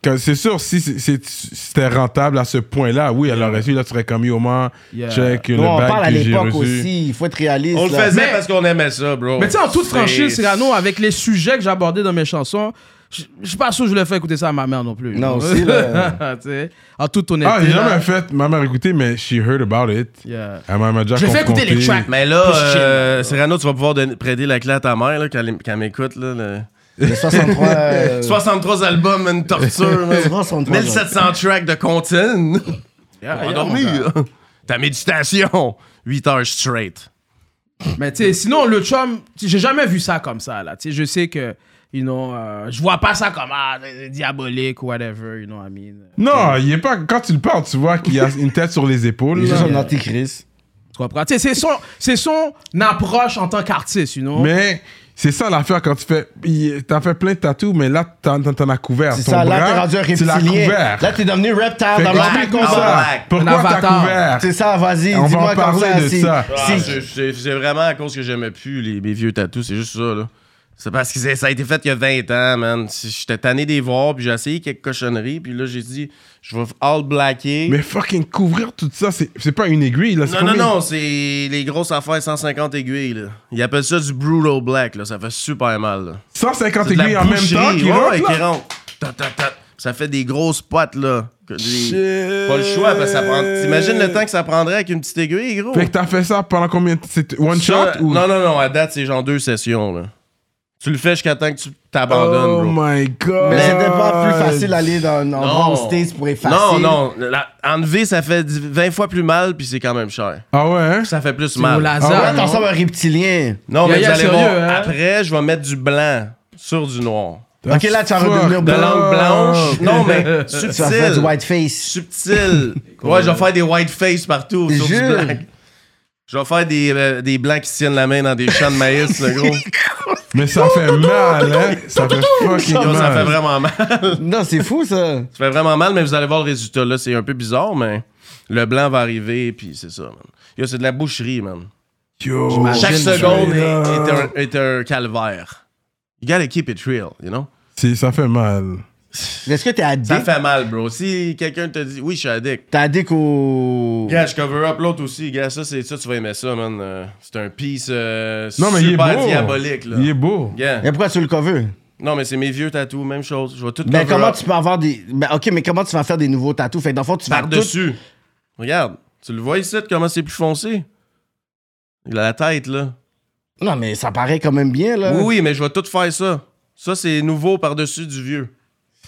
A: que C'est sûr, si c'est- c'est- c'était rentable à ce point-là, oui, elle aurait su, là, tu serais comme yo, man,
C: Yeah.
A: check le
E: Non, on
A: bac
E: parle à
A: que j'ai
E: l'époque
A: reçu.
E: aussi. Il faut être réaliste.
D: [laughs] On le
E: là.
D: faisait
C: Mais-
D: parce qu'on aimait ça, bro.
C: Mais tu sais, en toute
D: C'est-
C: franchise, Cyrano, avec les sujets que j'abordais dans mes chansons, je je suis pas sûr que je voulais faire écouter ça à ma mère non plus.
E: Non, aussi,
C: [laughs]
E: là.
C: Tu sais, en toute honnêteté.
A: Ah, j'ai
C: là,
A: jamais fait, ma mère écoutait, mais she heard about it.
C: yeah.
A: Elle Ah, m'a m'a déjà
C: J'ai fait écouter
A: confronté.
C: les tracks,
D: Mais là,
C: Plus chill,
D: euh, Cyrano, tu vas pouvoir donner- prêter la clé à ta mère là, quand elle, quand elle m'écoute. Là, le-
E: Le 63. euh,
D: 63 albums, une torture. là.
E: 63,
D: 1700 tracks de content.
C: Yeah,
D: On
C: yeah,
D: dormi.
C: mon gars.
D: là. hein. Ta méditation. 8 heures straight.
C: Mais tu sais, sinon, le chum, tu sais, j'ai jamais vu ça comme ça, là. Tu sais, je sais que, you know, euh, je vois pas ça comme ah, euh, diabolique ou whatever, you know what I mean.
A: Non, il est pas. Quand tu le parles, tu vois
E: [laughs]
A: qu'il y a une tête sur les épaules.
E: Il est
A: là.
E: juste un antichrist.
C: Tu comprends? Tu sais, c'est son, c'est son approche en tant qu'artiste, you know.
A: Mais C'est ça l'affaire quand tu fais. il- T'as fait plein de tatous, mais là, t'en t'en- t'en as couvert.
E: C'est
A: Ton
E: ça, là,
A: bras,
E: t'es rendu un
A: Tu l'as
E: reptilien.
A: couvert.
E: Là, t'es devenu reptile
A: Fait
E: dans
A: que
E: le
A: explique-nous ça.
D: Black.
A: Pourquoi
C: Un
A: t'as
C: avatar.
A: couvert
E: C'est ça, vas-y,
A: On va
E: dis-moi
A: en
E: comme
A: parler
E: ça.
A: de
E: c'est-
A: ça.
D: Ah,
E: c'est-
D: c'est- C'est c'est vraiment à cause que j'aimais plus les, mes vieux tatous, c'est juste ça, là. C'est parce que c'est- ça a été fait il y a 20 ans, man. Si- J'étais tanné des voir, puis j'ai essayé quelques cochonneries, puis là, j'ai dit, je vais all blacker.
A: Mais fucking couvrir tout ça, c'est c'est pas une aiguille. Là, c'est
D: Non, non,
A: combien?
D: non, c'est les grosses affaires 150 aiguilles, là. Ils appellent ça du brutal black, là. Ça fait super mal, là.
A: 150
D: C'est de la
A: aiguilles en même
D: boucherie,
A: temps qui
D: ouais,
A: rentrent,
D: ouais,
A: là.
D: qui rentrent. Ta, ta, ta. Ça fait des grosses potes, là. que des-
A: Shit.
D: Pas le choix, parce que ça prend. T'imagines le temps que ça prendrait avec une petite aiguille, gros?
A: Fait que t'as fait ça pendant combien de C'est one
D: Ça,
A: shot ou.
D: Non, non, non, à date, c'est genre deux sessions, là. Tu le fais jusqu'à temps que tu t'abandonnes,
A: Oh
D: bro.
A: my god.
E: Mais c'était pas plus facile d'aller dans un endroit
D: euh, Non.
E: où c'était pour effacer.
D: Non, non. la- enlever, ça fait dix- 20 fois plus mal, puis c'est quand même cher.
A: Ah ouais, hein?
D: Ça fait plus
C: Au
D: mal.
C: laser.
E: Là, t'en sors un reptilien.
D: Non,
C: Y'a-
D: mais vous
C: y'a
D: allez
C: sérieux,
D: voir.
C: hein?
D: Après, je vais mettre du blanc sur du noir.
E: Ok, là, tu vas
A: Fuck.
E: redevenir
D: De
E: blanc.
D: l'angle blanche. Non, mais
E: [laughs] Tu vas faire du
D: subtil.
C: [laughs]
E: whiteface.
D: Subtil. ouais, je vais faire des white face partout sur du
E: Jure.
D: blanc. Je vais faire des, euh, des blancs qui se tiennent la main dans des champs de maïs, le
C: [laughs]
D: gros.
A: Mais ça fait mal, hein? Ça fait fucking
D: Yo,
A: mal.
D: ça fait vraiment mal.
E: Non, c'est fou, ça.
D: Ça fait vraiment mal, mais vous allez voir le résultat. Là, c'est un peu bizarre, mais le blanc va arriver, puis c'est ça, man. Yo, c'est de la boucherie, man.
A: Yo.
D: Chaque
E: Imagine,
D: seconde est,
A: Ah, là.
D: est un, est un calvaire. You gotta keep it real, you know?
A: C'est- Ça fait mal.
E: Est-ce que t'es
D: Ça
E: addict?
D: fait mal, bro. Si quelqu'un te dit, oui, je suis addict.
E: T'es addict au...
D: Gars, je cover up l'autre aussi. Gars, ça, c'est ça, tu vas aimer ça, man. Euh, C'est un piece euh,
A: Non, mais il est
D: super
A: beau.
D: diabolique, là.
A: Il est beau.
D: Gars.
E: Mais pourquoi tu le cover?
D: Non, mais c'est mes vieux tatous, même chose. Je vais tout
E: Mais
D: cover
E: comment
D: up
E: tu peux avoir des... Ben, ok, mais comment tu vas faire des nouveaux tatous? Fait que dans le fond, tu vas
D: par-dessus. Regarde, tu le vois ici, comment c'est plus foncé? Il a la tête, là.
E: tout- Non, mais ça paraît quand même bien,
A: Euh.
E: là.
D: Oui, oui, mais je vais tout faire ça. Ça, c'est nouveau par-dessus du vieux.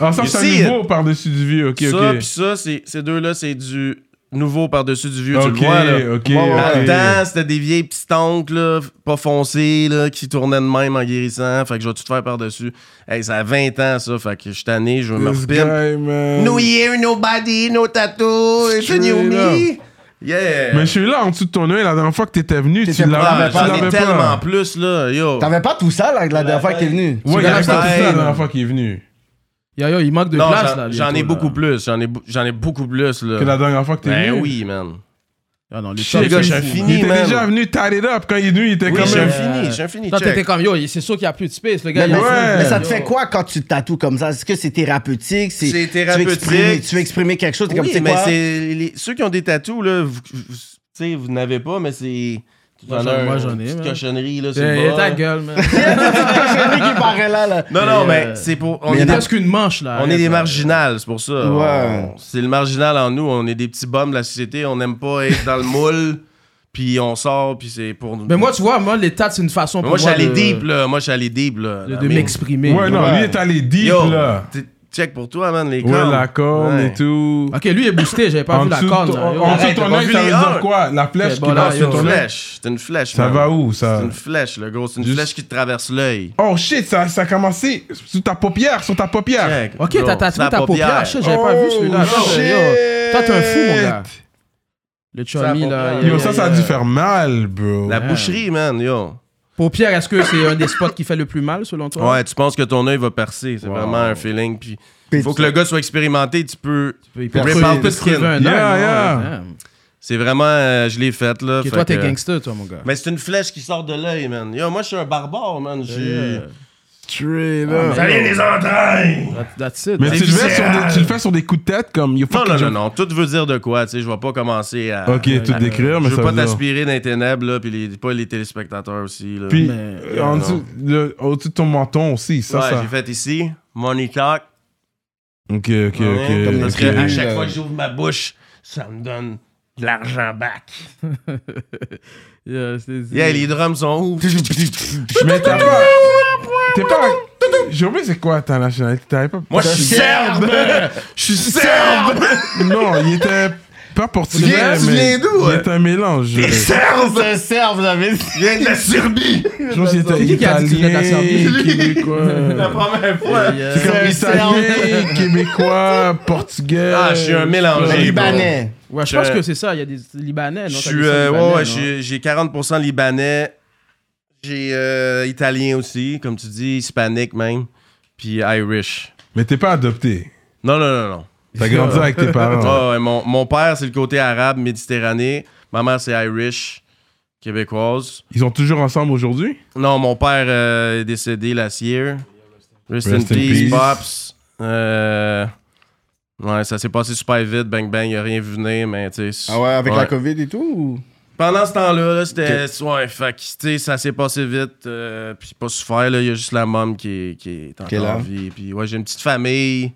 A: Ah, ça,
D: You
A: c'est
D: see
A: un nouveau par-dessus du vieux. Ok,
D: ça,
A: ok.
D: puis ça, c'est- ces deux-là, c'est du nouveau par-dessus du vieux.
A: Ok,
D: tu le vois, là.
A: ok.
E: Ouais,
D: Dans le
A: ok.
D: temps, c'était des vieilles petites oncles, là, pas foncées, là, qui tournaient de même en guérissant. Fait que je vais tout faire par-dessus. Hey, ça a 20 ans, ça. Fait que je suis tanné, je me
A: This
D: repine.
A: guy, man.
D: No year, nobody, no tattoo, it's a new me. Yeah.
A: Mais je suis là en dessous de ton œil la dernière fois que t'étais venu. Tu
E: T'étais pas là,
A: l'avais
D: Ah,
E: mais
A: tu
D: j'en ai
A: l'avais pas.
D: tellement plus, là. Yo.
E: T'avais pas tout ça, là, la dernière fois que t'es venu?
A: Ouais, il avait pas
D: la
A: tout ça la
D: taille.
A: dernière fois qu'il est venu.
C: Yo, yo, il manque de
D: Non,
C: place,
D: j'en-
C: là.
D: j'en ai
C: bientôt,
D: beaucoup
C: là.
D: plus. J'en ai, bou- j'en ai beaucoup plus, là.
A: Que la dernière fois que t'es
D: Ben
A: venu.
D: oui, man.
C: Ah non, les
A: Shit,
C: tops,
D: Les gars,
C: c'est
D: j'ai
C: fou,
D: fini.
A: Il était
D: man.
A: déjà venu tied it up. Quand il est venu, il était
D: Oui,
A: quand
D: j'ai
A: même.
D: fini, j'ai fini.
C: Toi,
D: check.
C: t'étais comme yo, c'est sûr qu'il n'y a plus de space, le gars.
E: Mais,
C: il y a
E: mais-
A: Ouais.
E: mais ça te fait quoi quand tu te tatoues comme ça? Est-ce que c'est thérapeutique?
D: C'est
E: tu veux
D: thérapeutique.
E: exprimer- Tu veux exprimer quelque chose? t'es comme,
D: Oui,
E: tu sais
D: mais
E: quoi?
D: c'est les- ceux qui ont des tatous là, vous, vous- tu sais, vous n'avez pas, mais c'est
C: Moi,
D: T'en
C: j'en-
D: as un-
C: moi, j'en ai,
D: une petite
C: man.
D: cochonnerie là, c'est
C: Eh,
D: le bas.
C: ta gueule, man.
E: C'est lui qui paraît là, là.
D: Non, non, mais
C: Euh,
D: c'est pour. On
C: Il y
D: est,
C: a
D: des,
C: presque une manche, là.
D: on est
C: Arrête,
D: des
C: là.
D: marginales, c'est pour ça.
E: Ouais.
D: On- C'est le marginal en nous. On est des petits bums de la société. On n'aime pas être dans le moule. [laughs] Puis on sort, puis c'est pour nous.
C: Mais moi, tu vois, moi, les tats, c'est une façon pour
D: Mais moi, je suis
C: moi
D: allé
C: de-
D: deep là. Moi, je suis allé deep là.
C: de-
D: dans
C: de
D: mes-
C: m'exprimer.
A: Ouais, non,
E: Ouais.
A: lui est allé deep
D: Yo,
A: là.
D: t'es- check pour toi, man, les
A: Ouais,
D: cornes.
A: la corne
D: Ouais.
A: et tout.
C: Ok, lui il est boosté, j'avais pas
A: En
C: vu la
A: dessous de
C: corne.
A: ton-
C: là, yo.
A: en dessous de
C: Arrête,
A: ton
D: t'as
A: œil,
D: vu
A: ça
D: les
A: veut dire
D: uns?
A: quoi La flèche
C: C'est
A: qui
C: bon, là,
A: passe sur
C: yo.
D: Ah, C'est
A: ton
D: une
A: œil
D: flèche. C'est une flèche.
A: Ah, Ça
D: man.
A: va où ça
D: C'est une flèche, le gros. C'est une
A: Juste-
D: flèche qui te traverse l'œil.
A: Oh shit, ça, ça a commencé sous ta paupière, sur ta paupière.
D: Check,
C: Ok,
D: gros.
C: t'as tatoué
D: Sa
C: ta paupière. Shit, J'avais pas
A: Oh,
C: vu celui-là. Attends,
A: shit.
C: yo. Toi, t'es un fou, mon gars. Le chummy,
D: Sa
C: là.
D: paupière.
A: Yo, ça, ça a dû faire mal, bro.
D: La boucherie, man, yo.
C: Paupière, est-ce que c'est un des spots qui fait le plus mal, selon toi
D: Ouais, tu penses que ton œil va percer. C'est vraiment un feeling. Puis,
E: Puis
D: faut
E: tu-
D: que le gars soit expérimenté. Tu peux.
C: Il peut
D: Rip
C: crever-
D: out
C: il peut
D: the
C: crever
D: skin.
C: un
A: Yeah,
C: œil,
A: yeah.
C: ouais, damn.
D: C'est vraiment. euh, je l'ai faite, là.
C: Ok,
D: fait
C: toi, t'es
D: que-
C: gangster, toi, mon gars.
D: Mais c'est une flèche qui sort de l'œil, man. Yo, moi, je suis un barbare, man. J'ai.
C: Yeah.
A: Straight up.
F: Ça vient des entrailles!
C: Ah, That- That's it. hein.
A: Mais
C: man.
A: tu le, fais sur
F: viscéral.
A: des, tu le fais sur des coups de tête comme. yo,
D: Non,
A: fucking
D: non, non,
A: jump.
D: non. Tout veut dire de quoi, tu sais. Je vais pas commencer à.
A: Ok, tout décrire,
D: Je
A: mais ça
D: veux pas
A: veut dire-
D: t'aspirer dans les ténèbres, là. Puis les- pas les téléspectateurs aussi, là.
A: Puis,
C: Mais-
A: euh, en dessous, le- au-dessus de ton menton aussi, ça,
D: ouais,
A: ça.
D: j'ai fait ici. Money talk.
A: Ok, ok,
D: Ouais,
A: ok.
D: Parce
A: ok.
D: que à
E: euh,
D: chaque fois que j'ouvre ma bouche, ça me donne de l'argent back.
C: Yeah, c'est- c'est-
D: Yeah, les drums sont
A: [laughs]
D: ouf.
A: Mais t'as pas. T'es pas. J'ai oublié c'est quoi ta nationalité. T'avais pas.
D: Moi, je suis serbe! Je suis serbe!
A: Non, il était pas portugais.
D: viens- tu
A: mais
D: viens d'où,
A: Il
D: ouais?
A: était un mélange.
D: [laughs] Serbe!
E: C'est un serbe, vous avez dit.
D: Je viens de la Serbie!
A: Je pense qu'il était
C: C'est qui qui a dit que tu venais de la
A: italien,
C: Serbie?
D: [laughs] La [laughs]
A: québécois.
D: première fois!
A: C'est comme italien, québécois, portugais.
D: Ah, je suis un mélangé.
E: Libanais.
C: Ouais, je
D: Je-
C: pense que c'est ça. Il y a des Libanais, non
D: Je
C: T'as
D: suis,
C: des
D: euh,
C: Libanais,
D: ouais,
C: non
D: ouais, j'ai j'ai 40% libanais. J'ai euh, italien aussi, comme tu dis, hispanique même, puis Irish.
A: Mais t'es pas adopté.
D: Non, non, non, non.
A: T'as grandi avec tes parents.
D: Ah ouais, mon, mon père, c'est le côté arabe, méditerranée. Ma mère, c'est Irish, québécoise.
A: Ils sont toujours ensemble aujourd'hui?
D: Non, mon père euh, est décédé last year. Rest, in,
A: Rest in
D: peace,
A: peace.
D: Pops. Euh, ouais, ça s'est passé super vite, bang bang, il a rien vu venir, mais tu sais.
E: Ah ouais, avec la COVID et tout?
D: Pendant ce temps-là, là, c'était. Ouais, fait que, tu sais, ça s'est passé vite. euh, puis pas souffert, là. Il y a juste la môme qui est, qui est encore
E: Qui est là.
D: en vie. Puis ouais, j'ai une petite famille.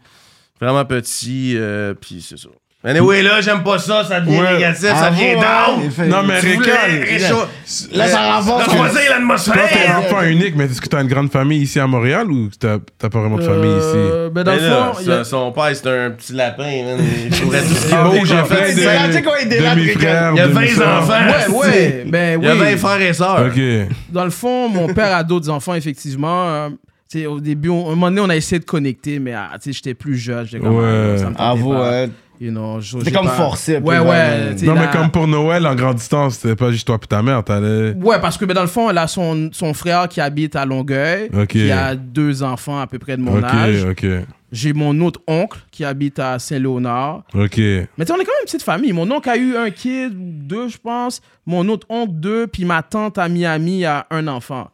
D: Vraiment petit. euh, puis c'est ça. Anyway, là, j'aime pas ça. Ça devient
A: Ouais.
D: négatif. ça devient down.
A: Non, mais
D: Tu voulais
A: Récal,
D: réchaud-
E: Là, ça
D: T'as
E: renforce.
D: croisé
A: toi, t'es un
D: l'atmosphère.
A: enfant unique, mais est-ce que t'as une grande famille ici à Montréal ou t'as t'as pas vraiment de famille ici?
C: Euh, ben, dans
D: Mais
C: le
D: là,
C: fond, il y a-
D: son- Son père, c'est un petit lapin, man. Il courait tout ce qui Ah, est
A: Ah,
D: beau.
A: oui,
D: J'ai
A: j'en
D: fait
A: fais
D: des-
A: de-
E: là, tu sais qu'on est des
A: de
E: lacs,
A: mes
E: Récal.
A: frères,
D: Il y a
A: de mes
D: 20
A: sœurs.
D: enfants.
C: Ouais, ouais, ben
D: Il
C: oui.
D: y a 20 frères et sœurs.
A: Ok.
C: Dans le fond, mon père a d'autres enfants, effectivement. Euh, tu sais, au début, on- un moment donné, on a essayé de connecter, mais ah, tu sais, j'étais plus jeune. J'étais comme,
A: Ouais.
C: ah, ça me tentait
E: Ah, vous,
C: pas.
E: ouais.
C: You know, je-
E: T'es
C: j'ai
E: comme
C: pas-
E: forcé un peu, euh,
C: Ouais,
E: là,
C: ouais.
E: mais-
C: tu sais,
A: Non, mais
C: la-
A: comme pour Noël, en grande distance, c'était pas juste toi et ta mère, t'allais.
C: Ouais, parce que ben, dans le fond, elle a son, son frère qui habite à Longueuil,
A: Ok.
C: qui a deux enfants à peu près de mon
A: Ok,
C: âge.
A: ok,
C: J'ai mon autre oncle qui habite à Saint-Léonard.
A: ok.
C: Mais tu sais, on est quand même une petite famille. Mon oncle a eu un kid, ou deux, je pense. Mon autre oncle, deux. Puis ma tante à Miami a un enfant.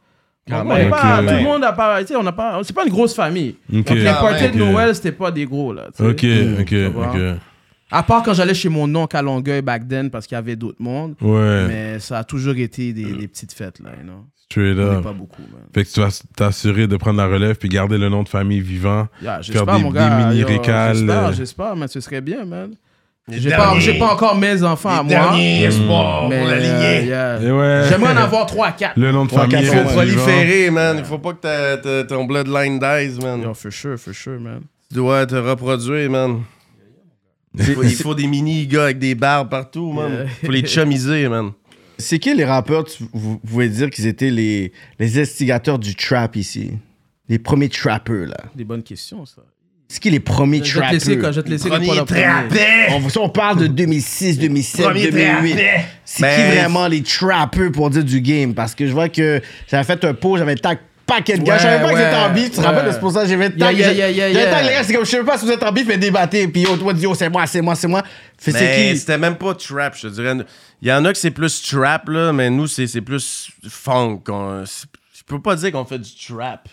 D: Quand
C: Donc, on est
D: même.
C: pas-
A: Ah, Ok. Ah,
C: Tout le monde a pas. tu sais, on a pas. C'est pas une grosse famille.
A: Ok.
C: Donc, les
A: Quand
C: parties
A: même.
C: de Noël, c'était pas des gros, là. tu sais.
A: Ok, ok,
C: vois.
A: ok.
C: À part quand j'allais chez mon oncle à Longueuil back then, parce qu'il y avait d'autres mondes.
A: Ouais,
C: Mais ça a toujours été des, des petites fêtes, là. You know?
A: straight
C: On est
A: up.
C: pas beaucoup, man.
A: Fait que tu vas t'assurer de prendre la relève puis garder le nom de famille vivant.
C: Yeah,
A: Faire
C: j'espère,
A: des-
C: mon gars.
A: des
C: yo,
A: mini-récales, euh.
C: J'espère, j'espère, mais ce serait bien, man. J'ai pas,
F: derniers-
C: j'ai pas encore mes enfants à moi.
F: Dernier espoir
C: Mais,
A: Hmm.
F: pour la
C: euh,
F: lignée.
C: yeah.
A: Et ouais.
C: J'aimerais en avoir 3-4.
A: Le nom de famille.
D: Il
A: reste
D: faut
A: vivant.
D: proliférer, man. Il faut pas que ta- ta- ton bloodline dies, man.
C: Yo, Ah, for sure, for sure, man.
D: Tu dois te reproduire, man. Il faut, il faut des mini-gars avec des barbes partout, man. Il faut les chumiser, man.
E: C'est qui les rappeurs, tu- vous vous pouvez dire qu'ils étaient les, les instigateurs du trap ici? Les premiers trappers, là.
C: Des bonnes questions, ça.
E: C'est qui les
C: Je
E: premiers
C: vais te
E: trappers?
C: laisser, je vais te laisser
D: Premier
C: répondre en premier.
D: hein?
F: Trappé!
E: On, on parle de 2006, 2007,
F: Premier
E: 2008.
F: trappé!
E: C'est
D: Ben,
E: qui vraiment les trappers pour dire du game? Parce que je vois que j'avais fait un pot, j'avais tac paquet de gars. je savais pas
C: Ouais,
E: que c'était en
C: ouais,
E: beef. Tu te
C: ouais.
E: rappelles de ce pourcentage? J'avais tag.
C: yeah, yeah, yeah,
E: J'avais
C: yeah.
E: tag les gars. C'est comme, je sais pas si vous êtes en beef, mais débattez. Puis on toi dit, oh, c'est moi, c'est moi, c'est moi. Fait
D: Mais
E: c'est qui?
D: c'était même pas trap, je te dirais. Il y en a que c'est plus trap, là, mais nous, c'est c'est plus funk. On- c'est- Je peux pas dire qu'on fait du trap.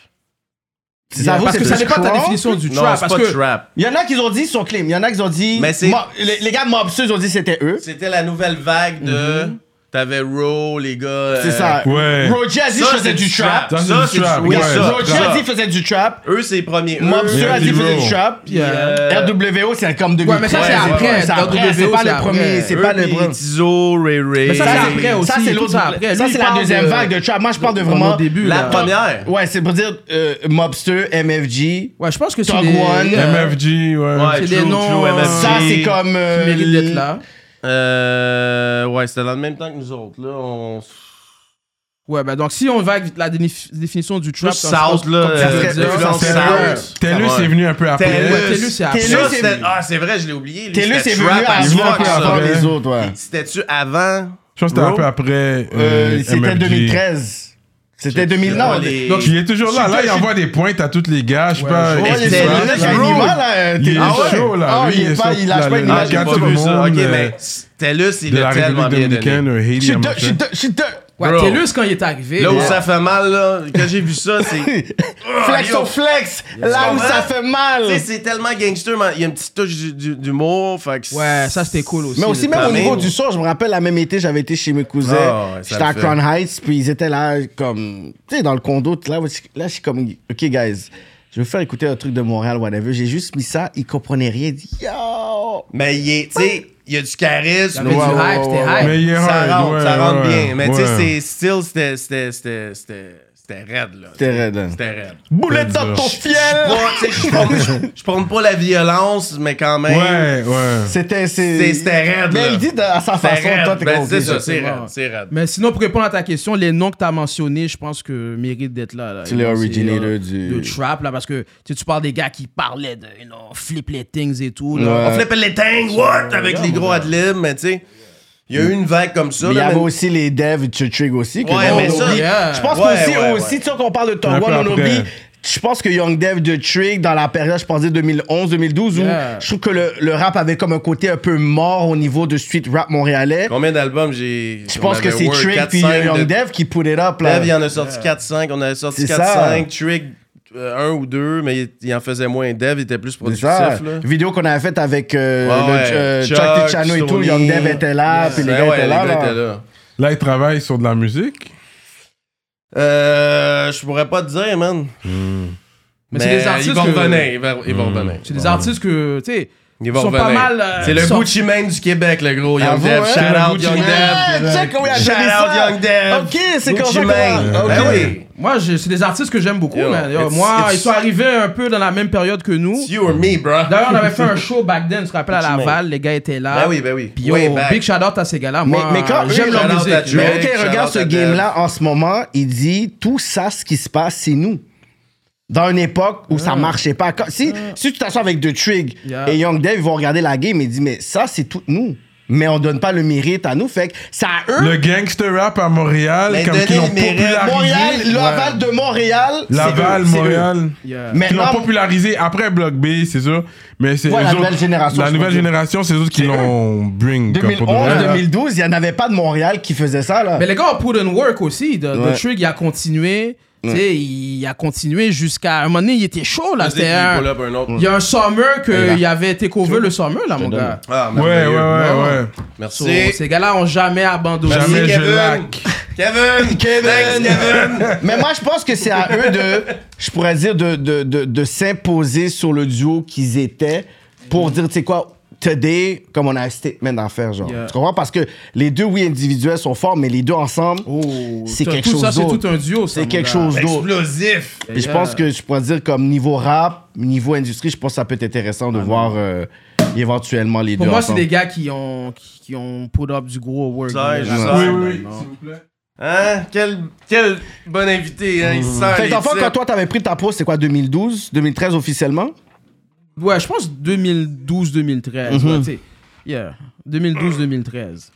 E: Ça vaut,
C: Parce
E: c'est
C: que ça
E: plus
C: n'est pas ta
E: crunk?
C: définition du
D: non,
C: trap.
D: c'est
C: Parce
D: pas
C: que
D: trap.
E: Il y en a qui ont dit son claim. Il y en a qui ont dit.
D: Mais c'est-
E: Mo- les, les gars de Mobsus ont dit que c'était eux.
D: C'était la nouvelle vague de... T'avais Row, les gars.
E: C'est
D: euh,
E: ça.
A: Ouais.
E: Roger a dit
D: Ça,
E: je
D: c'est
E: faisais du trap.
A: Ça, c'est
D: Ça,
A: du
D: c'est du-
A: trap.
D: oui,
A: ouais.
D: ça.
E: Roger a dit faisait du trap.
D: Eux, c'est les premiers.
E: Mobsus
D: Eux,
E: a dit
A: Zero.
E: faisait du trap. Puis,
C: Yeah.
E: euh, RWO, c'est comme 2000.
C: Ouais, mais ça, c'est après.
E: C'est après,
C: RWO,
E: c'est pas
C: c'est
E: le premier.
C: après.
E: C'est pas le
D: puis
E: premier.
D: Tizo, Ray Ray.
C: Mais ça,
E: Ça,
C: c'est après aussi,
E: Ça, c'est
C: tout
E: l'autre.
C: ça après.
E: Ça,
C: Lui, il
E: c'est la
C: parle
E: deuxième
C: de-
E: vague de trap. Moi, je parle de
C: Au
E: vraiment.
C: début,
D: La
C: là.
D: première.
E: Ouais, c'est pour dire euh, Mobster, MFG.
C: Ouais, je pense que c'est
E: Tog
C: des...
E: One.
C: euh,
A: MFG, ouais.
C: c'est des noms, euh,
D: MFG.
E: Ça, c'est comme. euh,
C: qui méritent d'être là.
D: Euh, ouais, c'était dans le même temps que nous autres, là. On...
C: Ouais, ben donc, si on va avec la déni- définition du trap...
D: Plus
C: comme je pense-
D: South, là.
C: comme tu
D: euh,
C: disais,
D: plus
C: ça,
D: dans
C: c'est-
D: le South.
A: Tellus
D: Ouais.
A: est venu un peu après.
C: Ouais, Tellus, c'est après.
E: Tellus,
D: Ça,
E: c'est-
D: c'était- Ah, c'est vrai, je l'ai oublié. lui,
E: Tellus
D: c'était
E: est venu
D: trap as
E: arriver un
D: fuck,
E: peu
D: ça.
E: avant les autres, ouais.
D: C'était-tu avant?
A: Je pense que c'était un
D: Bro.
A: peu après.
E: Euh,
A: euh,
E: C'était
A: MFG.
E: 2013. C'était 2000.
D: Non,
E: Non,
D: les-
A: Donc, il est toujours là. Là, il envoie des pointes à tous les gars. Je sais pas.
E: Ouais,
D: Est-ce
E: il est
D: que-
E: là, il est
D: Bro.
E: animal, là, euh,
A: Il est
E: t'es- Ah ouais?
A: chaud, là.
E: Ah,
A: Lui,
E: il est
A: il
E: pas,
A: est
E: il
A: sur
E: lâche pas,
A: la-
E: il
A: la-
D: Ah,
E: lâche
D: j'ai
E: pas.
A: gars,
D: pas
A: tout le
D: vu ça.
A: monde,
D: Ok,
A: euh,
D: mais Tellus, il
A: De la
D: l'a
A: République
D: tellement bien donné.
A: dominicaine, un
E: Je suis
A: Haiti.
E: deux,
A: un
E: je suis deux, je suis deux.
C: Ouais,
D: Bro.
C: Tellus, quand il est arrivé...
D: Là où
C: ouais.
D: ça fait mal, là, quand j'ai vu ça, c'est...
E: [laughs] Flex
D: yo.
E: au flex, là où
D: comprends?
E: ça fait
D: Tu sais,
E: mal.
D: c'est tellement gangster, mais il y a une petite touche du- du- d'humour. fait que
C: Ouais, ça, c'était cool aussi.
E: Mais aussi,
C: le
E: même au
C: trap.
D: Flamingo.
E: niveau du son, je me rappelle, la même été, j'avais été chez mes
D: Ah,
E: cousins.
D: ouais, ça
E: J'étais à
D: le fait.
E: Crown Heights, puis ils étaient là, comme, tu sais, dans le condo. tout Là, où je- là, je suis comme, OK, guys, je vais vous faire écouter un truc de Montréal, whatever. J'ai juste mis ça, ils comprenaient rien. Ils disent, yo!
D: Mais il est- tu sais, il y a du charisme.
C: Il y avait du hype, c'était hype.
A: Mais il est
D: ça
A: hard,
D: rentre,
A: ouais,
D: ça rentre
A: ouais,
D: bien. Mais tu
A: ouais.
D: sais, c'est still, c'était, c'était, c'était, c'était, c'était raide, là.
E: C'était raide, hein.
D: C'était raide.
E: Boulette dans ton fiel!
D: Pas- tu sais, je prône- je- je prône pas la violence, mais quand même.
A: Ouais, ouais.
E: C'était,
D: C'est-
E: c'est.
D: c'était raide,
E: Mais
D: là.
E: il dit de- à sa
D: C'était
E: façon, toi,
D: raide.
E: t'es
D: Ben,
E: compris,
D: c'est ça,
E: je sais
D: c'est
C: pas.
D: raide, c'est raide.
C: Mais sinon, pour répondre à ta question, les noms que tu as mentionnés, je pense que méritent d'être là. là.
E: C'est les
C: You know,
E: originators
C: euh,
E: du-
C: de trap, là, parce que tu sais, tu parles des gars qui parlaient de you know, flip les things et tout. là.
E: Ouais.
D: On flippait les tangs, what, avec
C: regarde,
D: les
C: mon
D: gros
C: gars.
D: adlibs, mais tu sais. Il y a eu une vague comme ça.
E: Mais il y
D: là,
E: avait
D: mais-
E: aussi les devs de Trick aussi. Que
D: Ouais,
E: nous,
D: mais
E: on
D: ça,
E: oublie.
C: yeah.
E: Je pense
D: Ouais,
E: qu'aussi,
D: ouais,
E: aussi,
D: ouais.
E: tu sais, quand on parle de Top
A: Un peu
E: One, on
A: après.
E: oublie. Je pense que Young Dev de Trick, dans la période, je pensais 2011-2012,
C: Yeah.
E: où je trouve que le, le rap avait comme un côté un peu mort au niveau de street rap montréalais.
D: Combien d'albums j'ai.
E: Je
D: on
E: pense que
D: avait
E: c'est
D: Word,
E: Trick
D: 4,
E: puis
D: 5
E: Young
D: de-
E: Dev qui put it up. Là.
D: Dev, il en a sorti 4-5. On avait sorti
E: C'est ça.
D: 4-5. Trick, 1 ou 2, mais il, il en faisait moins. Dev, il était plus
E: C'est
D: productif.
E: ça.
D: là.
E: Vidéo qu'on avait faite avec euh,
D: Ouais,
E: le-
D: ouais.
E: euh,
D: Chuck,
E: Chuck Tichano et tout.
D: Stoney.
E: Young Dev était là, puis les
D: Ben
E: gars
D: ouais,
E: étaient
D: les
E: là.
D: gars
E: là.
D: étaient là.
A: Là, ils travaillent sur de la musique.
D: Euh, je pourrais pas te dire, man.
C: Hmm. Mais c'est des artistes
D: Ils vont
C: que-
D: revenir. Ils vont, ils vont revenir.
C: C'est des artistes que, tu sais,
D: Ils vont
C: sont pas
D: revenir.
C: mal, euh,
D: c'est le
C: sont-
D: Gucci Mane du Québec, le gros. Young
E: vous,
D: Dev.
E: hein?
D: Shout out
A: Gucci
D: Young
A: Mane.
D: Dev.
E: Ah, check comment il a
D: Shout
E: donné
D: out
E: ça.
D: Young Dev.
E: Ok, c'est comme ça
D: Gucci
E: qu'on
D: Mane.
E: va-
D: Ben
E: Ok.
D: oui.
C: moi, je- c'est des artistes que j'aime beaucoup,
D: Yo,
C: man. Yo,
D: it's-
C: moi,
D: it's-
C: ils sont arrivés un peu dans la même période que nous.
D: It's You or me, bro.
C: D'ailleurs, on
D: [laughs]
C: avait fait un show back then, tu te rappelles, à
D: Gucci Mane.
C: Laval, les gars étaient là.
D: Ben oui, ben oui.
C: Puis yo,
D: Way back.
C: big shout out à ces gars-là.
E: Mais-
C: Moi,
E: mais quand eux,
C: j'aime leur
D: shout out à
C: musique.
D: Drake.
C: Mais-
E: Mais
D: Drake,
E: OK, regarde
D: shout-out
E: ce
D: à
E: game-là en ce moment. Il dit tout ça, ce qui se passe, c'est nous. Dans une époque où ça marchait pas. Quand- si, si tu t'assois avec The Trig
C: Yeah.
E: et Young Dev, ils vont regarder la game et dire Mais ça, c'est tout nous. Mais on donne pas le mérite à nous. Fait que c'est à eux.
A: Le gangster rap à Montréal,
D: Mais
A: comme
D: donnez
A: qui l'ont
D: le mérite.
A: popularisé.
E: Montréal, Laval de Montréal. c'est
A: Laval,
E: eux, c'est eux.
A: Montréal.
C: Yeah.
E: Mais
A: Qui l'ont
E: là-
A: popularisé après Block B, c'est sûr. Mais c'est
E: Ouais,
A: eux
E: la
A: autres-
E: nouvelle génération,
A: La
E: je
A: nouvelle
E: peux dire.
A: génération, c'est eux autres qui l'ont bring. comme pour de
E: 2011,
A: vrai.
E: 2012, il n'y en avait pas de Montréal qui faisait ça. Là.
C: Mais les gars ont put in work aussi. De,
E: Ouais.
C: The Trick, il a continué. Tu sais, il a continué jusqu'à. un moment donné, il était chaud, là.
D: Vas-y,
C: C'était
D: il
C: un-
D: pull up un autre.
C: Il y a un summer
E: Ouais.
C: qu'il avait été cover le summer, là, mon gars.
D: Ah,
A: Ouais, ouais,
D: merveilleux.
A: ouais, ouais.
C: So,
D: Merci.
C: ces gars-là ont jamais abandonné.
A: Jamais.
D: Merci,
A: je
D: Kevin.
A: lac.
E: [laughs]
D: Kevin. Kevin. Kevin.
E: Mais moi, je pense que c'est à eux de, je pourrais dire, de, de, de, de s'imposer sur le duo qu'ils étaient pour dire, tu sais quoi, today, comme on a un statement à faire, genre.
C: Yeah.
E: Tu comprends? Parce que les deux, oui, individuels sont forts, mais les deux ensemble,
C: Oh,
E: c'est
C: tout-
E: quelque
C: tout
E: chose
C: ça, c'est
E: d'autre.
C: tout un duo, ça, Ben,
E: C'est
C: mon
E: quelque
C: gars.
D: euh,
E: chose d'autre.
D: Explosif.
E: Et je pense que je pourrais dire, comme niveau rap, niveau industrie, je pense que ça peut être intéressant de voir euh, éventuellement les
C: Ah, Pour
E: deux
C: moi, c'est
E: ensemble.
C: des gars qui ont, qui, qui ont put up du gros work.
D: Sage,
C: là.
D: sage.
A: Oui, oui, oui.
D: Hein? Quel, quel bon invité, hein? Il sert
E: Hmm. Fait
D: les
E: que, enfin,
D: titres.
E: quand toi, t'avais pris ta pause, c'est quoi, 2012, 2013 officiellement?
C: Ouais, je pense 2012-2013.
E: Mhm.
C: ouais, tu sais. yeah. 2012-2013.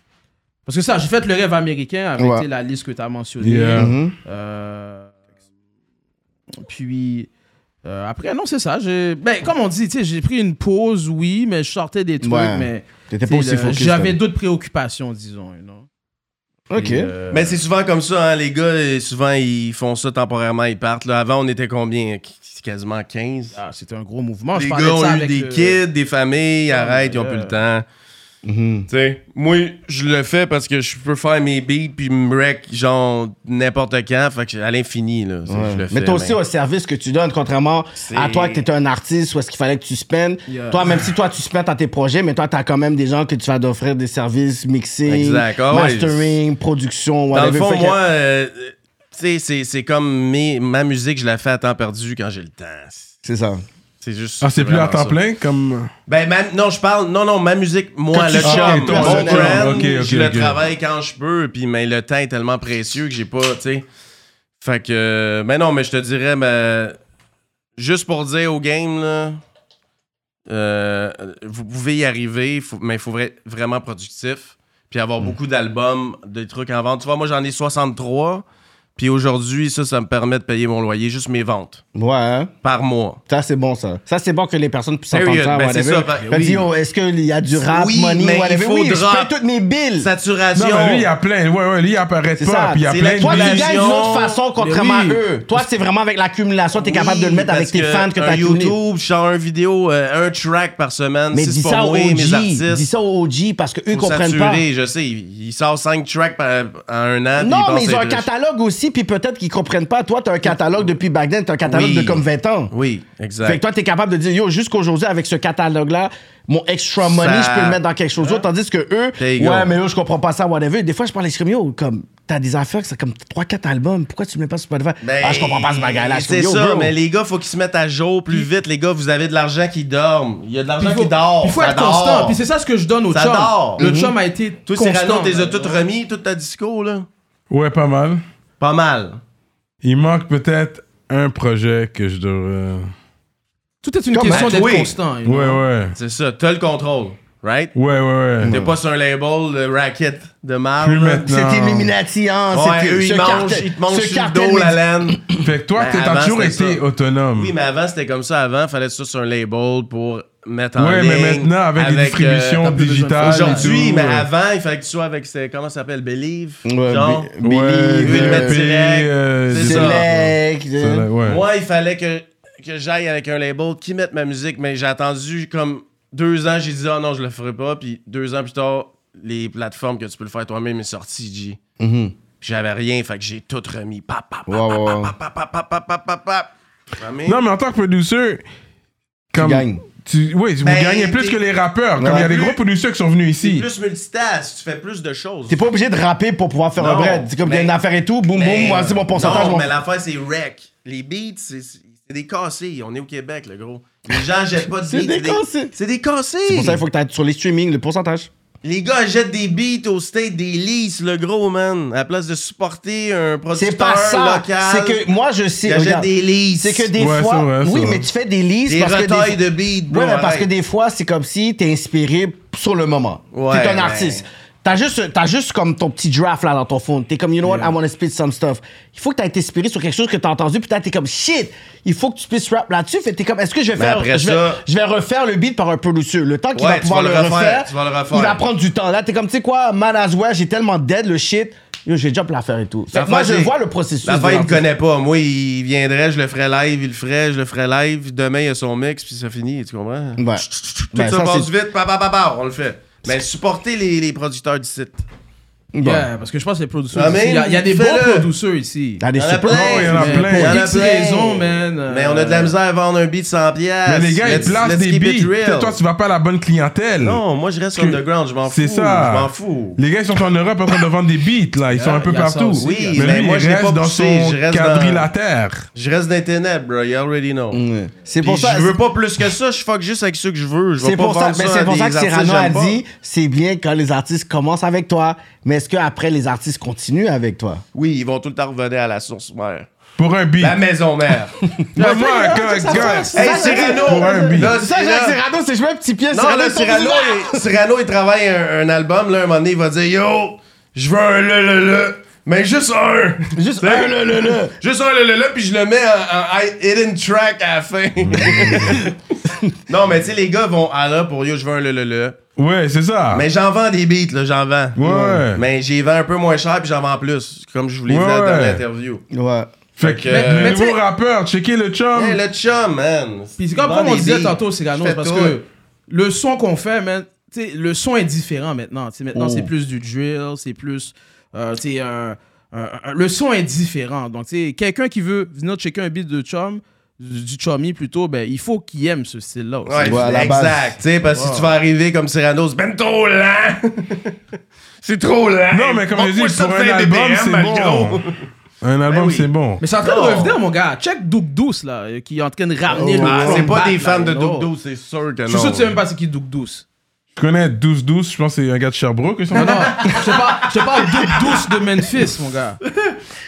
C: Parce que ça, j'ai fait le rêve américain avec
E: Ouais.
C: tu sais, la liste que tu as mentionnée.
A: Yeah.
E: Mhm.
C: Euh, puis euh, après, non, c'est ça. j'ai- Ben, comme on dit, tu sais, j'ai pris une pause, oui, mais je sortais des trucs,
E: Ouais.
C: mais
E: T'étais
C: tu
E: pas
C: sais,
E: aussi
C: le-
E: focus.
C: j'avais
E: là.
C: d'autres préoccupations, disons. you know.
E: OK.
C: Et, euh,
D: Mais c'est souvent comme ça, hein? Les gars, euh, souvent, ils font ça temporairement, ils partent. Là, avant, on était combien? Qu- Quasiment 15.
C: ah, c'était un gros mouvement.
D: les
C: je
D: gars
C: parlais de ça
D: ont eu
C: avec
D: des
C: le- Ah,
D: kids, des familles, arrête, ils ont plus le temps.
E: Mhm.
D: Tu sais, moi, je le fais parce que je peux faire mes beats puis me wreck, genre, n'importe quand. Fait que à l'infini, là. c'est- Je le fais.
E: Mais toi aussi, au service que tu donnes, contrairement
D: C'est-
E: à toi que t'étais un artiste ou est-ce qu'il fallait que tu spendes.
C: Yeah.
E: Toi, même si toi, tu spendes à tes projets, mais toi, t'as quand même des gens que tu vas t'offrir des services mixing,
D: Exact. Ah ouais.
E: mastering, production,
D: Dans le
E: whatever.
D: fond,
E: Fait que-
D: moi, euh, tu sais, c'est- c'est comme mes- ma musique, je la fais à temps perdu quand j'ai le temps.
E: C'est ça.
D: C'est juste.
A: Ah, c'est plus à
D: vraiment
A: temps
D: ça.
A: plein comme.
D: Ben, ma- non, je parle. Non, non, ma musique, moi,
E: Quand tu
D: le
E: chantes,
D: chum,
E: toi,
D: mon
E: c'est le chum.
D: brand,
A: Ok, ok,
D: je le
A: ok.
D: travaille quand je peux. Puis, mais le temps est tellement précieux que j'ai pas, tu sais. Fait que. Mais non, mais je te dirais, ben, juste pour dire au game, là. euh, vous pouvez y arriver, faut- mais il faut vra- vraiment productif. Puis avoir
A: Hmm.
D: beaucoup d'albums, des trucs en vente. Tu vois, moi, j'en ai 63. Puis aujourd'hui, ça, ça me permet de payer mon loyer, juste mes ventes
E: Ouais, hein.
D: par mois.
E: ça, c'est bon, ça. Ça, c'est bon que les personnes puissent entendre
D: Period.
E: ça,
D: Ben, c'est
E: whatever.
D: ça, ben,
E: Fait que
D: oui.
E: dis, oh, est-ce qu'il y a du rap,
D: Oui,
E: money,
D: mais il
E: whatever?
D: faut
E: Oui, je
D: drop.
E: paye toutes mes billes.
D: Saturation.
A: Non, mais lui, il y a plein. Ouais, ouais, lui, il apparaît
E: C'est
A: pas.
E: ça.
A: Puis il y a
D: C'est
A: plein
D: la-
E: Toi, tu
A: de
E: gagnes d'une
D: Accumulation.
E: autre façon, contrairement
C: Mais oui.
E: à eux. Toi, c'est vraiment avec l'accumulation, t'es capable de le mettre avec
D: Oui,
E: tes
D: parce
E: fans que
D: un
E: t'as accumulés.
D: YouTube, je sors un vidéo, euh, un track par semaine.
E: Mais
D: si
E: dis
D: c'est pas
E: ça, aux
D: moi,
E: OG,
D: mes artistes.
E: dis ça aux OG parce qu'eux
D: faut
E: comprennent pas.
D: saturer, je sais. Il il sort 5 tracks par, en un an. puis
E: Non,
D: pense
E: mais ils ont un
D: être riche.
E: catalogue aussi, puis peut-être qu'ils comprennent pas. Toi, t'as un catalogue depuis back then, t'as un catalogue
D: Oui.
E: de comme 20 ans.
D: Oui, exact.
E: Fait que toi, t'es capable de dire, yo, jusqu'aujourd'hui, avec ce catalogue-là, mon extra money, je peux le mettre dans quelque chose d'autre. Tandis que eux,
D: There you
E: ouais,
D: go.
E: mais yo, je comprends pas ça, whatever. Des fois, je parle à Scream, yo, comme, t'as des affaires, que c'est comme 3-4 albums. Pourquis tu me mets pas sur Spotify?
D: Ben,
E: ah, je comprends pas ce bagage-là. Je suis
D: C'est
E: comme, yo,
D: ça,
E: bro.
D: mais les gars, faut qu'ils se mettent à jour plus vite. Les gars, vous avez de l'argent qui dort. Il y a
C: Puis
D: de l'argent
C: il faut,
D: qui dort.
C: il faut
D: ça
C: être
D: dort.
C: constant. Puis c'est ça ce que je donne au
D: Ça
C: chum.
D: dort.
C: Le
D: Mhm.
C: chum a été
D: Toi, Cyrano,
C: constant. euh,
D: t'es as toutes remis, toute ta disco, là.
A: Ouais, pas mal.
D: Pas mal.
A: Il manque peut-être un projet que je devrais.
C: Tout est une
E: Comme
C: question
D: un
C: d'être
D: tweet.
C: constant. you know.
A: Ouais, ouais.
D: C'est ça, t'as le contrôle. right?
A: Ouais, ouais, ouais.
D: T'es pas sur un label de racket de marbre.
A: Plus
D: là.
A: maintenant.
E: C'est Illuminati, hein.
D: Ouais,
E: c'était-
D: eux,
E: ce
D: ils mangent,
E: cartel-
D: ils te mangent
E: ce
D: sur le
E: cartel
D: dos, la
E: médi-
D: laine.
A: Fait que toi,
D: Ben,
A: t'es- t'as
D: avant,
A: toujours
D: c'était
A: été
D: ça.
A: autonome.
D: [coughs] Oui, mais avant, c'était comme ça. Avant, fallait ça sur un label pour mettre en
A: Ouais,
D: ligne. euh,
A: mais maintenant, avec les distributions
D: t'as plus besoin de-
A: digitales et tout,
D: Aujourd'hui,
A: euh,
D: mais
A: ouais.
D: avant, il fallait que tu sois avec, c'est- comment ça s'appelle, Believe?
E: Ouais,
D: genre.
E: Bi- Billy,
A: Ouais,
D: veut le mettre
A: Billy,
D: direct.
A: euh,
D: C'est
A: c'est-
D: ça.
E: Select,
A: c'est
E: euh,
A: là, ouais.
D: Moi, il fallait que, que j'aille avec un label qui mette ma musique, mais j'ai attendu comme deux ans, j'ai dit « Ah non, je le ferai pas », puis deux ans plus tard, les plateformes que tu peux le faire toi-même est sorti, G. Puis J'avais rien, fait que j'ai tout remis. Pap, pap, pap,
E: Ouais, ouais, ouais.
D: pap, pap, pap, pap, pap, pap, pap. Remis.
A: Non, mais en tant que producer, comme.
E: gagnes.
A: tu- oui, vous
D: Ben,
A: gagnez plus
D: t'es-
A: que les rappeurs. Comme il
E: Ouais.
A: y a des gros producteurs qui sont venus
D: C'est
A: ici.
D: plus multitask, tu fais plus de choses.
E: T'es pas obligé de rapper pour pouvoir faire un
D: Non,
E: bread. C'est comme t'as
D: mais-
E: une affaire et tout, boum boum,
D: Mais- euh,
E: voici mon pourcentage.
D: Non,
E: mon-
D: mais l'affaire, c'est rec. Les beats, c'est c'est des cassés. On est au Québec, le gros. Les gens jettent pas de
E: [laughs]
D: beats.
E: C'est des cassés.
D: C'est des cassés.
E: C'est pour ça qu'il faut que t'ailles sur les streamings, le pourcentage.
D: Les gars jettent des beats au state des leases, le gros, man. À la place de supporter un producteur
E: C'est pas ça.
D: local.
E: C'est que moi, je sais.
D: Ils achètent
E: regarde.
D: des leases.
E: C'est que des
A: Ouais,
E: fois.
A: c'est vrai, c'est
E: oui,
A: vrai.
E: mais tu fais des listes.
D: Des
E: parce que des-
D: retailles de beats, bro.
E: Ouais, mais parce
D: arrête.
E: que des fois, c'est comme si t'es inspiré sur le moment.
D: Ouais,
E: t'es un
D: ouais.
E: artiste. T'as juste, t'as juste comme ton petit draft là dans ton fond. T'es comme, you know what, I wanna spit some stuff. Il faut que t'aies été inspiré sur quelque chose que t'as entendu, puis t'as t'es comme, shit, il faut que tu puisses rap là-dessus. Fait que t'es comme, est-ce que je vais
D: Mais
E: faire,
D: après
E: je, vais,
D: ça-
E: je vais refaire le beat par un producer. Le temps qu'il va
D: Ouais, tu
E: pouvoir
D: vas
E: le
D: le
E: refaire,
D: refaire, tu vas le refaire.
E: il va prendre du temps. Là, t'es comme, tu sais quoi, man as well, j'ai tellement dead le shit, yo, je vais jump l'affaire et tout. Fait que
D: L'affaire,
E: moi, je
D: c'est-
E: vois le processus.
D: L'affaire,
E: de
D: il me
E: l'artiste.
D: connaît pas. Moi, il viendrait, je le ferais live, il le ferait, je le ferais live. Demain, il y a son mix, puis ça finit, tu comprends?
E: Ouais.
D: Tout
E: Ben,
D: ça,
E: ça,
D: passe
E: c'est-
D: vite, pa, pa, pa, pa, on le fait. Mais supporter les, les producteurs du site.
C: Yeah, parce que je pense que les producteurs
D: Ah,
C: ici,
D: mais
C: il y a, il y a des bons
D: fais-le. Ah,
C: producteurs ici.
E: T'as des
D: Il y en a
E: super-
D: plein.
E: Oh,
A: il y en a
C: Mais
A: plein.
C: pour
D: Il y en a
C: X
D: plein.
C: raisons, man. euh,
D: Mais on a de la misère à vendre un beat sans pièces.
A: Mais les gars, ils
D: Let's-
A: placent
D: let's
A: des
D: keep it
A: beats.
D: real.
A: Peut-être Toi, tu vas pas à la bonne clientèle.
D: Non, moi, je reste
A: Que-
D: underground, je m'en fous.
A: C'est ça.
D: Je m'en fous.
A: Les gars, ils sont en Europe en train de vendre des beats, là. Ils sont un peu
C: y a ça
A: partout.
C: aussi.
D: Oui,
A: mais
D: mais
A: lui,
D: moi,
A: il
D: je l'ai
A: reste
D: pas
A: dans
D: poussé,
A: son
D: je reste dans-
A: quadrilatère.
D: Je reste dans les ténèbres, bro. You already know.
E: C'est
D: Puis
E: pour ça.
D: je veux pas plus que ça, je fuck juste avec ceux que je veux. Je vais
E: C'est
D: pas
E: pour, ça,
D: vendre
E: mais
D: ça
E: c'est
D: à
E: pour
D: des
E: ça que
D: artistes
E: Cyrano a
D: j'aime pas.
E: dit c'est bien quand les artistes commencent avec toi, mais est-ce qu'après les artistes continuent avec toi
D: Oui, ils vont tout le temps revenir à la source mère.
A: Pour un beat.
D: La maison [laughs] mère.
A: Mais moi, un gars, gars,
D: hey, Cyrano!
A: Pour un beat.
D: Ah, Là,
E: Ça, Jacques
D: Cyrano-
E: Cyrano, c'est je mets un petit pied.
D: Non, là,
E: il tombe
D: Cyrano,
E: dedans.
D: il, Cyrano, il travaille un, un album. Là, un moment donné, il va dire Yo, je veux un le le le, mais juste un.
E: Juste un, le, le, le.
D: Juste un le le le, puis je le mets en, en hi- hidden track à
C: [laughs]
D: la fin. non, mais tu sais, les gars vont à là pour Yo, je veux un le le le.
A: Ouais, c'est ça.
D: Mais j'en vends des beats, là, j'en vends.
A: Ouais.
D: Mais j'y vends un peu moins cher, puis j'en vends plus, comme je vous l'ai
A: Ouais,
D: dit dans
A: ouais.
D: l'interview.
E: Ouais.
A: Fait que
D: Mais-
A: le
D: mais
C: tu
A: nouveau
C: sais-
A: rappeur, checker le chum.
D: Hey, le chum, man.
C: Ah. Puis c'est comme,
D: Vends
C: comme on
D: des
C: disait
D: beats.
C: tantôt, Cyrano,
D: Je
C: c'est
D: fais
C: parce
D: tout.
C: que le son qu'on fait, man, tu sais, le son est différent maintenant. Tu sais, maintenant,
D: Oh.
C: c'est plus du drill, c'est plus. euh, tu sais, un- un- un- le son est différent. Donc, tu sais, quelqu'un qui veut venir checker un beat de chum, du du chummy plutôt, ben, il faut qu'il aime ce style-là. aussi.
D: Ouais,
E: Ouais, à la base.
D: exact. Tu sais, parce que si tu vas arriver comme Cyrano, c'est ben trop lent. c'est trop lent.
A: Non, mais comme je
F: Pourquoi
A: dis,
F: ça
A: pour
F: fait
A: un
F: des
A: album,
F: BM,
A: c'est
F: malgré
A: bon. Un album,
D: Ben oui.
A: c'est bon.
C: Mais c'est en train
D: Non.
C: de revenir, mon gars. Check Doug Douce, là, euh, qui est en train de ramener le.
D: Ah, c'est pas
C: comeback,
D: des
C: là,
D: fans de
C: non.
D: Doug Douce, c'est sûr que non.
C: Je suis sûr que tu sais même pas c'est qui Doug Douce.
A: Je connais 12-12, je pense que c'est un gars de Sherbrooke. ils sont-
C: Non, non, je te parle, je te parle Doug Douce de Memphis, mon gars.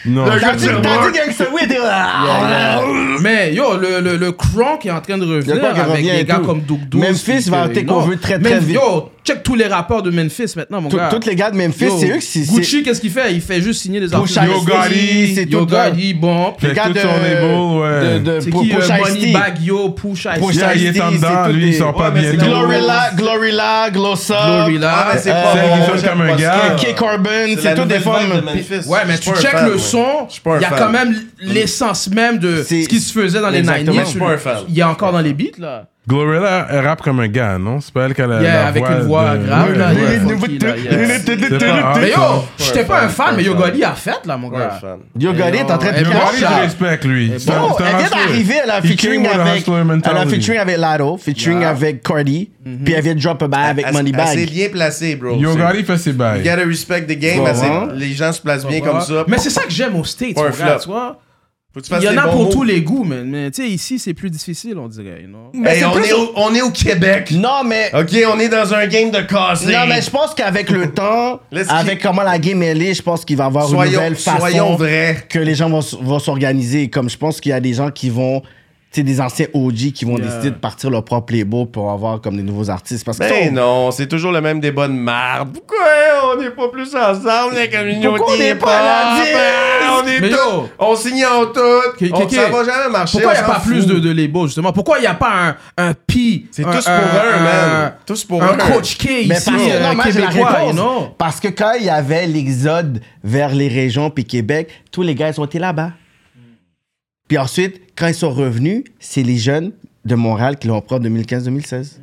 A: Non.
E: T'as dit t'as dit qu'il y a que ça, oui, t'es- Ah,
C: Mais yo, le, le, le Kronk est en train de
E: Le
C: revenir
E: Kronk, il
C: avec
E: revient et
C: des gars
E: tout.
C: comme Doug Douce.
E: Memphis
C: puis
E: va
C: que-
E: être
C: non.
E: convoqué très, très
C: Memphis-
E: vite.
C: Yo, check tous les rapports de Memphis maintenant, mon
E: Tout-
C: gars.
E: Toutes les gars de Memphis,
C: Yo,
E: c'est eux qui. c'est-
C: Gucci, qu'est-ce qu'il fait Il fait juste signer des
E: Pusha
C: artistes.
A: Yo
E: T,
A: Gotti,
E: c'est
C: Yo
E: tout, euh,
C: Gotti, Bump.
A: Fait
E: les
A: que
E: gars
A: tout
E: de-
A: son label, ouais.
E: de- de-
C: C'est
E: pour-
C: qui euh,
E: Pusha
C: Money
E: T.
C: Bag Yo, Pusha
E: Pusha
C: T.
A: Yeah, il est en
E: c'est
A: dedans,
E: tout
A: lui, il
E: des-
A: sort pas
D: Ouais, mais c'est
A: bientôt.
D: Glory-
E: Glorilla, Glorilla, Gloss Up,
D: Ah,
C: Glorilla.
D: mais c'est pas
E: Euh,
D: bon.
A: ils sont
D: j'aime
A: comme un
D: pas ça.
A: gars.
E: K. Carbon,
D: la
E: c'est tout des
D: nouvelle
E: formes.
D: vague de Memphis.
C: Ouais, mais
D: Je suis
C: tu
D: pas un
C: check
D: fan,
C: le
D: moi.
C: son,
D: Je suis pas un
C: il y a
D: fan.
C: quand même l'essence même de
E: C'est-
C: ce qui se faisait dans les
E: Exactement.
C: 90s.
E: Je
D: suis pas un fan.
C: Il y a encore dans les beats, là.
A: Glorilla elle rappe comme un gars, non? C'est pas elle qui
D: Euh,
A: a la,
C: Yeah,
A: la
C: avec
A: voix
C: une voix
A: de-
C: grave,
A: Ouais,
C: là,
A: ouais.
C: les-
A: C'est pas-
C: Mais yo,
A: ah,
C: j'étais pas un fan, mais Yo Gotti a fait, là, mon
D: Je suis pas un
C: gars.
D: fan.
E: Yo Gotti est en train de
C: Et
A: Yo
C: puis,
A: Gotti, je
C: Rasta.
A: respecte, lui. C'est un-
E: Bon,
A: c'est un
E: elle vient
A: hustler.
E: d'arriver, elle a
A: He
E: featuring
A: came with a
E: avec,
A: hustler
E: elle a
A: mentality.
E: featuring avec Lotto, featuring avec Cardi,
D: Mm-hmm.
E: puis elle vient de drop a bag avec
D: Elle- elle s'est
E: Moneybag.
D: bien placée, bro.
A: Yo
D: C'est-
A: Gotti fait ses
D: You
A: bails.
D: gotta respect the game.
E: Ouais,
D: elle s'est-
E: ouais.
D: Les gens se placent bien
C: Voilà.
D: comme ça.
C: Mais c'est ça que j'aime aux States,
D: Pas
C: mon
D: un
C: gars,
D: flop.
C: tu vois.
D: Faut que tu
C: Il
D: fasses
C: y en
D: les
C: a
D: bons
C: pour
D: moves.
C: tous les goûts, man. Mais tu sais, ici, c'est plus difficile, on dirait, you know.
D: Hey, on, est au, on est au Québec.
C: Mm.
E: Non mais
D: OK, on est dans un game de cassé.
E: non mais je pense qu'avec
D: [laughs]
E: le temps,
D: Let's
E: avec comment la game elle est, je pense qu'il va y avoir une
D: Soyons,
E: nouvelle façon
D: soyons vrais.
E: que les gens vont, s- vont s'organiser. Comme je pense qu'il y a des gens qui vont tu tu sais, des anciens OG qui vont décider de partir leur propre label pour avoir comme des nouveaux artistes. Parce que
D: Ben
E: ton-
D: non, c'est toujours le même débat de marde. Pourquoi on n'est pas plus ensemble, la communauté?
E: Pourquoi on n'est pas
D: là?
E: la
D: On est
C: Mais
D: tous-
C: yo!
D: on signe en tout.
C: Qui- qui-
D: on-
C: qui-
D: ça va jamais marcher.
C: Pourquoi il n'y
D: on
C: a
D: s'en
C: pas
D: fout.
C: plus de, de labels, justement? Pourquoi il n'y a pas un, un P?
D: C'est
C: un-
D: tous pour
C: un-
D: eux,
C: un-
D: man. Tous pour
C: un
D: eux.
C: Coach K ici,
E: Mais parce que,
C: euh,
E: non, moi, j'ai la
C: québécois,
E: réponse.
C: you know?
E: Parce que quand il y avait l'exode vers les régions puis Québec, tous les gars, ils ont été là-bas. Puis ensuite, quand ils sont revenus, c'est les jeunes de Montréal qui l'ont pris en 2015-2016.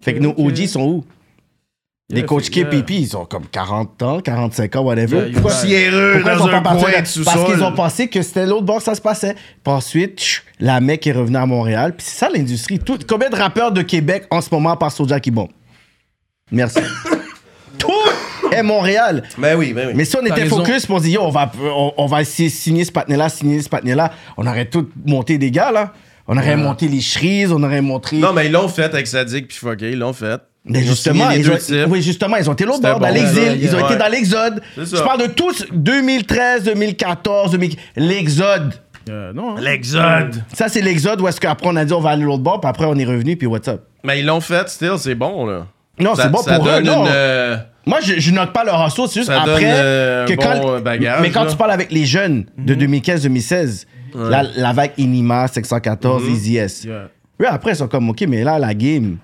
E: Fait que nos OG sont où? les coachs
C: fait- Mm. yeah.
E: KPP, ils ont comme 40 ans, 45 ans, whatever.
C: Yeah, you
E: Pourquoi-
C: right.
D: Pierreux
E: pourquoi ils
D: dans
E: sont pas
D: un
E: partis
D: coin
E: là-
D: de
E: Parce qu'ils ont
D: sous-sol.
E: pensé que c'était l'autre bord que ça se passait. Puis ensuite, chut, la mec est revenue à Montréal. Puis c'est ça l'industrie. Tout- combien de rappeurs de Québec en ce moment par Soulja qui bombe?
D: [coughs]
E: Merci. [coughs] Tout est Montréal.
D: Ben oui, ben oui.
E: Mais si on était
C: raison.
E: focus, puis on se dit, yo, on va, on, on va essayer de signer ce patinet-là, signer ce patinet-là, on aurait tout monté des gars, là. On aurait monté les cherises, on aurait montré.
D: Non, mais ils l'ont fait avec Sadik puis Fucké, ils l'ont fait.
E: Mais
D: Ils ont
E: justement,
D: signé les
E: ils ont,
D: deux types.
E: oui, justement, ils ont été l'autre
D: C'était
E: bord, dans
D: bon.
E: l'exil.
D: Ouais,
E: Ils ont
D: ouais.
E: été dans l'exode.
D: C'est ça.
E: Je parle de tous 2013, 2014, 2000 l'exode.
C: Euh, non. hein.
D: L'exode.
E: Ça, c'est l'exode où est-ce qu'après, on a dit on va aller l'autre bord, puis après, on est revenu, puis what's up.
D: Mais ils l'ont fait, still, c'est bon, là.
E: Non,
D: Ça-
E: Ah, c'est bon
D: ça
E: pour eux,
D: donne
E: non.
D: une, euh,
E: Moi, je, je note pas leur assaut, c'est juste
D: Ça
E: après
D: donne, euh,
E: que
D: un
E: quand.
D: bon, euh, bagage,
E: mais quand
D: là. Mhm.
E: tu parles avec les jeunes de 2015-2016, la, la vague Inima, 514,
D: Mhm.
E: Easy S.
C: Yeah.
E: Eux, après, ils sont comme, OK, mais là, la game,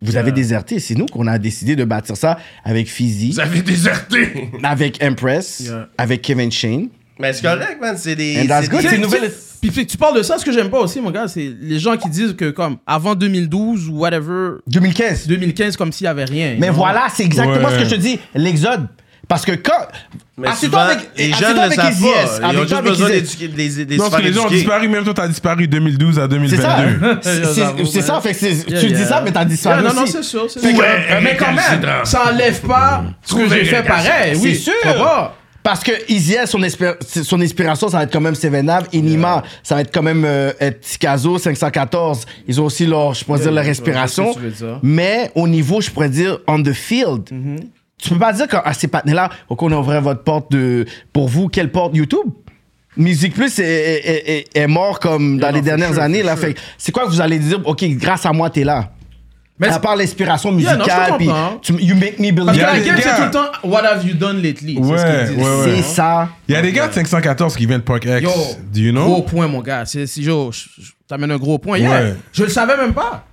E: vous avez déserté. C'est nous qu'on a décidé de bâtir ça avec Fizzy,
F: Vous
D: [laughs]
F: avez déserté.
E: avec Empress,
C: Yeah.
E: avec Kevin Shane.
D: Mais c'est correct, man. C'est des.
E: Mm. And that's
D: c'est
E: good. [laughs]
D: des-
E: C'est
C: Tu-
E: nouvelle-
C: Puis, puis tu parles de ça, ce que j'aime pas aussi, mon gars, c'est les gens qui disent que, comme, avant 2012 ou whatever,
E: 2015.
C: 2015, comme s'il y avait rien.
E: Mais
C: you know?
E: voilà, c'est exactement
A: Ouais.
E: ce que je te dis, l'exode. Parce que quand.
D: Mais
E: Assieds-toi
D: souvent,
E: avec-
D: les
E: assieds-toi
D: jeunes le
E: avec
D: savent
E: Easy S,
D: pas. Ils ont
E: assieds-toi
D: juste
E: avec
D: besoin
E: Easy S.
D: d'éduquer- des des- des
A: Non, parce que les gens ont
D: éduquer.
A: disparu, même toi, t'as disparu 2012 à
E: C'est ça.
A: 2022.
E: [laughs] C'est-
C: J'avoue,
E: c'est- C'est
C: ouais.
E: ça. Fait que c'est-
C: Yeah,
E: tu dis
C: yeah.
E: ça, mais t'as disparu.
C: Yeah, non, non,
E: aussi.
C: c'est sûr. c'est
E: Fait
C: sûr.
E: que-
F: Ouais,
C: mais quand
F: récalcitrant.
C: même, ça enlève pas ce que j'ai fait
F: récalcitrant.
C: pareil. Oui,
E: C'est sûr.
C: tu comprends?
E: Parce que Izia, son, espé- son inspiration, ça va être quand même Seven Ave, Inima, ça va être quand même euh, euh, Tikazo, 514. Ils ont aussi leur, je pourrais dire, leur
C: yeah, je
E: respiration.
C: sais ce que tu veux dire. Mm-hmm.
E: Mais au niveau, je pourrais dire, on the field, tu peux pas dire qu'à ces partenaires-là, OK, on a ouvert votre porte de, pour vous, quelle porte YouTube? Musique Plus est, est- est- est mort comme dans les
C: non,
E: dernières
C: for sure,
E: années.
C: for
E: là.
C: sure.
E: Fait que c'est quoi que vous allez dire? OK, grâce à moi, t'es là.
C: Mais
E: à
C: c'est-
E: part l'inspiration
C: Yeah, non, je te
E: musicale, puis
C: comprends.
E: tu- you make me believe.
C: Parce que
A: Yeah,
C: la
A: les
C: game, c'est
A: gars.
C: tout le temps What have you done lately? c'est
A: Ouais,
C: ce qu'ils disent.
A: ouais, ouais.
E: C'est ça.
A: Il y a des gars de 514 qui viennent de Park X.
C: Yo,
A: Do you
C: gros
A: know?
C: point, mon gars. C'est, si yo, je, je t'amène un gros point. Yeah,
A: Ouais.
C: Je le savais même pas.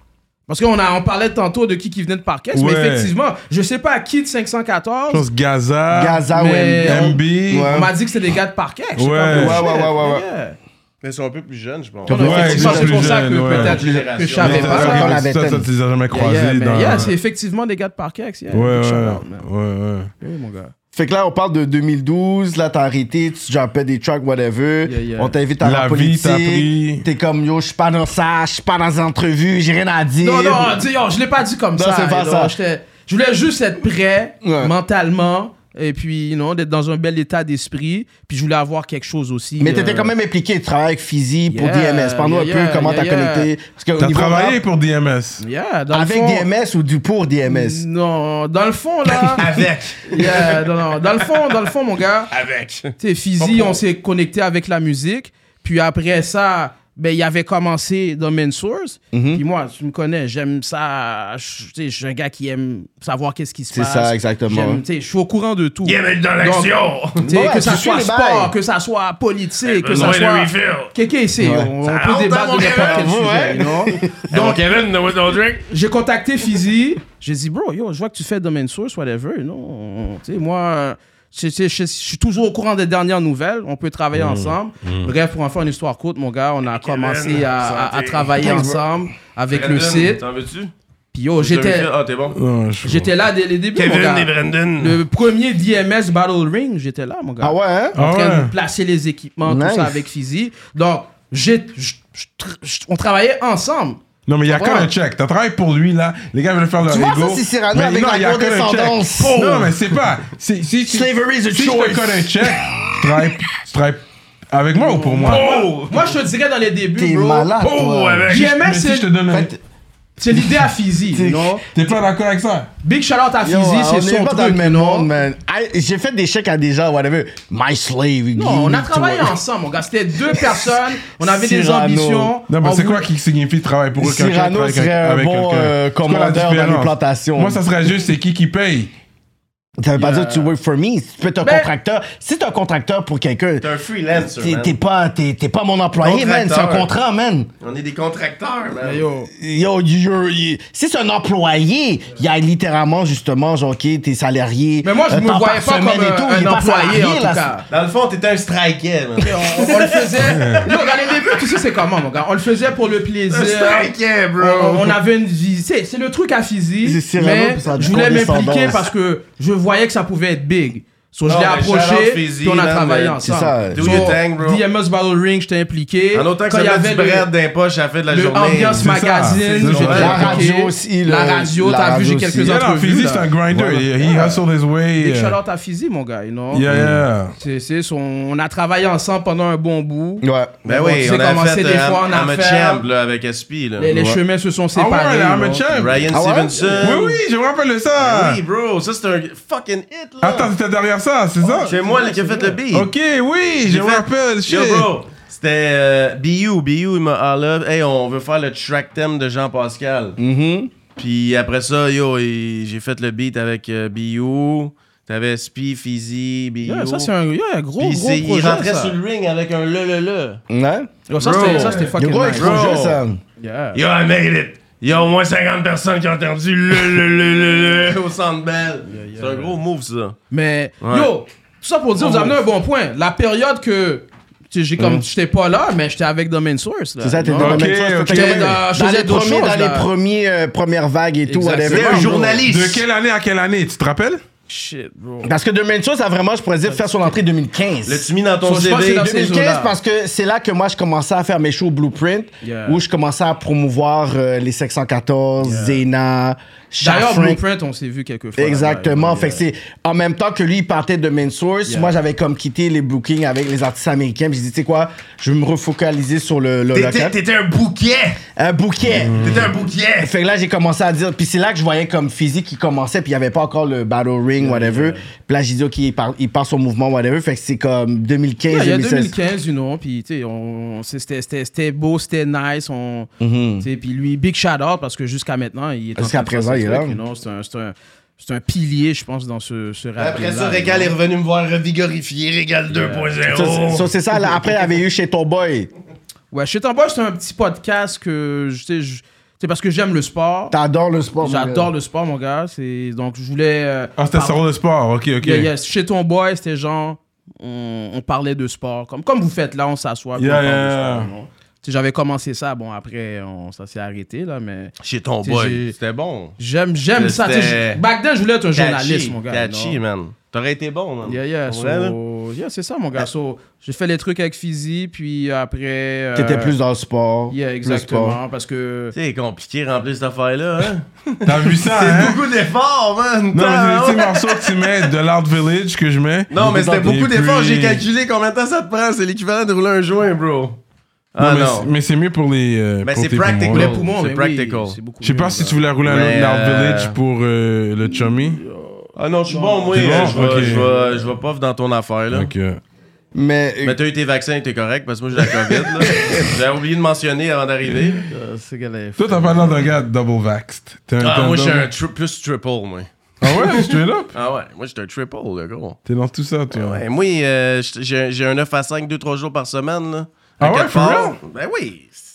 C: Parce qu'on a, on parlait tantôt de qui qui venait de Parquet, mais
A: Ouais.
C: effectivement, je sais pas à qui de
A: Je pense
C: 514,
A: Gaza.
E: Gaza,
C: mais
E: ouais.
C: on-
A: MB.
C: on m'a dit que c'était des gars de Parquet. je sais
A: Ouais.
C: pas,
A: Ouais,
C: shit,
E: ouais, ouais, ouais, ouais.
C: yeah.
D: Mais ils sont un peu plus jeunes, je pense.
C: Non, non,
A: Ouais,
C: effectivement,
A: ils sont
C: c'est pour
A: plus
C: ça que
A: jeunes, ouais.
C: peut-être que je
A: Mais
C: savais
A: t'as-
E: pas,
A: ok,
E: dans
C: pas.
E: la
A: ça,
E: vingtaine.
A: Ça, tu les as jamais
C: Yeah,
A: croisés
C: yeah, mais
A: dans...
C: yeah, c'est effectivement des gars de Parkex. Yeah.
A: Ouais,
C: Big
A: ouais,
C: shout-out, man.
A: ouais, ouais.
C: Oui, mon gars.
E: Fait que là, on parle de 2012, là, t'as arrêté, tu jumpais des trucks, whatever.
C: Yeah, yeah.
E: On t'invite à la,
A: La vie
E: politique.
A: t'a pris.
E: T'es comme, yo, je suis pas dans ça, je suis pas dans les entrevues, j'ai rien à dire.
C: Non, non, dis, oh, je l'ai pas dit comme ça.
E: c'est pas
C: you
E: ça.
C: know, j'étais- Je voulais juste être prêt
E: Ouais.
C: mentalement et puis, you know, d'être dans un bel état d'esprit. Puis je voulais avoir quelque chose aussi.
E: Mais
C: euh,
E: t'étais quand même impliqué, tu travailles avec Fizi pour
C: Yeah,
E: DMS. Parle-nous
C: yeah,
E: un
C: yeah,
E: peu comment
C: yeah,
E: t'as
C: yeah.
E: connecté. Parce que au
A: T'as
E: niveau
A: travaillé
E: rap,
A: pour DMS.
C: Yeah, dans le
E: avec
C: fond-
E: DMS ou du pour DMS?
C: Non, dans le fond, là.
E: [laughs]
D: Avec.
C: yeah, non, non, Dans le fond, dans le fond, mon gars.
D: Avec.
C: Tu sais, Fizzy, on s'est connecté avec la musique. Puis après ça, ben, il avait commencé dans Main Source.
E: Mhm.
C: Puis moi, tu me connais, j'aime ça. Je tu sais, je suis un gars qui aime savoir qu'est-ce qui se
E: C'est
C: passe.
E: ça, exactement.
C: J'aime, tu sais, Je suis au courant de tout.
F: Il y avait dans l'action.
C: Tu sais,
E: Ouais,
C: que ça
E: tu suis
C: soit
E: les
C: sport,
E: bails.
C: que ça soit politique, que
F: Besoin
C: ça
F: de
C: soit.
F: refill.
C: Quelqu'un ici, on, on
F: Ça rentre
C: peut
F: dans
C: débattre
F: mon
C: de n'importe quel
F: cerveau,
C: sujet, you know?
F: Donc, Kevin, no, no drink.
C: [laughs] j'ai contacté Fizzy. J'ai dit, bro, yo, je vois que tu fais Domain Source, whatever. Non, tu sais, moi, euh, tu sais, je je suis toujours au courant des dernières nouvelles. On peut travailler
F: Mm.
C: ensemble. Bref, pour en faire une histoire courte, mon gars, on a commencé à, à- à
D: santé.
C: travailler ensemble avec le
D: Brandon,
C: site.
D: T'en veux-tu?
C: Puis yo, j'étais,
D: Ah, t'es bon.
A: Non, je-
C: j'étais là dès les débuts, mon
F: Kevin
C: gars.
F: et Brandon.
C: Le premier DMS Battle Ring, j'étais là, mon gars
E: Ah ouais, hein?
A: Ah
C: en train
A: ouais.
C: de placer les équipements,
E: Nice.
C: tout ça avec Fizzy. Donc, j'ai, j- j- tr- j- on travaillait ensemble.
A: Non, mais il y a quand
C: Ouais.
A: un check. T'as travaillé pour lui, là. Les gars veulent faire leur
E: Tu
A: ego.
E: vois, ça, c'est Cyrano
A: Mais
E: avec
A: non,
E: la
A: il y a qu'un
E: condescendance.
A: check.
E: Oh.
A: Non, mais c'est pas. c'est- Si tu si
E: Slavery is a
A: je te
E: choice.
A: colle un check, tu travailles- tu travailles avec moi ou pour moi?
F: Oh!
C: Moi, je te dirais dans les débuts,
E: T'es
C: bro.
E: malade,
F: Oh,
E: toi.
F: avec.
A: Mais
C: DMS,
A: si
C: c'est,
A: je te donne un.
E: Fait-
C: C'est l'idée à Fizzy, non?
A: T'es pas d'accord avec ça?
C: Big shout out à
E: Yo,
C: Fizzy,
E: on
C: c'est
E: est
C: son
E: pas dans le
C: truc.
E: même
C: non?
E: monde, man. I- J'ai fait des chèques à des gens, whatever. My slave.
C: Non, on a travaillé ensemble, mon gars. C'était deux personnes, on avait des
E: Cyrano.
C: ambitions.
A: Non, mais
C: on
A: c'est
C: voulait-
A: quoi qui signifie travailler pour eux quand
E: Cyrano
A: quelqu'un travaille
E: serait un
A: avec
E: bon,
A: quelqu'un?
E: euh,
A: C'est quoi la
E: commandeur dans les
A: différence?
E: plantations.
A: Moi, ça serait juste c'est qui qui paye.
E: Ça veut pas dire que tu work for me. Tu peux être un
C: Ben-
E: contracteur. Si t'es un contracteur pour quelqu'un,
D: T'es un freelancer,
E: t'es
D: man.
E: t'es pas, t'es- t'es pas mon employé, man. C'est un
D: Contracteur.
E: contrat, man.
D: On est des contracteurs, man.
C: Yo,
E: Yo, you're- you- si c'est un employé, il y a littéralement justement, genre, ok, t'es salarié.
C: Mais moi, je
E: un
C: me
E: temps
C: voyais
E: par
C: pas
E: semaine
C: comme
E: et tout,
C: un,
E: il est
C: un
E: pas
C: employé,
E: salarié,
C: en tout
E: là,
C: cas.
D: Dans le fond, t'es un striker, man.
C: On, on le
A: [laughs]
C: faisait. Yo, dans les débuts, tu sais, c'est comment, mon gars? On le faisait pour le plaisir.
D: Striker, bro.
C: On, on avait une vie. C'est, c'est le truc à physique.
E: C'est Cyrano,
C: Mais
E: puis ça a du
C: je voulais m'impliquer
E: condescendance.
C: parce que je voyais que ça pouvait être big. So, je
D: Non,
C: l'ai
D: mais shout
C: approché,
D: out Fizzy,
C: puis on a
D: man,
C: travaillé
D: mais
E: c'est
C: ensemble.
E: ça.
D: Do your thing, bro.
C: DMS Battle Ring, j'étais impliqué.
D: En autant que
C: Quand
D: ça
C: il y
D: met
C: avait
D: du
C: le-
D: bread d'un poche à la fin de la
C: le
D: journée.
C: Ambiance
A: C'est ça, c'est
C: Magazine,
A: ça.
C: j'étais
A: La
C: impliqué.
E: radio aussi, le-
C: La radio,
E: la
C: t'as vu,
E: radio
C: j'ai
E: aussi.
C: quelques
E: Yeah,
A: Non, non,
C: entrevues.
A: Fizzy, c'est
C: là.
A: un grinder. He he hustled his way.
C: Big
A: euh,
C: shout-out à Fizzy, mon gars, you know.
A: Yeah, yeah.
C: C'est, c'est son- on a travaillé ensemble pendant un bon bout.
E: Ouais.
D: Ben
C: On
D: oui,
C: sait
D: on
C: comment
D: a
C: c'est
D: fait
C: des
D: euh,
C: fois, on a
D: I'm a
C: fait-
D: champ, là, avec SP, là.
C: Les, les
D: Ouais.
C: chemins se sont
A: Ah ouais,
C: séparés.
A: là, I'm a
C: là.
A: champ.
D: Ryan
E: Ah ouais?
D: Stevenson.
A: Oui, oui, je me rappelle de
C: Ben
A: ça.
D: Oui, bro, ça c'est un fucking hit, là.
A: Attends, c'était derrière ça, c'est ça?
D: C'est moi là, qui ai fait le beat.
A: Ok, oui, je
D: J'ai
A: me
D: fait-
A: rappelle. Shit.
D: Yo, bro, c'était euh, BU. BU, il m'a hollé. Hey, on veut faire le track thème de Jean-Pascal.
C: Mm-hmm.
D: Puis après ça, yo, il- j'ai fait le beat avec euh, BU. T'avais Spi, Fizzy, BU.
C: Yeah, ça, c'est un, yeah, un gros,
D: Puis
C: gros
D: c'est-
C: projet.
D: il rentrait
C: ça.
D: sur le ring avec un le le le.
E: Ouais.
C: Yo, ça,
D: Bro.
C: c'était, ça, c'était
E: Le
C: fucking
E: gros
C: nice.
E: exposure, ça.
F: Yo, I made it. Il y a au moins 50 personnes qui ont entendu le, le, le, le, le.
D: [laughs] Au centre belle. C'est un gros move, ça.
C: Mais,
D: Ouais.
C: yo, tout ça pour dire,
D: Oh,
C: vous amenez un bon point. La période que, tu sais, j'ai comme, j'étais pas là, mais j'étais avec The Main Source. là.
E: C'est ça, t'es
C: Non?
E: dans la
A: Ok,
E: même chose,
A: ok.
E: t'es quand même-
C: Euh, je
E: dans
C: faisais
E: les
C: d'autres
E: premiers,
C: choses,
E: dans
C: là.
E: les premiers, euh, premières vagues et tout,
C: Exactement.
E: whatever.
D: un
E: bro.
D: journaliste.
A: De quelle année à quelle année, tu te rappelles?
C: Shit, bro.
E: Parce que Demain Show, ça vraiment, je pourrais dire, faire son entrée 2015.
D: L'as-tu mis dans ton
C: So, je pense que c'est
D: CV?
C: dans- ces
E: 2015
C: eaux-là.
E: parce que c'est là que moi je commençais à faire mes shows Blueprint
C: Yeah.
E: où je commençais à promouvoir euh, les 714, Zena,
C: D'ailleurs,
E: Charles Frank.
C: Blueprint, on s'est vu quelques fois.
E: Exactement.
C: Ouais,
E: fait que c'est en même temps que lui il partait de Main Source, moi j'avais comme quitté les bookings avec les artistes américains. puis J'ai dit tu sais quoi, je vais me refocaliser sur le, le
F: T'étais
E: local.
F: t'étais un bouquet.
E: Un
C: Mm.
E: bouquet.
F: T'étais un bouquet.
E: Fait que là, j'ai commencé à dire. Puis c'est là que je voyais comme physique qui commençait, puis il n'y avait pas encore le Battle Ring, whatever. Puis là, j'ai dit, OK, il part, il part son mouvement, whatever. Fait que c'est comme 2015,
C: Yeah, Il y a
E: 2016.
C: 2015, you know, puis tu sais, on- c'est- c'était- c'était c'était beau, c'était nice, on, tu sais, puis lui, big shout out parce que jusqu'à maintenant, il est en
E: Mm-hmm. Jusqu'à
C: train de faire
E: présent,
C: ses
E: il est
C: trucs,
E: là.
C: you know, c'est un, c'est un, c'est un pilier, je pense, dans ce, ce rap.
D: Après ça, Régal est revenu me voir revigorifié. Régal
F: 2.0.
E: Ça, c'est- ça, c'est ça. là. après, il y avait eu chez ton boy.
C: Ouais, Shit en Boy, c'est un petit podcast que, je- tu sais, je- tu sais, parce que j'aime le sport.
E: T'adores le sport. mon gars.
C: J'adore le sport, mon gars. c'est- Donc, je voulais. euh,
A: Ah, c'était
C: par-
A: sur le sport, ok, ok.
C: Yeah, yeah, Chez ton boy, c'était genre, on, on parlait de sport. Comme, comme vous faites là, on s'assoit. puis
A: Yeah,
C: on parle de
A: yeah,
C: sport,
A: yeah.
C: non? Tu sais, J'avais commencé ça, bon, après, on, ça s'est arrêté, là, mais
D: Chez ton
C: T'sais,
D: boy.
C: j'ai-
D: C'était bon.
C: j'aime, j'aime ça. tu sais,
D: C'était-
C: je- Back then, je voulais être un journaliste,
D: Catchy,
C: mon gars.
D: Catchy,
C: non?
D: man. T'aurais été bon, man.
C: Yeah, yeah,
D: Pour vrai, là.
C: so- yeah, c'est ça, mon gars. So, j'ai fait les trucs avec Fizzy, puis après. euh,
E: T'étais plus dans le sport.
C: Yeah,
E: plus sport.
C: exactement, parce que.
D: C'est compliqué remplir cette affaire-là, hein?
A: T'as vu
D: [laughs]
A: ça, hein?
D: beaucoup d'efforts,
A: Non,
D: man!
A: mais c'est
D: Putain,
A: les petits
D: ouais.
A: morceaux que tu mets de l'Art Village que je mets.
D: Non, mais c'était beaucoup
A: Et
D: d'efforts.
A: puis-
D: J'ai calculé combien de temps ça te prend. C'est l'équivalent de rouler un joint, bro.
A: Non,
D: Ah
A: mais
D: non.
A: c'est- mais c'est mieux pour les. euh,
D: Mais
A: pour
D: c'est
A: tes poumons.
D: practical.
C: Pour les
D: Oh,
C: poumons,
D: c'est
C: mais oui,
D: practical.
C: c'est beaucoup
A: Je sais
C: mieux,
A: pas si
C: là.
A: tu voulais rouler un
D: Mais,
A: autre Art
D: euh,
A: Village pour euh, le chummy.
D: Ah non, je suis bon, moi.
A: C'est bon,
D: je, vais,
A: ok.
D: je, vais, je vais pas dans ton affaire, là.
A: Donc, euh,
E: Mais, euh,
D: Mais t'as eu tes vaccins, t'es correct, parce que moi j'ai la COVID, là.
A: [laughs]
D: J'avais oublié de mentionner avant d'arriver.
A: toi, t'as pas l'air d'un gars double vaxxed. T'es un- t'es
D: Ah,
A: un
D: moi, je suis
A: double-
D: un tri- plus triple, moi.
A: Ah ouais, straight up.
D: Ah ouais, moi, je suis un triple, le gros.
A: T'es dans tout ça, toi.
D: Ouais, moi, euh, j't- j'ai j'ai un 9 à 5, 2-3 jours par semaine. Là, À
A: Ah ouais,
D: quelque
A: for
D: part.
A: real?
D: Ben oui. C'est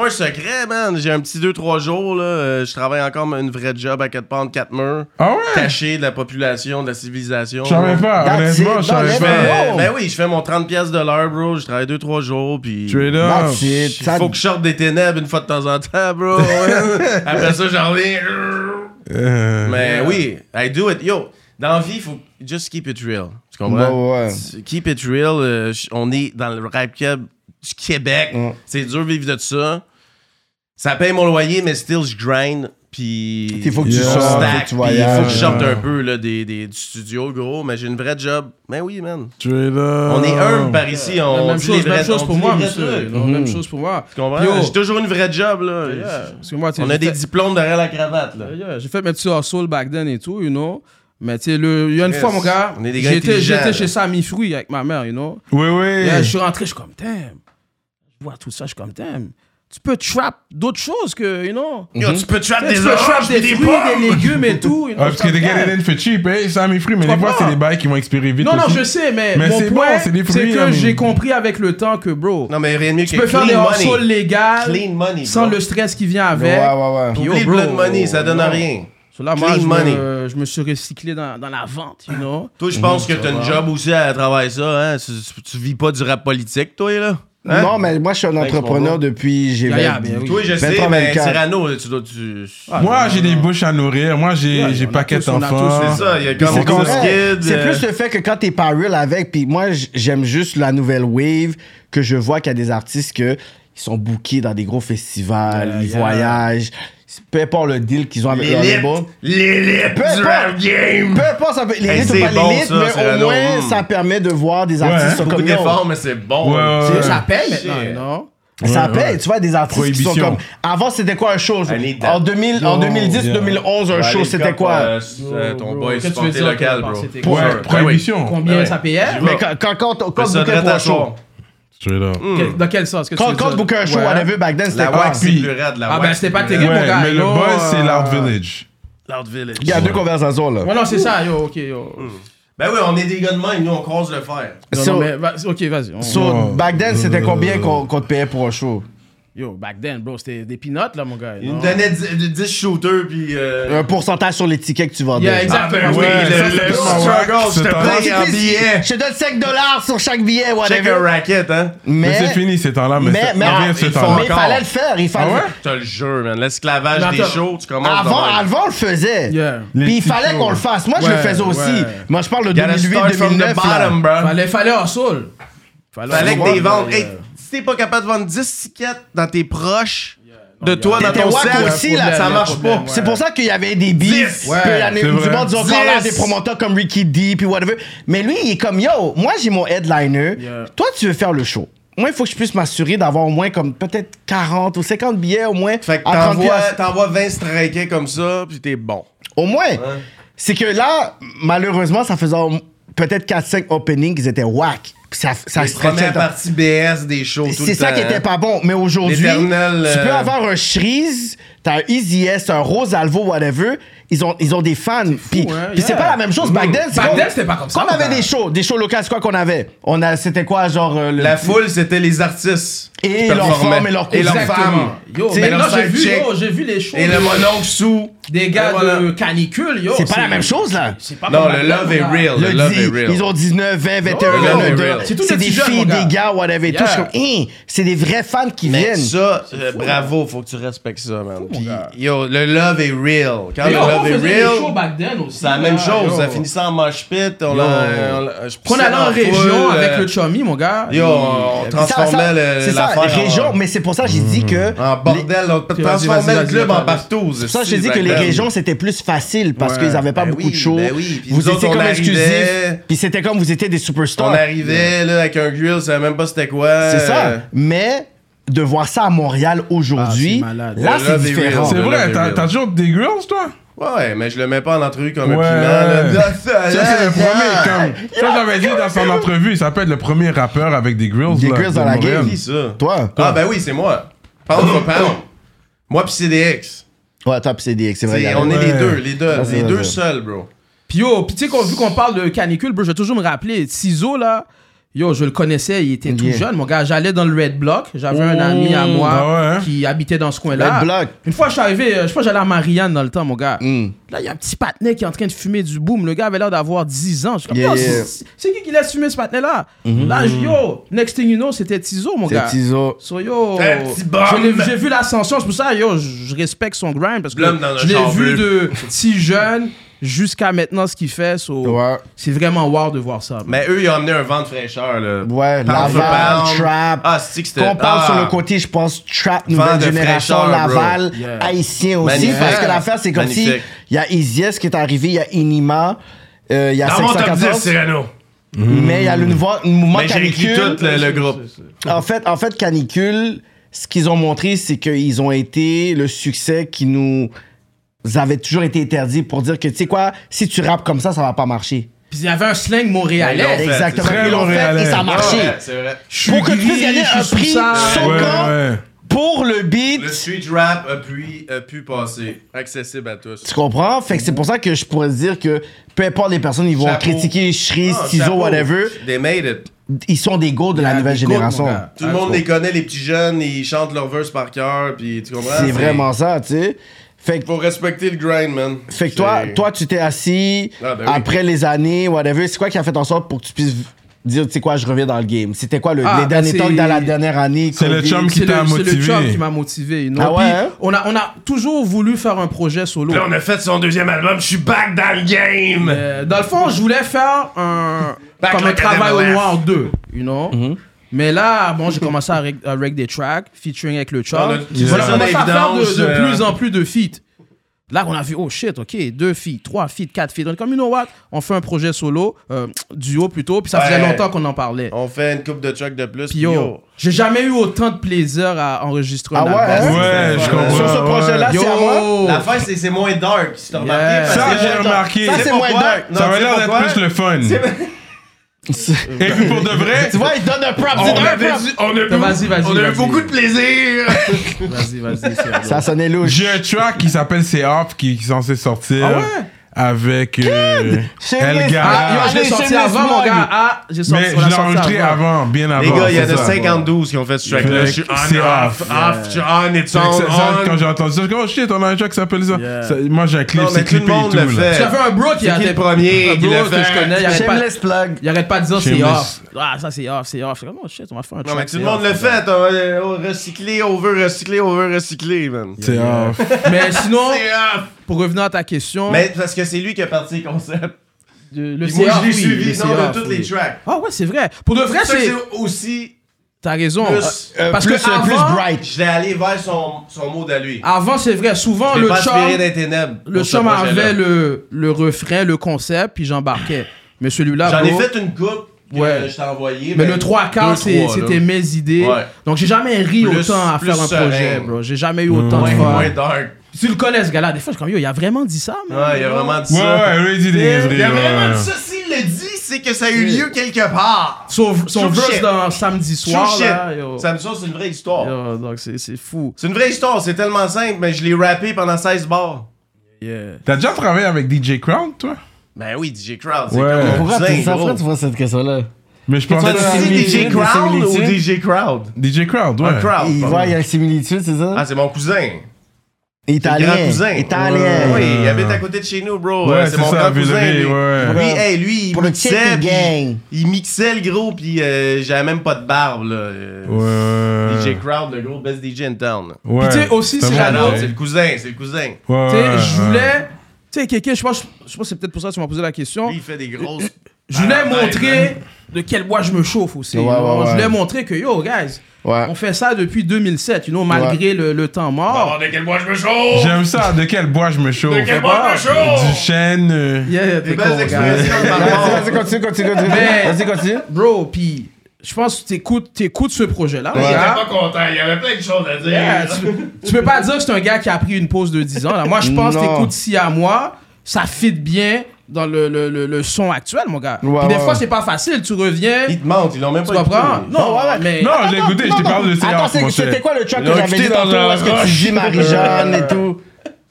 D: Pas un secret, man. J'ai un petit 2-3 jours. Là. euh, Je travaille encore une vraie job à 4 pentes, 4 murs.
A: Ah ouais?
D: Caché de la population, de la civilisation.
A: Je savais
D: là.
A: pas,
E: That's it,
A: honnêtement, je savais
E: that's
D: Je
E: it.
A: pas.
D: fais-
E: Wow.
D: ben oui, je fais mon 30$ piastres de l'heure, bro. Je travaille 2-3 jours, puis...
A: Straight up.
E: that's it.
D: Il
E: Ça-
D: faut que je sorte des ténèbres une fois de temps en
A: [laughs]
D: temps, bro. Après ça, j'en reviens.
A: Euh,
D: Mais oui, I do it. Yo, dans la vie, il faut just keep it real. Tu comprends?
E: Ouais, ouais.
D: Tu- Keep it real. euh, j- on est dans le rap cab du Québec. C'est dur de vivre de ça. Ça paye mon loyer, mais still, je grind Puis.
E: Il faut que tu
D: on
A: sortes, faut
D: stack,
E: que tu
D: puis Il faut que je
E: voyages,
D: sorte
A: ouais.
D: un peu là, des, des- du studio, gros. Mais j'ai une vraie job. Mais oui, man.
A: Straight up.
D: On est humble par ici. On
C: Ah. même
D: dit les
C: chose,
D: vrais-
C: même chose
D: on
C: pour
D: dit
C: moi,
D: les vrais
C: monsieur.
D: trucs.
C: Non, Même chose pour moi.
D: Tu comprends?
C: Yo,
D: J'ai toujours une vraie job, là. oh, Yeah.
C: parce que moi, tu sais,
D: On
C: j'ai
D: a des
C: fait-
D: diplômes derrière la cravate, là.
C: Yeah, j'ai fait mes petits hustle back then et tout, you know. Mais tu sais, le- il y a une
D: Yes.
C: fois, mon gars,
D: On est des gars
C: j'étais
D: intelligents, là.
C: j'étais chez Sammy Fruit avec ma mère, you know.
A: Oui, oui.
C: Yeah, je suis rentré, je suis comme, damn. Je vois tout ça, je suis comme, damn. Tu peux trap d'autres choses que, you know.
F: Yo, tu peux trap
C: Mm-hmm. Tu
F: des
C: peux trap
F: oranges
C: des
F: pis des
C: fruits,
F: pommes.
C: des légumes et tout. you know,
A: Ah, parce
C: je
A: que
C: suis
A: des
C: comme,
A: gars,
C: damn.
A: les fait cheap, hein. Ça, mes fruits, mais
C: Tu
A: des fois,
C: comprends?
A: c'est des bails qui vont expirer vite.
C: Non, non,
A: aussi.
C: je sais, mais,
A: Mais
C: mon
A: c'est
C: point,
A: bon, c'est des
C: c'est
A: fruits,
C: que
A: hein, mais-
C: j'ai compris avec le temps que, bro,
D: Non, mais rien de mieux que
C: tu peux faire des
D: clean
C: hustles
D: money.
C: légales
D: Clean money,
C: sans
D: bro.
C: le stress qui vient avec.
E: Ouais, ouais, ouais.
C: Puis, yo,
D: Oublie le
C: bro,
D: blood money, ça donne
C: non.
D: rien.
C: So là, moi,
D: Clean
C: je
D: money.
C: me, je me suis recyclé dans, dans la vente, you know.
D: Toi, je pense que t'as une job aussi à travers ça, hein? Tu, tu- tu vis pas du rap politique, toi, là? Hein?
E: Non, mais moi, je suis un
D: Thanks, mon
E: entrepreneur depuis. J'ai
C: Yeah, yeah,
E: 20
C: mais oui.
D: Toi, je sais,
E: 23,
D: mais
E: 24.
D: Cyrano, tu dois... Tu...
A: Moi, j'ai des bouches à nourrir. Moi, j'ai j'ai
C: on a
A: paquet
C: tous- on a
A: d'enfants.
C: tous-
D: C'est ça, il y a
E: Puis
D: comme
E: c'est
D: Ghost
E: correct.
D: Kid,
E: C'est
D: euh,
E: plus le fait que quand t'es pas real avec, puis moi j- j'aime juste la nouvelle wave que je vois qu'il y a des artistes que ils sont bookés dans des gros festivals, ils voyagent, peu importe le deal qu'ils ont avec leur
F: L'élite,
E: label.
F: l'élite
E: Peu
F: du rap game.
E: Peu importe, ça peut les
D: Hey,
E: hits
D: c'est
E: ou pas
D: bon,
E: les hits,
D: ça, c'est
E: mais
D: un
E: au moins
D: homme.
E: ça permet de voir des
A: hein,
E: artistes sont
D: Beaucoup
E: comme yo.
D: d'efforts, mais c'est bon.
A: Ouais, ouais,
D: C'est-
A: ouais.
C: Ça paye maintenant,
D: Shit.
C: you know.
E: Ça
A: Ouais,
E: paye,
A: ouais.
E: tu vois, des artistes qui sont
A: Prohibition.
E: comme. Avant, c'était quoi un show?
D: I need that.
E: En, 2000, en 2010,
A: yeah.
E: 2011, un
D: Ouais,
E: show,
D: les
E: c'était
D: cops,
E: quoi?
D: euh, c'est, euh, ton
C: Bro,
D: boy
C: qu'est-ce que tu veux
D: supporter
C: dire,
D: local,
C: par
D: bro.
C: c'était
A: Ouais,
C: quoi?
D: Ben oui.
A: prohibition.
C: Combien
D: Ouais.
C: ça payait?
E: Mais quand, quand, quand,
D: Fais
E: quand
D: ça
E: booker
D: direct
E: pour
D: à
E: un show,
D: soir.
A: Straight up.
C: Que- Dans quel sens? Qu'est-ce que tu
E: quand,
C: veux
E: quand
C: dire?
E: booker un show,
C: Ouais.
E: whatever, back then, c'était
D: La
E: quoi?
D: wax, c'est
A: puis-
D: plus raide, la
C: Ah,
D: wax,
C: ben, c'était pas
D: plus
C: terrible.
D: raide.
C: mon
A: Ouais,
C: gars,
A: mais le
C: non,
A: buzz, c'est
C: euh,
A: l'Art Village.
D: Loud Village.
E: Il y a deux conversations, là.
C: Ouais, non, c'est ça, yo, ok, yo.
D: Ben oui, on est des gars de même, nous, on croise le fer.
C: Non,
E: So-
C: non, mais va- ok, vas-y. on-
E: So,
A: Wow.
E: back then, c'était combien qu'on qu'on te payait pour un show?
C: Yo, back then, bro, c'était des peanuts, là, mon gars.
D: Ils
C: non?
D: nous donnaient 10 shooters, puis... euh,
E: Un pourcentage sur les tickets que tu vendais.
C: Yeah,
E: Ah.
D: Ah, ben
C: exactement.
D: oui,
A: Ouais, ça,
D: le,
A: c'est
D: le
A: tellement wax,
D: struggle, je
A: c'est un-
D: te paye en
E: Plus,
D: billets.
E: Je te donne 5 dollars sur chaque billet,
D: Check un
E: whatever.
D: racket, hein.
A: Mais c'est
E: Mais,
A: fini ces temps-là, mais,
E: mais,
A: c'est-
E: mais,
A: on revient
E: mais
A: à ce
D: ils
A: temps-là.
D: font-
E: il fallait le faire. Il fallait
A: Ah ouais?
D: Je te le jure, man. L'esclavage
C: Mais
D: des
C: attends.
D: shows, tu commences
E: Avant,
D: de même.
E: avant, on le faisait.
C: Yeah.
A: Les
E: Puis il
A: petits
E: fallait
A: shows.
E: qu'on le fasse. Moi, je
C: Ouais,
E: le faisais aussi.
C: ouais.
E: Moi, je parle de
D: Gotta
E: 2008,
D: start from
E: 2009.
D: the bottom,
E: là.
D: bro.
C: Fallait, fallait hustle.
D: Fallait que
C: hustle,
D: des ventes.
C: yeah.
D: Hey, si t'es pas capable de vendre 10 tickets dans tes proches, de toi, dans
E: T'étais
D: ton
E: wack
D: cercle,
E: aussi, là.
D: ça
C: y a
D: marche
C: un
D: pas.
C: problème, ouais.
E: C'est pour ça qu'il y avait des beats.
F: Dix.
E: Puis il y en a
A: c'est
E: du
A: vrai.
E: monde, ils ont encore là,
D: Dix.
E: des promoteurs comme Ricky D, puis whatever. Mais lui, il est comme, yo, moi, j'ai mon headliner.
C: Yeah.
E: Toi, tu veux faire le show. Moi, il faut que je puisse m'assurer d'avoir au moins comme peut-être 40 ou 50 billets au moins.
D: Fait que
E: à 30
D: t'envoies-
E: piastres.
D: t'envoies 20 strikés comme ça, puis t'es bon.
E: Au moins. C'est que là, malheureusement, ça faisait peut-être 4-5 openings qui étaient whack. Puis ça, ça
D: Les
E: se stretchait
D: premières
E: dans-
D: parties BS des shows tout le temps.
E: Ah,
D: hein.
E: C'est ça qui était pas bon. Mais aujourd'hui, tu
D: L'éternel, euh,
E: peux avoir un Shreeze, t'as un Easy S, un Rosalvo, whatever. Ils ont, ils ont des fans. Puis
C: hein,
E: puis c'est
C: yeah.
E: pas la même chose. Back then, c'est
C: Back
E: comme-
C: then, c'était pas comme ça,
E: Quand on
C: mon
E: avait
C: gars.
E: des shows, des shows locales, c'est quoi qu'on avait On a, C'était quoi, genre. euh, le-
D: La foule, c'était les artistes.
E: Et
D: qui
E: leurs
D: performaient.
E: femmes et leurs
D: Et leurs
E: cousins.
D: femmes.
C: Yo,
D: T'sais,
C: mais là,
D: leur
C: j'ai vu,
D: sidechick.
C: yo, j'ai vu les shows.
D: Et le mononcle sous.
C: Des
D: Et
C: gars
D: Ben voilà.
C: de canicule, yo.
E: c'est pas la même chose, là.
C: c'est pas
D: Non,
C: comme la-
D: le love est
C: la-
D: real. Le
E: Le
D: love
E: dit-
D: est real.
E: Ils ont 19, 20, 21,
C: Oh,
D: mais
E: 22.
D: real.
C: C'est tous
E: C'est
C: des
E: des
C: petits jeunes,
E: filles,
C: mon gars.
E: des gars, whatever. et tout.
C: Yeah.
E: Je suis comme, Hein, c'est des vrais fans qui
D: Mais
E: viennent.
D: ça, euh, bravo, faut que tu respectes ça, man. Puis, yo, le love est real. Quand
C: Yo,
D: le
C: on
D: love est
C: faisait des shows
D: real,
C: back then aussi.
D: c'est la
C: là,
D: même chose.
C: Ah, yo.
D: Ça finissait en mosh pit. On
C: Yo.
D: l'a- on l'a- je
C: Qu'on
D: poussais
C: allait en
D: dans la
C: région
D: foule,
C: avec
D: euh,
C: le chummy, mon gars.
D: Yo, on
C: Il-
D: transformait le-
E: c'est ça,
D: l'affaire en-
E: région. Mais c'est pour ça que j'ai dit que.
D: En bordel, on
C: Vas-y, vas-y,
D: transformait le
C: vas-y,
D: club
C: vas-y.
D: en partout.
E: C'est pour ça, que j'ai dit que les régions, c'était plus facile parce qu'ils n'avaient pas
D: Ben
E: beaucoup
D: oui,
E: de shows.
D: ben oui. Puis
E: Vous
D: nous autres,
E: étiez
D: on
E: comme exclusifs.
D: arrivait-
E: Puis c'était comme vous étiez des
D: On
E: superstars.
D: arrivait là, avec un grill, on savait même pas c'était quoi.
E: C'est
D: Euh,
E: ça. Mais de voir ça à Montréal aujourd'hui,
C: Ah, c'est malade.
E: là,
D: Le
E: c'est
D: love est
E: différent.
D: real.
A: C'est
D: Le love
A: vrai,
D: est
A: t'as
D: real.
A: t'as toujours des girls, toi?
D: Ouais, mais je le mets pas en entrevue comme
A: Ouais.
D: un piment. Là.
A: Ça, c'est le
D: [laughs]
A: premier. Comme, ça, j'avais dit dans son entrevue, il s'appelle le premier rappeur avec des grills.
E: Des
A: là,
E: grills
A: de
E: dans la
A: Montréal.
E: game.
D: Qui ça?
E: Toi?
D: Ah, ben oui, c'est moi. Pound for pound. Moi pis CDX.
E: Ouais, top CDX, c'est vrai.
D: C'est-
E: regarde.
D: on est
A: Ouais.
D: les deux, les deux,
E: Vas-y,
D: les
E: vas-y.
D: deux seuls, bro.
C: Puis yo, puis tu sais, qu'on- vu qu'on parle de canicule, bro, je vais toujours me rappeler, Tizo, là, yo, je le connaissais, il était
E: Yeah. Oh, bah
C: tout jeune, mon gars. J'allais dans le Red Block, j'avais un ami à moi
A: ah ouais, hein?
C: qui habitait dans ce coin-là.
E: Red Block.
C: Une fois, je suis arrivé, euh, je crois que j'allais à Marianne dans le temps, mon gars.
E: Mm.
C: Là, il y a un petit patinet qui est en train de fumer du boom. Le gars avait l'air d'avoir 10 ans. Je suis comme,
E: Yeah,
C: yo,
E: yeah. Mm-hmm.
C: c'est- c'est qui qui laisse fumer ce patinet-là? Là, je- yo, next thing you know, c'était Tizo, mon
E: C'est
C: gars.
E: Tizo.
C: So, yo,
F: Un petit bum.
C: je l'ai- j'ai vu l'ascension, c'est pour ça, yo, je je respecte son grind parce que
D: L'homme dans le
C: je l'ai
D: char
C: vu
D: bleu.
C: de si jeune. jusqu'à maintenant ce qu'il fait. so,
E: Ouais.
C: C'est vraiment wow de voir ça. man.
D: Mais eux, ils ont amené un vent de fraîcheur, là.
E: Ouais,
D: Pound for
E: Laval,
D: pound.
E: Trap.
D: Ah, c'est que c'était.
E: Qu'on parle
D: ah.
E: sur le côté, je pense, trap,
D: Vent
E: nouvelle
D: de
E: génération,
D: fraîcheur, bro.
E: Laval,
D: Yeah.
E: haïtien aussi.
D: Magnifique.
E: Parce que l'affaire, c'est comme
D: Magnifique.
E: si il y a Izies qui est arrivé, il y a Inima, euh, il y a
F: Dans mon top 10,
E: 714,
F: Cyrano.
E: mais il y a le nouveau le mouvement
D: Mm. Mais Ben, j'ai écrit
E: Canicule.
D: tout le, le groupe.
E: En fait, en fait, Canicule, ce qu'ils ont montré, c'est qu'ils ont été le succès qui nous avait toujours été interdit pour dire que, tu sais quoi, si tu rappes comme ça, ça va pas marcher.
C: Puis il y avait un slang
D: Ouais,
C: montréalais.
D: ils l'ont fait.
E: Exactement.
D: c'est
E: Ils l'ont fait et
A: Montréalais.
E: ça a marché.
D: Ouais, c'est vrai.
E: Pour que tu puisses gagner un prix
A: Ouais,
E: sans corps
A: ouais.
E: pour le beat.
D: Le street rap a pu, a pu passer. Accessible à tous.
E: Tu comprends? Fait que c'est pour ça que je pourrais dire que peu importe les personnes, ils vont
D: Chapeau.
E: critiquer Shri,
D: Ah,
E: Ciseaux,
D: chapeau.
E: whatever.
D: They made it.
E: Ils sont des gars de la
C: Ah,
E: nouvelle
C: des goats, mon
E: génération.
C: gars.
D: Tout le monde les connaît, les petits jeunes, ils chantent leur verse par cœur, puis tu comprends?
E: C'est vraiment ça, tu sais. Fait que,
D: Faut respecter le grind, man.
E: fait que toi,
D: C'est-
E: toi, tu t'es assis
D: Ah, ben oui.
E: après les années, whatever. C'est quoi qui a fait en sorte pour que tu puisses dire, tu sais quoi, je reviens dans le game? C'était quoi le,
C: Ah,
E: les
C: ben
E: derniers
C: c'est-
E: temps dans la dernière année?
A: C'est le
E: COVID?
A: chum qui
C: C'est
A: t'a
C: le, c'est le
A: motivé.
C: chum qui m'a motivé. you know.
E: Ah ouais,
C: Puis
E: hein?
C: on, a, on a toujours voulu faire un projet solo.
F: Là, on a fait son deuxième album. Je suis back dans le game.
C: Euh, dans le fond, je voulais faire un,
F: Back
C: comme un
F: like
C: travail au
F: NOS.
C: noir 2, you know? Mais là, bon, j'ai commencé à reg, à reg des tracks, featuring avec le
D: On a-
C: Charles.
D: tu
C: On a
D: sais,
C: commencé à faire de,
D: évidence,
C: de
D: euh,
C: plus en plus de feats. Là, on a vu, oh shit, ok, deux feats, trois feats, quatre feats. On est comme, you know what, on fait un projet solo, euh, duo plutôt, puis ça faisait
D: Ouais.
C: longtemps qu'on en parlait.
D: On fait une coupe de truck de plus.
C: Puis yo, j'ai jamais eu autant de plaisir à enregistrer
E: Ah
C: un
E: ouais,
C: album.
E: hein?
A: Ouais, je comprends.
E: Sur ce
A: ouais.
E: projet-là, c'est à moi.
C: Yo!
D: La fin, c'est c'est moins dark, si t'as remarqué.
C: Oh. Yeah.
D: parce
A: Ça,
D: que-
A: j'ai remarqué.
E: Ça,
D: Tu sais
E: c'est moins
D: pourquoi?
E: dark.
D: Non,
A: Ça
D: tu
A: va
D: sais
A: l'air d'être
D: pourquoi?
A: plus le fun. Et puis pour de vrai,
E: Tu vois, il donne un prop.
F: On,
E: c'est un
F: avait
E: prop.
F: du- on a,
C: Vas-y, vas-y,
F: on a eu
C: vas-y.
F: beaucoup de plaisir.
D: [laughs]
C: Vas-y, vas-y, c'est à
E: Ça
C: toi.
E: sonnait louche.
A: j'ai un track qui s'appelle C'est Off qui qui est censé sortir
C: Ah ouais?
A: avec euh,
E: Shameless-
A: Elga.
C: Ah, yo, je l'ai
E: Allez,
C: sorti
E: shameless
C: avant, mon
E: plug.
C: gars. Ah, j'ai sorti,
A: Mais je
C: on l'a
A: l'ai
C: sorti
A: enregistré avant, bien avant.
D: Les gars, il y en
A: c'est
D: a
A: ça.
D: 52 qui ont fait ce track-là.
A: Ouais.
F: Je suis
A: C'est
F: on, off, off, je suis on, it's
A: Ça,
F: on,
A: ça, ça, quand
F: on.
A: j'ai entendu ça, je dis, oh shit, on a un track qui s'appelle ça.
C: Yeah.
A: Ça, Moi, j'ai un clip,
D: Non, mais
A: c'est
D: tout le
A: clippé et
D: monde
A: tout.
D: le
A: là.
D: fait.
C: J'avais un bro qui
D: C'est qui
C: arrêtait
D: le premier
C: un
D: qui l'a
C: bro que je
D: fait?
C: connais, il arrête pas,
E: Shameless plug.
C: il arrête pas de dire c'est
A: Shameless.
C: off. Ah, ça c'est off, c'est off. Je suis comme, oh shit, on va faire un
D: Non,
C: track,
D: mais tout le
C: c'est
D: monde
C: off.
D: le fait. On va- on va recycler, on veut recycler, on veut recycler, man.
A: C'est off.
C: Mais sinon,
D: [laughs] C'est off.
C: pour revenir à ta question,
D: Mais parce que c'est lui qui a parti le concept.
C: de- le
D: Puis moi,
C: CA,
D: je l'ai
C: oui,
D: suivi,
C: le
D: non,
C: CA,
D: de toutes
C: oui.
D: les tracks.
C: Ah ouais, c'est vrai. Pour de vrai,
D: C'est pour ça que
C: c'est.
D: c'est aussi.
C: T'as raison.
D: Plus,
C: Euh, Parce
E: plus,
C: que
E: euh,
C: avant,
E: plus bright.
D: Je l'ai allé vers son, son mode à lui.
C: avant, c'est vrai. Souvent,
D: Je l'ai
C: le
D: pas aspiré
C: chum,
D: des ténèbres.
C: le
D: pour ce
C: chum
D: projet-là.
C: avait le, le refrain, le concept, puis j'embarquais. Mais celui-là,
D: J'en ai
C: bro,
D: fait une coupe que
C: Ouais.
D: je t'ai envoyée.
C: Mais le 3 quarts,
D: deux,
C: c'est-
D: trois, là.
C: c'était mes idées.
D: Ouais.
C: Donc, j'ai jamais ri
D: Plus-
C: autant à
D: plus
C: faire un projet,
D: serein.
C: bro. J'ai jamais eu autant
D: Moins,
C: de
D: moins
C: fun.
D: dark.
C: Tu le connais, ce gars-là. Des fois, je suis comme, yo, il a vraiment dit ça, man.
D: Ouais, il a vraiment dit
A: Ouais,
D: ça.
A: ouais, Ready
D: Il
A: Delivery.
D: y a vraiment
A: ouais.
D: dit ça. S'il le dit, c'est que ça a eu lieu quelque part.
C: Son, son
D: True
C: verse
D: shit.
C: dans Samedi
D: True
C: soir,
D: shit.
C: là, yo.
D: Ça me sort, c'est une vraie histoire.
C: Yo, donc, c'est c'est fou.
D: C'est une vraie histoire, c'est tellement simple, mais je l'ai rappé pendant 16 bars.
C: Yeah.
A: T'as déjà travaillé avec DJ Crown, toi
D: Ben oui, DJ Crowd, c'est
A: Ouais.
D: comme
E: Pourquoi
D: mon
E: tu
D: cousin,
E: dis ça,
D: gros.
E: pourquoi tu vois cette question-là?
A: Mais je pense
D: T'as
E: Pourquoi
D: dit
E: tu dis
D: DJ Crowd ou DJ Crowd?
A: DJ Crowd,
D: Un
A: ouais.
D: crowd.
E: Il
D: Ah, pardon.
E: voit, il y a une similitude, c'est ça?
D: Ah, c'est mon cousin.
E: Italien.
D: Grand cousin.
E: Italien.
D: Oui, il habite à côté de chez nous, bro.
A: Ouais,
D: Euh,
A: c'est
D: c'est mon
A: ça,
D: grand cousin.
A: Villeray,
D: lui.
A: ouais.
D: Lui, hey, lui, il
E: Pour le
D: mixait.
E: Chicken
D: puis
E: Gang.
D: Il mixait le gros, puis euh, j'avais même pas de barbe, là. Euh,
A: Ouais.
D: DJ Crowd, le gros best DJ in town.
A: Ouais.
C: Puis tu sais, aussi,
A: un
C: c'est
A: bon
C: la
D: Alors,
C: ouais.
D: c'est le cousin, c'est le cousin.
A: Ouais,
C: Tu sais,
A: ouais,
C: je
A: ouais.
C: voulais. Tu sais, quelqu'un, je pense, je pense que c'est peut-être pour ça que tu m'as posé la question.
D: Lui, il fait des grosses.
C: Je voulais
D: Ah, ouais,
C: montrer de quel bois je me chauffe aussi.
E: Ouais,
C: you know.
E: ouais, ouais.
C: Je voulais montrer que, yo, guys,
E: Ouais.
C: on fait ça depuis 2007, you know, malgré le, le temps mort.
D: Bah,
F: Oh, de quel bois je me chauffe.
A: J'aime ça, de quel bois je me chauffe
F: De quel bois je me
A: Du
F: chauffe.
A: chêne. euh,
C: Yeah, yeah, t'es
D: Des
C: con,
D: belles
C: guys.
D: expressions de
E: Vas-y,
D: barbare.
E: vas-y, continue, continue, continue.
C: Mais-
E: Vas-y, continue.
C: Bro, puis je pense que t'écoutes, t'écoutes ce projet-là.
F: J'étais
E: Ah.
C: Yeah.
F: pas content. Il y avait plein de choses à dire.
C: Yeah, tu, tu peux pas dire que c'est un gars qui a pris une pause de 10 ans. Là. Moi, je pense que
E: Non.
C: t'écoutes si à moi, ça fit bien dans le, le, le, le son actuel, mon gars.
E: Ouais,
C: Puis des
E: ouais.
C: fois, c'est pas facile. Tu reviens,
D: Ils te mentent, ils l'ont même
C: tu
D: pas
C: comprends?
D: écouté.
C: Non,
E: Ouais, ouais.
C: mais...
A: Non, Ah, je l'ai goûté, je t'ai parlé de CR.
E: Attends,
A: mon
E: c'est-
A: cher.
E: c'était quoi le track
A: Ils
E: que
A: l'ont
E: j'avais
A: écouté
E: dit
A: dans
E: tantôt?
A: un
E: Où est-ce que
A: rush.
E: tu dis Marie-Jeanne et tout?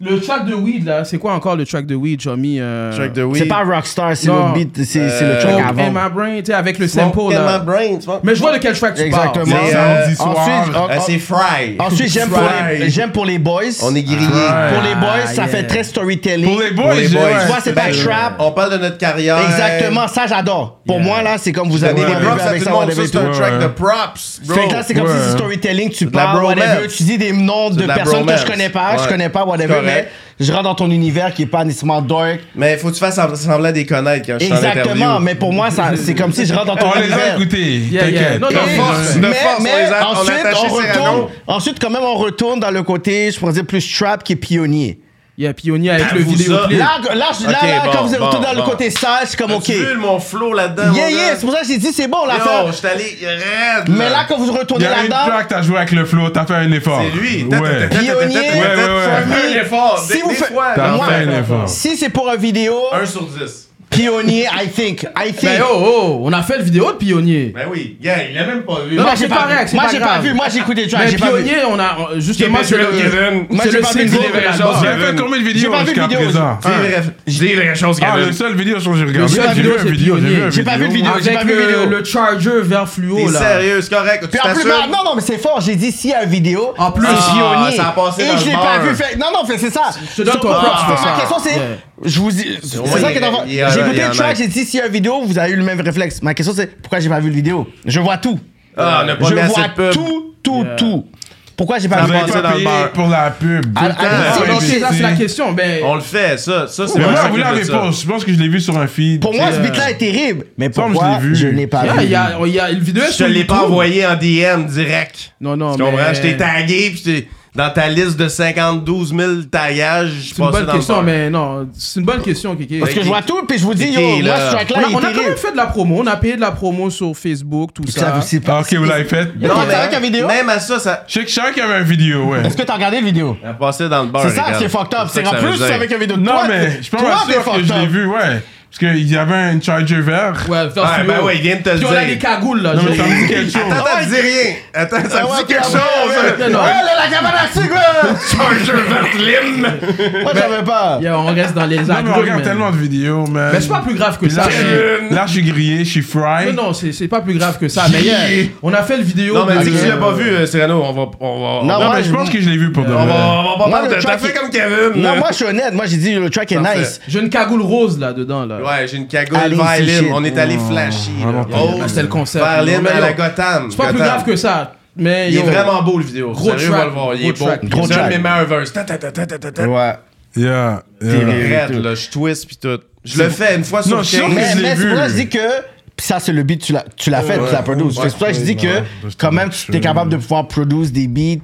C: Le track de Weed, là, c'est quoi encore le track de Weed, Johnny? Euh...
D: Track de
E: C'est
D: weed.
E: pas Rockstar, c'est
C: Non.
E: le beat, c'est c'est le
C: Choke
D: Euh,
E: track
C: in
E: avant.
C: my brain, tu sais, avec le
D: Smoke
C: sample,
D: in
C: là.
D: my brain, tu vois.
C: Mais je vois de quel track tu parles.
E: Exactement.
D: C'est, euh,
A: Samedi soir.
E: Ensuite, en-
D: Ah, c'est Fry.
E: en- ensuite, j'aime pour
D: Fry.
E: les- j'aime pour les boys.
D: On est Ah, grillés.
E: Pour les boys, ça
C: yeah.
E: fait très
A: Pour les
E: storytelling.
A: boys, j'ai-
D: boys.
A: ouais.
E: Tu vois, c'est pas
D: Ben,
E: trap.
D: On parle de notre carrière.
E: Exactement, ça j'adore. Pour moi, là, c'est comme vous
D: Donner
E: avez
D: des
E: des
D: props
E: bébés
D: à
E: avec
D: tout le
E: ça,
D: monde. Ça,
E: whatever.
D: c'est
E: tout.
D: un track de props, bro.
E: Fait que là, c'est comme
A: Ouais.
E: si c'est storytelling, tu
D: de la
E: parles,
D: bromance.
E: whatever, tu dis des noms
D: C'est
E: de
D: de la
E: personnes que
D: bromance.
E: je connais pas,
D: Ouais.
E: je connais pas, whatever,
D: Correct.
E: mais je rentre dans ton univers qui est pas nécessairement dark.
D: Mais faut que tu fasses sembl- semblant de les connaître quand je suis en
E: Exactement,
D: interview.
E: mais pour moi, ça- c'est comme si je rentre dans ton
A: On les a
E: univers.
A: écoutés.
C: Yeah, yeah.
A: T'inquiète.
C: Non, non,
E: Et-
D: force, de
E: mais-
D: force, on
E: mais
D: les a- on a
E: ensuite,
D: attaché
E: on retourne,
D: Cyrano.
E: ensuite, quand même, on retourne dans le côté, je pourrais dire, plus trap qui est pionnier.
C: Il y a Pionnier avec le
D: Ah, Vous
C: vidéoclip.
D: ça.
E: Là, là, je- là,
D: Ok,
E: là,
D: bon,
E: quand vous êtes
D: bon,
E: retourné dans
D: bon.
E: le côté sale, c'est comme, OK.
D: As-tu vu
E: Yeah,
D: mon flow là-dedans? mon
E: yeah,
D: gars?
E: c'est pour ça que j'ai dit, c'est bon,
D: Yo,
E: l'affaire.
D: je suis allé raide.
E: Mais là, quand vous
A: Il y
E: retournez
A: a une
E: là-dedans,
A: track, t'as joué avec le flow, t'as fait un effort.
D: C'est lui.
A: Ouais.
E: Pionnier,
A: Ouais, ouais, ouais.
E: for me,
D: Un effort.
E: si
D: Des-
E: vous
D: des
E: faites-
D: fois,
A: T'as
E: moi,
A: fait un effort.
E: si c'est pour un vidéo,
D: 1 sur 10.
E: pionnier, I think, I think.
C: Ben, oh, oh, on a fait le vidéo de Pionnier.
D: Ben oui, yeah, il a même pas vu.
C: Non,
E: Moi,
C: non,
E: j'ai
C: c'est
E: pas
C: correct,
E: vu.
C: c'est
E: Moi,
C: pas
E: j'ai pas
C: grave.
E: vu. Moi, j'ai écouté le track.
C: Mais
E: J'ai pas vu.
C: Pionnier, on a, on- justement, c'est le,
F: Kevin.
E: Moi,
C: c'est
E: j'ai
C: le
E: pas vu le
C: single
E: vidéo.
C: de l'album.
A: T'as fait combien de vidéos
E: pas vu
A: jusqu'à
E: de vidéo,
A: présent
F: Dis les
D: Un.
F: rêves. Dis les choses,
A: Ah,
F: Kevin.
A: le seul vidéo que j'ai regardé,
C: seul
A: j'ai vu
C: vidéo,
A: un
C: c'est
A: vidéo, j'ai vu un
C: Pionnier.
E: J'ai pas vu de
A: vidéo.
E: vidéo. J'ai
C: Avec
E: pas vu
D: euh,
E: de
C: le,
E: vidéo.
C: le Charger vert
D: T'es
C: fluo, là.
D: sérieux, c'est correct. Tu
E: Puis en plus,
D: t'assures?
E: bah, non, non, mais c'est fort. J'ai dit s'il y a une vidéo,
C: En plus,
E: c'est
C: ah,
E: pionnier.
D: ça a passé
E: Et
D: dans
E: je
D: le
E: l'ai pas
D: beurre.
E: vu. Fait, non, non, fait, c'est ça.
C: Je te donne ton
E: Ah,
C: props pour
E: Ma
C: ça.
E: question, c'est.
C: Yeah.
E: Je vous dis. C'est
D: moins,
E: ça qui est en
D: il y a-
E: J'ai
D: il y
E: écouté
D: en
E: le
D: a.
E: track, j'ai dit s'il y a une vidéo, vous avez eu le même réflexe. Ma question, c'est pourquoi j'ai pas vu le vidéo Je vois tout.
D: Ah, on n'a pas
E: Je
D: mis assez de
E: vois
D: pub.
E: tout, tout, tout. Pourquoi j'ai pas
A: Vous
E: vu
D: va
E: le
A: avez
D: passé
E: vidéo
D: dans
A: pas
D: le
A: payé
D: bar.
A: pour la pub.
E: Ah,
A: Tout le temps,
E: ah,
C: C'est
A: faut
C: non, c'est-
A: investir.
C: là, c'est la question. Ben,
D: On le fait, ça. Ça, c'est
A: Mais
D: pour
A: moi,
D: ça
A: vous
D: que
A: l'avez
D: je fais ça.
A: pas. Je pense que je l'ai vu sur un feed.
E: Pour moi, ce beat-là est terrible. Mais
A: Ça, je l'ai
E: pourquoi
A: vu.
E: je l'ai pas
C: yeah, il y
E: vu
C: a, il y a, le vidéo est
D: Je te
C: sur
D: l'ai pas
C: YouTube.
D: envoyé en DM direct.
C: Non, non,
D: Tu comprends?
C: mais-
D: Je t'ai tagué, puis t'es- dans ta liste de 52 000 taillages, je suis
C: C'est une
D: passé
C: bonne
D: dans le
C: question,
D: bar.
C: mais non, c'est une bonne question, Kiki.
E: Parce que je vois tout, puis je vous dis, yo, moi,
D: C'était, là.
E: ce
C: On
E: track-là,
C: a,
E: il
C: on
E: est
C: a quand
E: terrible.
C: même fait de la promo, on a payé de la promo sur Facebook, tout
E: Ça,
C: ça.
E: c'est
A: Ah,
E: pas-
A: ok, vous l'avez fait.
E: y a
D: Non,
E: quelqu'un avec la
D: mais
E: vidéo?
D: même à ça, ça.
A: Je sais que chacun avait un vidéo, ouais.
E: Est-ce que t'as regardé la vidéo
D: Elle a passé dans le bar.
E: C'est ça
D: Ah, regarde.
E: qui est fucked up.
D: ça
E: C'est
D: que
E: en
D: ça veut
E: plus,
D: dire.
E: c'est avec un vidéo de
A: Non,
E: toi.
A: mais
E: t'es-
A: je suis pas
E: toi,
A: mal
E: t'es
A: sûr que
E: fucked
A: je l'ai
E: up.
A: vu, ouais. Parce qu'il y avait un charger vert.
C: Ouais, vert
D: Ouais,
C: fluo.
D: ben ouais, il vient de te le
C: Puis on a
D: dire.
C: des cagoules, là.
A: Non, mais
C: j'ai-
A: ça me dit quelque chose.
D: Attends, attends, dis rien. Attends, ça
E: Ah ouais,
D: me dit
E: ok,
D: quelque
E: ouais,
D: chose.
E: ouais, ouais.
C: Non, non.
E: Ouais, là, la cabane à sucre,
D: [laughs]
E: ouais.
F: Charger vert lime.
E: Moi, j'avais pas.
C: Yeah, on reste dans les
A: Non, mais on
C: agrumes.
A: regarde tellement
C: man.
A: de vidéos, man.
C: Mais c'est pas plus grave que
A: Puis
C: ça.
A: là, je
C: mais-
A: suis- là, je suis grillé, je suis fry.
C: Non, non, c'est c'est pas plus grave que ça. Mais
F: Yeah.
C: yeah, on a fait le vidéo.
D: Non, mais
C: de-
D: dis que tu l'as pas vu, euh, Cyrano. On va. On
E: Non,
D: va.
A: Non,
E: moi,
A: mais je pense que je l'ai vu pour de
D: On va,
A: vrai.
D: on va
E: Moi,
D: pas
E: le
D: perdre. T'as
E: track
D: fait
E: est-
D: comme Kevin.
E: Non, moi, je suis honnête. Moi, j'ai dit, le track est
D: Parfait.
E: nice.
C: J'ai une cagoule rose là-dedans. Là.
D: Ouais, j'ai une cagoule
E: Allez,
D: vers
E: c'est
D: Lim.
E: shit.
D: On est allé flashy.
A: Ah,
D: là.
A: non,
D: Oh,
C: Ah, C'était le concept.
D: Vers Lim
C: Mais
D: à la
C: yo,
D: Gotham.
C: C'est pas plus
D: Gotham.
C: grave que ça. Mais
D: Il est
C: yo,
D: vraiment beau le vidéo.
C: Gros
D: Sérieux, va
C: track,
D: le voir. Il est
C: gros
D: beau.
C: track.
E: Gros
D: C'est un de
E: track.
D: mes meilleurs verses. Ta, ta, ta, ta, ta, ta, ta.
E: Ouais.
A: Yeah, yeah.
D: T'es raide, là. Je twist pis tout. Je le fais une fois sur
A: Non,
D: le
A: je suis
D: quinze.
A: sûr que
E: Mais,
A: l'ai
E: mais c'est
A: vu.
E: pour ça que je dis que. Pis ça, c'est le beat, tu l'as tu l'as fait, tu l'as produit. C'est pour ça que je dis que,
A: ouais, ouais.
E: quand même, tu es capable de pouvoir produire des beats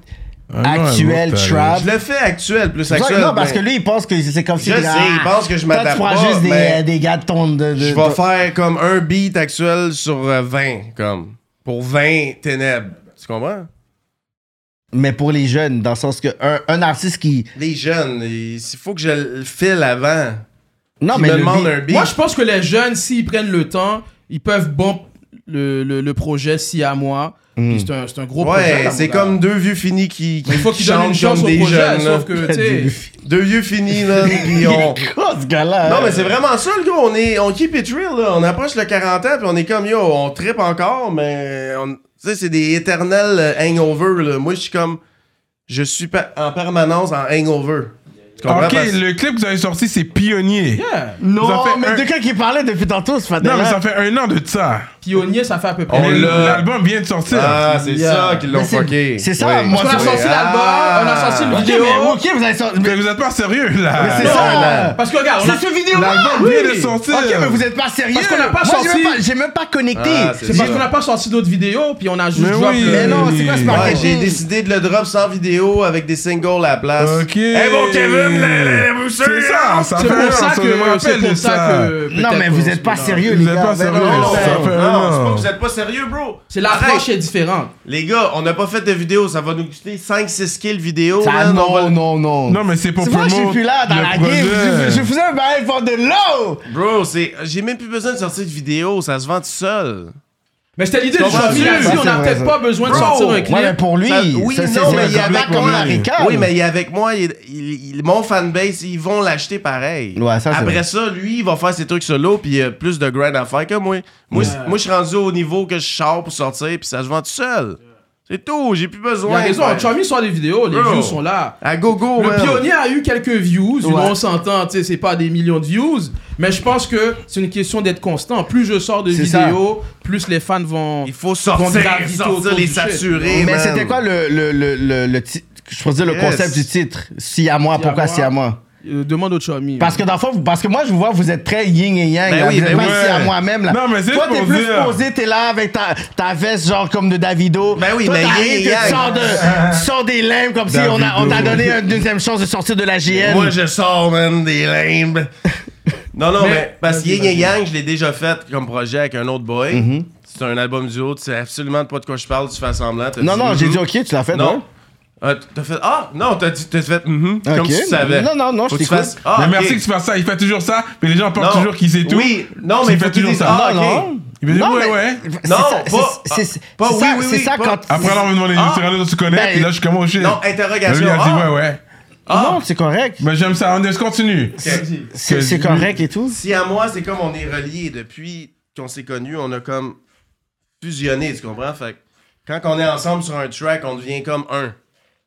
D: Ah
A: non, ouais,
E: actuels,
A: ouais,
E: trap.
D: Je le fais actuel, plus
E: C'est pour ça que-
D: actuel.
E: non, parce que
D: mais
E: lui, il pense que c'est comme si.
D: Je
E: t'es-
D: sais,
E: ah,
D: il pense que je
E: toi,
D: m'adapte
E: Tu prends
D: pas,
E: juste des,
D: mais-
E: euh, des gars de ton. de- de-
D: Je vais
E: de-
D: faire comme un beat actuel sur euh, 20, comme. Pour 20 ténèbres. Tu comprends?
E: Mais pour les jeunes, dans le sens que un, un artiste qui.
D: Les jeunes, il il faut que je le file avant.
E: Non,
D: Ils
E: mais.
D: me
E: le
D: demandent
E: beat-
D: un beat.
C: moi, je pense que les jeunes, s'ils prennent le temps, ils peuvent bump le, le, le projet si à moi. Puis C'est un, c'est un gros projet.
D: Ouais,
C: là,
D: c'est
C: mon gars.
D: comme deux vieux finis qui, qui
C: Il faut qu'ils donnent une
D: chantent
C: chance
D: comme
C: au
D: des
C: projet,
D: jeunes. là.
C: sauf que, tu sais.
D: [laughs] Deux vieux finis, [laughs] là, puis on...
E: Oh, ce gars-là.
D: Non, mais
E: hein.
D: c'est vraiment ça, le gros. On, est, on keep it real, là. On approche le 40 ans, puis on est comme, yo, on tripe encore, mais... on- Tu sais, c'est des éternels euh, hangover, là. Moi, je suis comme... Je suis pa- en permanence en hangover. Tu comprends?
A: Ok,
D: Parce-
A: le clip que vous avez sorti, c'est Pionnier.
C: Yeah.
A: Vous en
E: Non,
A: faites
E: mais
A: un-
E: de quelqu'un qui parlait depuis tantôt, ce
A: Non, mais ça
E: fatin-là.
A: fait un an de ça.
C: Pionnier, ça fait à peu près.
D: On
A: Mais
D: l'a.
A: L'album vient de sortir.
D: Ah, c'est
C: Yeah.
D: ça qu'ils l'ont
E: Mais c'est-
D: fucké.
E: c'est ça, moi,
C: on a
E: Oui,
C: sorti l'album,
D: Ah.
C: on a sorti le
E: Ok,
C: vidéo.
E: mais ok, vous avez sorti.
A: Mais
E: Mais
A: vous êtes pas sérieux là.
E: mais c'est
D: non,
E: ça.
C: Parce que regarde, on a
E: C'est ce vidéo
A: L'album
C: Oui.
A: vient de sortir.
E: Ok, mais vous êtes pas sérieux.
C: Parce qu'on a pas
E: Moi,
C: sorti-
E: j'ai même pas- J'ai même pas connecté.
D: Ah, c'est
C: C'est parce
D: ça.
C: qu'on n'a pas sorti d'autres vidéos, puis on a juste
A: Mais
C: drop
A: oui.
C: le-
E: Mais non, c'est quoi ce
A: Ouais,
D: Ouais,
E: marketing?
D: j'ai décidé de le drop sans vidéo avec des singles à la place.
A: Ok.
F: Eh bon, Kevin, la- la- la-
A: C'est ça, ça
C: C'est
A: fait un
C: pour
A: an,
C: ça
A: je me
C: que. C'est
A: rappelle de
C: pour ça que.
E: Non, mais
C: peut-être
E: vous
C: qu'on
E: êtes
C: se
E: pas
C: met dans-
E: sérieux,
A: Vous
E: les
A: êtes
E: gars.
A: pas
E: Mais non,
A: sérieux,
E: non,
D: Non,
A: ça
E: non.
A: fait un
D: non, c'est pas
A: an.
D: que vous êtes pas sérieux, bro.
C: C'est l'approche
D: Arrête.
C: est différente.
D: Les gars, on n'a pas fait de vidéo, ça va nous coûter 5-6 kills vidéo.
E: Ça,
D: man, on va-
E: non, non, non.
A: Non, mais c'est pour
E: C'est moi, je suis
A: promote
E: plus là dans
A: le
E: la
A: projet.
E: game. Je- Je faisais un bail pour de l'eau.
D: Bro, c'est... j'ai même plus besoin de sortir de vidéo, ça se vend tout seul.
C: Mais c'était l'idée du
D: Comprends-tu?
C: Johnny, il a dit,
E: Ça, c'est
C: on n'a
E: vrai,
C: peut-être
E: ça.
C: pas besoin de
D: Bro,
C: sortir un
D: ouais,
C: clip.
E: Ouais, mais pour lui,
D: Ça- oui,
E: ça, c'est-
D: non, mais
E: c'est
D: il y
E: un
D: avait
E: public comme
D: quoi?
E: un ricard.
D: Oui, mais il est avec moi, il- il- il- mon fanbase, ils vont l'acheter pareil.
E: Ouais, ça, c'est
D: Après
E: vrai.
D: ça, lui, il va faire ses trucs solo, puis il y a plus de grind à faire que moi. Moi, c'est- moi je suis rendu au niveau que je sors pour sortir, puis ça se vend tout seul. C'est tout, j'ai plus
C: Il a
D: besoin.
C: raison,
D: man.
C: Chami sort des vidéos, les
D: Bro.
C: views sont là.
D: À gogo,
C: Le
D: man.
C: pionnier a eu quelques views, you know, on s'entend, tu sais, c'est pas des millions de views, mais je pense que c'est une question d'être constant. Plus je sors de
E: C'est ça.
C: vidéos, plus les fans vont.
D: Il faut
C: vont
D: sortir,
C: graviter autour
D: sortir
C: du
D: les
C: shit.
D: saturés.
E: Mais
D: man.
E: c'était quoi le, le, le, le, le ti- je pourrais dire le
D: Yes.
E: concept du titre. Si à moi,
C: à
E: pourquoi
C: moi.
E: si à moi?
C: Euh, demande au chummy.
E: Parce que dans le fond, vous- parce que moi, je vous vois, vous êtes très yin et yang.
D: Ben
E: là.
D: oui,
E: vous êtes
D: ben
E: pas
D: oui.
E: ici à moi-même. là.
A: Non, mais c'est
E: Toi,
A: pour
E: t'es plus
A: dire.
E: posé, t'es là avec ta, ta veste, genre comme de Davido.
D: Ben oui,
E: Toi,
D: mais
E: t'arrives,
D: yin et
E: tu
D: yang.
E: sors de- tu sors des limbes comme si on a- on t'a donné une deuxième chance de sortir de la GN.
D: Moi, je sors, man,
E: [laughs]
D: des limbes. Non, non, mais, parce que Yin et Yang, je l'ai déjà fait comme projet avec un autre boy.
E: Mm-hmm.
D: C'est un album duo, tu sais absolument pas de quoi je parle, tu fais semblant. t'as
E: non,
D: dit
E: non, j'ai
D: mhm.
E: dit ok, tu l'as fait,
D: Non.
E: ouais.
D: Ah, t'as fait. Ah, non, t'as dit, t'as fait. mhm, Comme
E: Ok.
D: si tu savais.
E: Non, non, non,
D: Faut
E: je
D: que tu
E: t'écoute.
D: fasses. Ah,
A: Mais
D: ok.
A: merci que tu fasses ça. Il fait toujours ça, mais les gens pensent
D: Non.
A: toujours qu'il sait tout.
D: Oui, non,
A: Tu
D: mais
A: fais
D: faut que tu
A: toujours
D: dises,
A: ça.
D: Ah,
E: Non,
D: ok.
E: non.
A: Il me dit,
E: Non,
A: ouais,
E: mais-
A: ouais.
E: C'est
D: Non,
E: ça-
D: pas- ah,
E: c'est- c'est-
D: pas
E: c'est
D: oui,
E: ça-
D: oui,
E: c'est
D: oui,
E: ça
D: pas-
E: quand-
A: Après, là, on me demandait,
D: Ah.
A: tu rends tu connais,
E: Ben,
A: puis là, je suis comme, oh shit.
D: Non,
A: Là,
D: interrogation.
A: lui, il a dit,
D: Ah,
A: ouais, ouais.
E: Non, c'est correct.
A: Mais j'aime ça, on est- continue.
D: ok.
E: C'est
A: Ah. que-
E: c'est correct et tout.
D: Si à moi, c'est comme on est reliés depuis qu'on s'est connus, on a comme fusionné, tu comprends? Fait que quand on est ensemble sur un track, on devient comme un.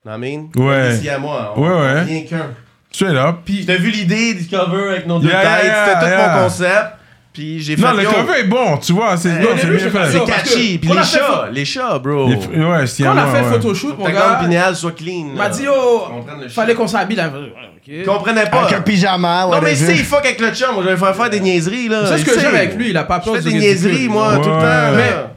D: Non, mean?
A: Ouais.
D: Si à moi, on
A: Ouais, ouais.
D: devient qu'un.
A: Straight up.
D: Puis t'as vu l'idée du cover avec nos deux
A: Yeah,
D: têtes,
A: yeah,
D: c'était tout
A: yeah.
D: mon concept. Puis j'ai fait
A: Non, le
D: yo,
A: cover est bon, tu vois. C'est non, c'est
C: début,
A: bien
C: j'ai pas
A: fait.
D: C'est
C: Non, parce
D: catchy.
C: que
D: Puis
C: on
D: les
C: a fait
D: chats,
C: ça.
D: les chats, bro.
A: Il- Ouais, si
C: Quand on
A: à
C: a
A: moi,
C: fait
A: ouais.
C: le photoshoot, mon
D: Ta grande
C: gars,
D: pinéale soit clean.
C: il m'a
D: là.
C: dit, oh,
D: On prend le
C: fallait
D: shit.
C: qu'on s'habille. là. Ouais,
D: Je
C: ok.
D: comprenais pas.
E: Avec un pyjama,
D: Non, mais
E: whatever.
D: tu sais, il fuck avec le chum. Je vais faire faire des niaiseries, là.
C: C'est ce
D: Il
C: que
D: sait.
C: j'aime avec lui, il a pas
D: Je
C: peur
D: fais
C: du
D: des
C: ridicule.
D: niaiseries, moi, tout le temps.
A: Ouais.
D: là.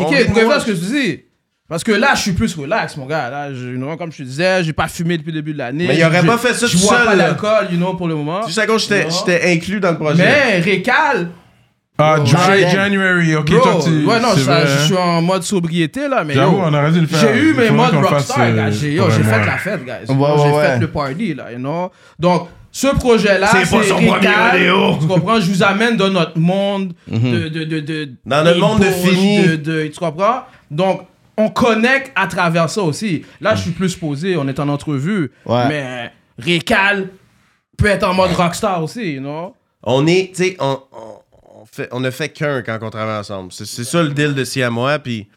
D: On rit
C: Kiki,
D: de
C: pour
D: moi.
C: faire ce que je te dis. Parce que là, je suis plus relax, mon gars. Là, je- you know, comme je te disais, j'ai pas fumé depuis le début de l'année.
D: Mais il aurait
C: Je-
D: pas fait ça
C: Je
D: tout
C: bois
D: seul, euh.
C: pas
D: là.
C: d'alcool, you know, pour le moment.
D: Juste à gauche, j'étais- j'étais inclus dans le projet.
C: Mais récal,
A: Ah, Dry
E: Biden.
A: January, ok,
C: bro.
A: toi, tu.
C: ouais, non,
A: c'est
C: ça,
A: vrai,
C: je
A: hein.
C: suis en mode sobriété, là, mais
A: J'avoue,
C: yo,
A: on aurait dû le faire.
C: J'ai eu
A: Il faudrait
C: mes modes
A: qu'on le fasse,
C: rockstar,
A: euh,
C: gars. J'ai yo, j'ai
A: vraiment.
C: fait la fête, guys.
E: Ouais,
C: Yo,
E: ouais,
C: j'ai
E: ouais.
C: fait le party, là, you know. Donc, ce projet-là,
F: C'est pas son
C: récal,
F: premier rodéo.
C: Tu comprends? Je vous amène dans notre monde de, de, de, de-
D: Dans notre
C: des
D: monde de
C: poses,
D: fini.
C: de- de- tu comprends? Donc, on connecte à travers ça aussi. Là, je suis plus posé, on est en entrevue.
E: Ouais.
C: Mais récal peut être en mode rockstar aussi, you know.
D: On est, tu sais, on, on, on fait, on ne fait qu'un quand on travaille ensemble. C'est c'est ça le deal de si à moi, puis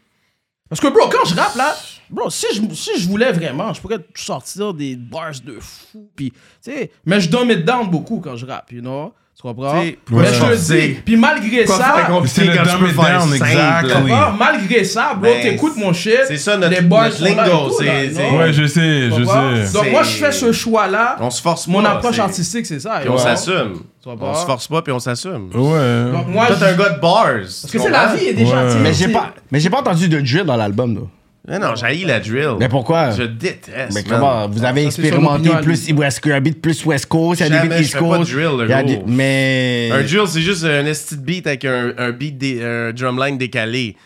C: Parce que, bro, quand je rappe, là, bro, si je, si je voulais vraiment, je pourrais sortir des bars de fou, puis, tu sais, mais je donne mes dents beaucoup quand je rappe, you know? Tu comprends?
D: Tu sais, pourquoi
C: mais je le
D: forcer?
C: dis, puis malgré
D: Pourquoi faire
C: ça,
D: compliqué
A: C'est le
D: quand tu
A: dumb
D: peux
A: it
D: faire
A: down,
D: simple?
A: exactly.
C: tu comprends? malgré ça, bro,
D: Ben,
C: t'écoutes mon shit,
D: c'est ça notre-
C: les bars
D: notre
C: sont là et
D: lingo,
C: tout, là,
D: c'est-
C: you
D: c'est-
C: know?
A: Ouais, je sais,
C: Tu
A: je
C: comprends?
A: sais.
C: Donc,
D: C'est-
C: moi, je fais ce choix-là,
D: on se force
C: mon
D: pas,
C: approche
D: c'est-
C: artistique, c'est ça,
D: Puis
C: you
D: on
C: know?
D: s'assume.
C: comprends?
D: On se force pas, puis on s'assume.
A: Ouais.
C: Donc, moi,
D: Toi,
C: je-
D: t'es un gars de bars.
C: parce que c'est la vie, est déjà,
A: Ouais.
C: tu sais,
E: Mais j'ai
C: c'est-
E: pas, mais j'ai pas entendu de drill dans l'album, là.
D: Euh, Mais non, j'haïs la drill.
E: Mais pourquoi?
D: Je déteste.
E: Mais
D: man.
E: comment vous avez
D: Ah,
C: Ça, c'est
E: expérimenté
C: son opinion à
E: plus West Kirby, plus West Coast, il y a des
D: Jamais,
E: beats
D: je
E: East
D: fais pas de
E: Coast.
D: drill, le
E: il y a des-
D: gros.
E: Mais.
D: Un drill, c'est juste un esti de beat avec un, un beat, dé- un drumline décalé.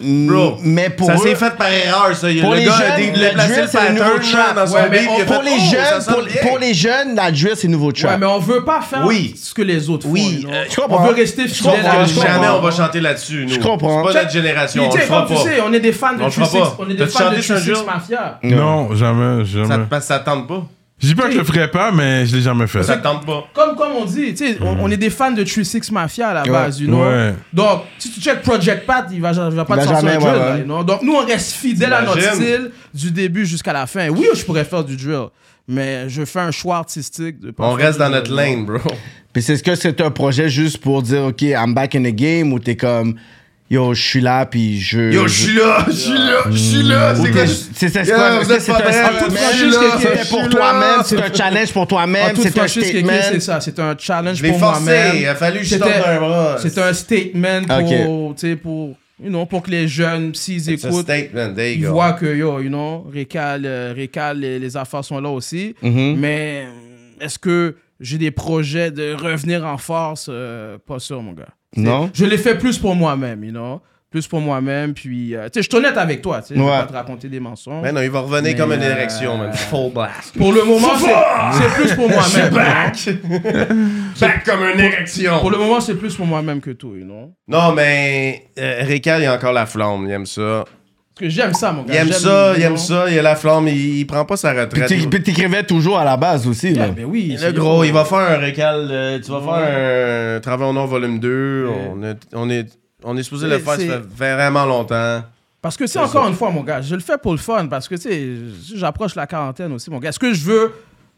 D: Bro,
E: mais pour
D: ça
E: eux-
D: s'est fait par erreur, ça.
E: Pour
D: le
E: les
D: gars
E: jeunes,
D: a dé-
E: le
D: a placé
E: drill,
D: le
E: c'est le nouveau
D: pattern
E: trap.
D: dans son
C: Ouais, mais
D: beat,
C: on-
D: puis il a
E: Pour
D: fait,
E: les
D: Oh, ça
E: jeunes,
D: sonne
E: pour,
D: bien.
E: pour les jeunes, la drill, c'est nouveau
C: Ouais,
E: trap.
C: mais on veut pas faire
D: Oui.
C: ce que les autres
D: Oui,
C: font. you know?
D: euh,
E: je comprends.
C: On veut rester fidèle à
D: Parce
C: ce
D: que
C: qu'on
D: jamais
C: fait.
D: on va chanter là-dessus, nous.
E: Je comprends.
D: C'est pas notre génération,
C: Puis,
D: on
C: tu
D: le
C: sais,
D: fera
C: comme tu
D: pas.
C: sais, on est des fans de
D: On le fera
C: 36,
D: pas.
C: on est
D: T'as
C: des fans de
D: chanté sur un
C: 36
D: jour?
C: Mafia.
A: Non, jamais,
D: Ça te,
A: jamais.
D: parce que ça te tente pas.
A: Je dis pas que je le ferais pas, mais je l'ai jamais fait.
D: Ça te tente pas.
C: Comme, comme on dit, tu sais, on, on est des fans de 36 Mafia à la base, you know.
A: Ouais.
C: Donc, si tu check Project Pat, il va, il va pas
E: Il
C: te
E: va
C: sortir
E: jamais,
C: un drill,
E: ouais,
C: là,
E: ouais.
C: you know. Donc, nous, on reste fidèle à notre
D: T'imagines?
C: style du début jusqu'à la fin. Oui, je pourrais faire du drill, mais je fais un choix artistique. De pas
D: On
C: faire
D: reste
C: du
D: dans
C: drill,
D: notre
C: you know.
D: lane, bro.
E: Puis c'est ce que c'est un projet juste pour dire, OK, I'm back in the game, ou t'es comme, yo, je suis là, puis je.
D: Yo, je suis là, je suis là, je suis là. C'est quoi? je-
E: C'est ça, c'est
D: Yeah,
E: quoi?
D: vous êtes
E: C'est
D: pas prêts,
E: un-
D: mais
C: je suis
E: c'est-
C: là, je
E: C'était
C: suis
E: pour
C: là.
E: toi-même, c'est un challenge pour
C: En
E: toi-même,
C: toute
E: c'est un
C: franchise, Kéké, c'est
E: statement.
C: ça. C'est un challenge
D: Je l'ai
C: pour
D: forcé,
C: moi-même.
D: il a fallu que je
C: C'était-
D: sorte un bras.
C: C'est un statement pour,
E: Ok.
C: tu sais, pour, you know, pour que les jeunes, s'ils
D: C'est un
C: écoutent,
D: statement, there
C: ils
D: you go.
C: voient que, yo, you know, Récal, euh, Récal, les, les affaires sont là aussi. Mais euh, est-ce que j'ai des projets de revenir en force? Euh, pas sûr, mon gars. C'est-
E: Non?
C: Je l'ai fait plus pour moi-même, you know. Plus pour moi-même, puis... euh, tu sais, je suis honnête avec toi, tu sais. Je vais
E: Ouais.
C: pas te raconter des mensonges.
D: Mais non, il va revenir
C: Mais,
D: comme une
C: euh,
D: érection, man. Full blast.
C: Pour le moment, c'est- c'est plus pour
D: [laughs]
C: moi-même.
D: Back! Back comme une érection.
C: Pour le moment, c'est plus pour moi-même que tout, you know.
D: Non, mais euh, Récal, il a encore la flamme. Il aime ça.
C: Parce que j'aime ça, mon gars.
D: Il aime ça, il aime ça. Il a la flamme. Il, il prend pas sa
E: Puis
D: retraite.
E: t'é- puis t'écrivais toujours à la base aussi, là.
C: ben oui.
D: Le gros, il va faire un récal. euh, tu vas faire un Travail en nom volume 2. On, est, on, est, on est supposé le
C: C'est-
D: faire, ça fait vraiment longtemps.
C: Parce que, c'est encore une fois, mon gars, je le fais pour le fun. Parce que, tu sais, j'approche la quarantaine aussi, mon gars. Est-ce que je veux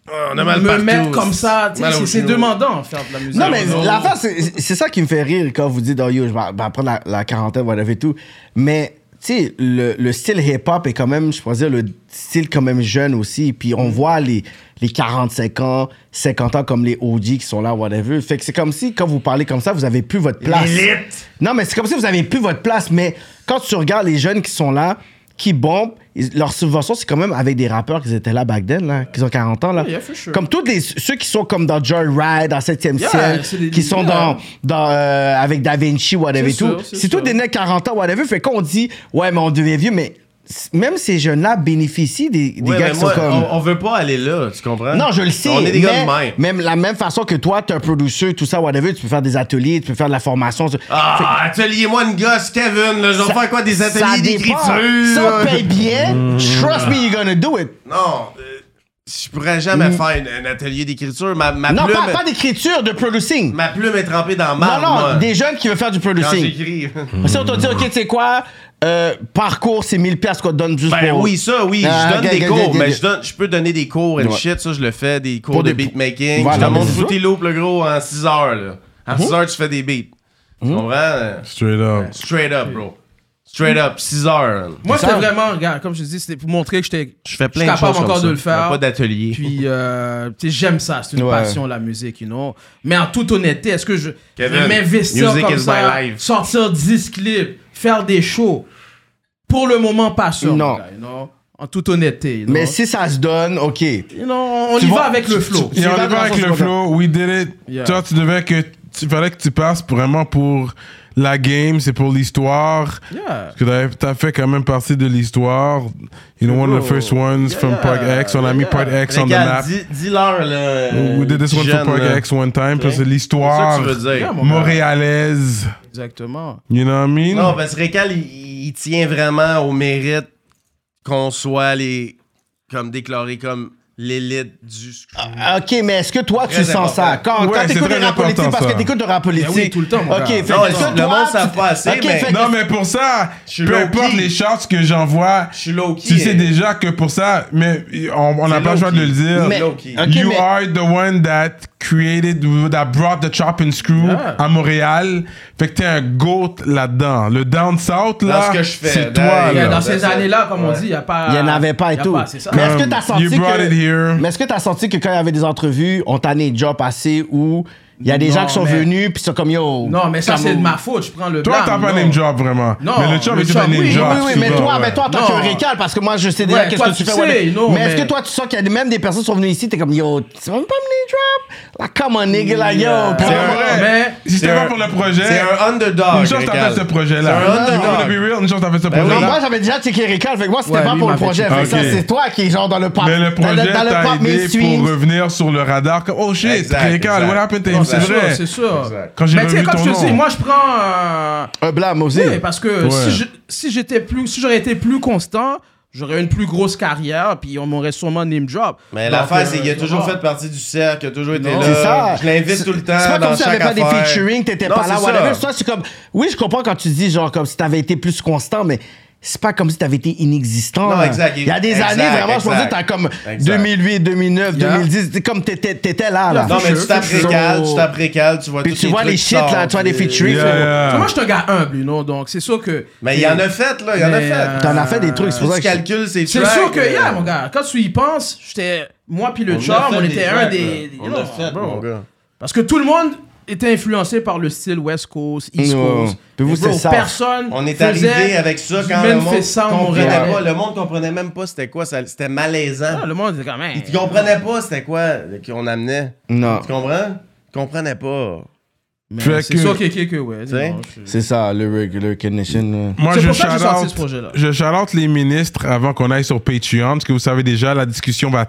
D: Ah, on a mal
C: me
D: partout.
C: mettre comme ça? tu sais,
D: Mal
C: C'est
D: aux
C: c'est
D: genoux.
C: demandant, faire de la musique.
E: Non, mais
C: you know.
E: la face, c'est c'est ça qui me fait rire quand vous dites, oh, yo, je vais, je vais prendre la, la quarantaine, whatever et tout. Mais tu sais, le, le style hip-hop est quand même, je pourrais dire, le style quand même jeune aussi. Puis on voit les, les 45 ans, 50 ans comme les OG qui sont là, whatever. Fait que c'est comme si, quand vous parlez comme ça, vous avez plus votre place.
F: L'élite.
E: Non, mais c'est comme si vous avez plus votre place. Mais quand tu regardes les jeunes qui sont là, qui bombent, ils- leur subvention, c'est quand même avec des rappeurs qui étaient là back then, là, qui ont 40 ans. Là.
C: yeah, for sure.
E: Comme tous les, ceux qui sont comme dans Joyride, dans 7e
C: Yeah, c'est des-
E: ciel, qui sont
C: yeah.
E: dans, dans, euh, avec Da Vinci, whatever
C: C'est
E: et tout.
C: sûr, c'est
E: C'est
C: sûr.
E: tout des nègres 40 ans, whatever. Fait qu'on dit, ouais, mais on devient vieux, mais c- même ces jeunes-là bénéficient des, des
D: Ouais,
E: gars
D: mais
E: qui
D: moi,
E: sont comme.
D: on, on veut pas aller là, tu comprends?
E: Non, je le sais.
D: On est des
E: mais,
D: gars de même.
E: Même la même façon que toi, t'es un producer, tout ça, whatever, tu peux faire des ateliers, tu peux faire de la formation. tu-
D: Ah, atelier-moi une gosse, Kevin, là, je vais
E: Ça-
D: faire quoi, des
E: ça
D: ateliers d'écriture?
E: dépend. Ça paye bien. Trust me, you're gonna do it.
D: Non, euh, je pourrais jamais faire un, un atelier d'écriture. Ma, ma
E: Mm. Non,
D: plume,
E: pas, pas d'écriture, de producing.
D: ma plume est trempée dans
E: Non,
D: marbre,
E: non,
D: moi,
E: des jeunes qui veulent faire du
D: quand
E: producing.
D: j'écris. [laughs]
E: Si on te dit, OK, tu sais quoi, euh, parcours, c'est 1000 piastres qu'on te donne juste
D: Ben
E: pour...
D: oui, ça, oui,
E: Ah,
D: je donne
E: ok,
D: des
E: ok,
D: cours,
E: ok,
D: mais
E: ok.
D: je, donne, je peux donner des cours et
E: Ouais.
D: shit, ça, je le fais, des cours
E: Pour
D: de
E: des-
D: beatmaking.
E: Voilà,
D: je te montre
E: mais c'est
D: Footy Loop, le gros, en 6 heures, là. En 6 heures, tu fais des beats. Tu comprends? Euh,
A: Straight up.
D: Straight up, bro. Straight up, 6 heures.
C: Moi, c'était vraiment, regarde, comme je te dis, c'était pour montrer que j'étais
D: Je fais plein
C: suis
D: de
C: capable
D: choses comme
C: encore
D: ça.
C: de le faire.
D: Pas d'atelier.
C: Puis, euh, tu sais, j'aime ça. C'est une
E: Ouais.
C: passion, la musique, you know. Mais en toute honnêteté, est-ce que je, je vais
D: Kevin,
C: m'investir
D: music
C: comme
D: is
C: ça,
D: my life.
C: sortir 10 clips, faire des shows? Pour le moment, pas sûr.
E: Non.
C: mon gars, you know. En toute honnêteté. you know.
E: Mais si ça se donne, OK.
C: You know, on
E: Tu
C: y
E: vois,
C: va avec
E: tu-
C: le flow.
E: tu-
A: Et on
E: vas
A: est
E: dans
A: pas avec
E: son
A: le
E: slogan.
A: flow, we did it.
C: Yeah.
A: Toi, tu devais que. Tu fallait que tu passes vraiment pour la game, c'est pour l'histoire.
C: Yeah.
A: Parce que t'avais- t'as fait quand même partie de l'histoire. You know, one of the first ones from Park X. On a mis Park X on the map.
D: Regarde, dis- dis-leur, là.
A: We did this one
D: jeune,
A: for Park
D: Euh, là.
A: X one time. Parce que
D: C'est ça
A: l'histoire
D: que tu veux dire.
C: mon gars.
A: montréalaise.
C: Exactement.
A: You know what I mean?
D: Non, parce que Récal, il, il tient vraiment au mérite qu'on soit les. comme déclaré comme l'élite du.
E: Ah. OK, mais est-ce que toi,
D: Très
E: tu sens ça?
D: important.
E: Quand,
A: Ouais,
E: quand
A: c'est
E: t'écoutes
A: très
E: le rap
A: important,
E: politique, parce
A: ça.
E: que t'écoutes le rap politique...
C: Ben oui, tout le temps, mon
E: OK,
C: gars.
E: fait
D: Non,
E: que est-ce que
D: le
E: toi,
D: monde
E: tu-
D: savent pas assez,
E: OK,
D: mais-
E: fait que-
A: Non, mais pour ça,
D: suis
A: peu
D: low-key.
A: importe les charts que j'envoie,
D: suis low-key,
A: tu sais
D: hein.
A: déjà que pour ça, mais on on n'a
D: C'est
A: pas le choix de
D: low-key.
A: le dire.
E: Mais-
D: Low-key.
E: OK,
A: you
E: mais-
A: are the one that created, that brought the chop and screw à Montréal. Fait que t'es un goat là-dedans. Le down south, là,
D: ce que je fais,
A: c'est
D: dans-
A: toi,
D: Yeah,
C: Yeah,
A: là.
C: dans
D: ben
C: ces
D: ça-
C: années-là, comme on dit, il n'y a pas.
E: Il n'y en avait pas et
C: y a
E: tout.
C: c'est ça.
E: mais est-ce que
A: Um,
E: t'as senti
A: you brought it here.
E: que... Mais est-ce que t'as senti que quand il y avait des entrevues, on t'en est job assez ou il y a des
C: Non,
E: gens qui sont
C: mais-
E: venus puis sont comme yo...
C: Non, mais ça,
E: comme-
C: c'est de ma faute. Je prends le
A: Toi,
C: blâme,
A: t'as pas
C: non.
A: name job, vraiment.
C: Non,
A: mais le job
C: le
A: est
C: job,
A: un name
C: oui,
A: job.
E: Eh Oui, oui, mais
A: souvent,
E: toi,
A: ouais.
E: mais toi, en tant
C: Non.
E: que récal, parce que moi, je sais déjà
C: Ouais,
E: qu'est-ce
C: toi,
E: que tu
C: tu
E: fais.
C: sais,
E: ouais, mais-
C: non,
E: mais est-ce
C: mais-
E: que toi, tu sens qu'il y a des- même des personnes qui sont venues ici, t'es comme, yo, tu vas même pas me name drop? Like, come on, nigga, like, yo,
C: Yeah.
E: come
A: C'est
E: on.
A: vrai.
C: Mais-
A: si c'était
D: C'est
A: pas
D: un-
A: pour le projet,
D: C'est un underdog.
A: une chance t'as
D: Récal.
A: fait ce projet-là.
D: C'est un
A: I'm gonna
D: underdog.
A: be real, une chance t'as fait ce
D: oui.
E: Non,
A: projet-là.
E: moi, j'avais déjà checké récal, fait que moi, c'était
C: Ouais,
E: pas
C: lui
E: pour le
C: m'avait
E: projet. Fait que ça,
A: checké.
E: c'est toi qui est genre dans le pop.
A: Mais le
E: dans
A: projet
E: dans le
A: t'a
E: pop
A: aidé
E: mainstream.
A: pour revenir sur le radar. Comme, oh shit,
D: Exact,
A: Récal,
D: exact.
A: what happened to him?
C: Non,
A: C'est
C: c'est sûr,
A: vrai.
C: c'est sûr.
D: Exact.
A: Quand j'ai
C: Mais tu sais,
A: revu
C: comme
A: ton
C: je te dis,
A: nom.
C: moi, je prends. euh,
E: Un blâme aussi.
C: Oui, parce que
A: Ouais.
C: si je- si j'étais plus, si j'aurais été plus constant, j'aurais une plus grosse carrière, puis on m'aurait sûrement name job.
D: Mais
C: Donc,
D: l'affaire,
C: euh,
D: c'est qu'il a
C: je
D: toujours
C: vois.
D: fait partie du cercle, il a toujours été
C: Non.
D: là.
E: C'est ça.
D: Je l'invite
E: C'est-
D: tout le temps.
E: C'est pas
D: dans
E: comme si
D: chaque
E: t'avais pas des
D: affaire.
E: featuring, t'étais
D: Non,
E: pas là,
D: c'est
E: whatever.
D: ça.
E: Toi, c'est comme. Oui, je comprends quand tu dis, genre, comme si t'avais été plus constant, mais c'est pas comme si t'avais été inexistant.
D: Non,
E: là.
D: exact.
E: Il y a des
D: Exact,
E: années, vraiment, je pense
D: exact.
E: que t'as comme
D: Exact.
E: 2008, 2009,
C: Yeah.
E: 2010. C'est comme t'étais t'étais là, là.
D: Non, mais tu tapes
E: So-
D: récal, tu tapes récal, tu vois
E: Puis
D: tous
E: tu
D: les
E: vois
D: trucs
E: les
D: qui
E: shit, là,
D: sortent,
E: tu vois les
D: puis-
E: featuring.
A: Yeah,
E: c'est-
A: yeah.
C: Moi, je suis un gars humble, non, donc c'est sûr que.
D: Mais il y en a fait, là, il y en a
C: Mais, euh,
D: fait.
E: T'en as fait des trucs, c'est pour ça
D: Si tu
E: que. je-
D: calcules, Euh, c'est
C: C'est sûr que, yeah, mon gars, quand tu y penses, j'étais. Moi, puis le
D: a
C: chum,
D: fait
C: on
D: des
C: était un
D: tracks,
C: des.
D: là.
C: you
D: On
C: know,
D: l'a fait,
C: bro.
D: mon gars.
C: Parce que tout le monde était influencé par le style West Coast, East
E: Ouais, ouais.
C: Coast.
E: Puis vous,
C: Et bro,
E: c'est ça.
C: Personne.
D: On est
C: faisait
D: arrivé avec ça
C: du
D: quand le monde
C: Memphis Sound
D: comprenait
C: montréalais.
D: pas. Le monde comprenait même pas c'était quoi. ça- C'était malaisant.
C: Ah, Le monde était quand même.
D: Tu comprenais pas c'était quoi qu'on amenait.
E: Non.
D: Tu comprends? Tu comprenais pas.
C: Mais
A: Fait
C: C'est
A: que-
C: sûr que, que, que ouais.
D: sais?
C: non, je-
E: C'est ça, le regular condition.
A: Moi,
C: C'est
A: je
C: pour ça que j'ai
A: shout-out-
C: sorti ce projet-là.
A: Je shout-out les ministres avant qu'on aille sur Patreon, parce que vous savez déjà, la discussion va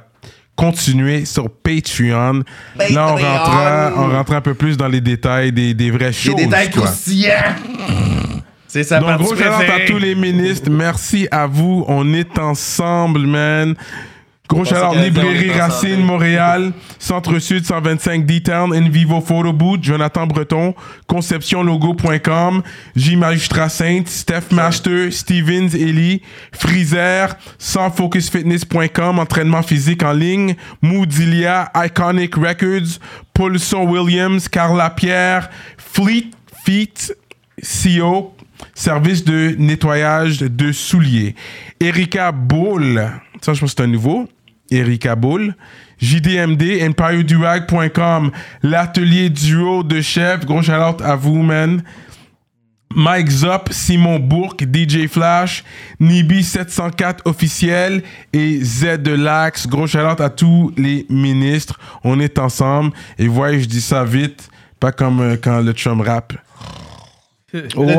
A: continuer sur Patreon. Là, on
D: Patreon.
A: rentre, on rentre un peu plus dans les détails des, des vraies
D: Des
A: choses.
D: détails
A: quoi.
D: croustillants. C'est sa
A: Donc,
D: partie
A: gros shout à
D: préférée.
A: tous les ministres. Merci à vous. On est ensemble, man. Gros shout
D: Pensez qu'à la fin, on est
A: Librairie
D: ensemble.
A: Racine, Montréal. Centre-Sud, 125 D-Town. Invivo Photo Boot. Jonathan Breton. ConceptionLogo.com. J. Magistrat Saint. Steph Master. Stevens Ellie. Freezer. SansFocusFitness.com. Entraînement physique en ligne. Moodilia. Iconic Records. Paulson Williams. Carla Pierre. Fleet Feet. CEO. Service de nettoyage de souliers. Erika Ball. Ça, je pense que c'est un nouveau. Erika Ball. JDMD, EmpireDurag.com. L'atelier duo de chef. Gros shout à vous, man. Mike Zop, Simon Bourque, DJ Flash, Nibi704 officiel et Z de l'Axe. Gros shout à tous les ministres. On est ensemble. Et voyez, je dis ça vite, pas comme euh, quand le chum rappe.
D: T'as-tu fini, le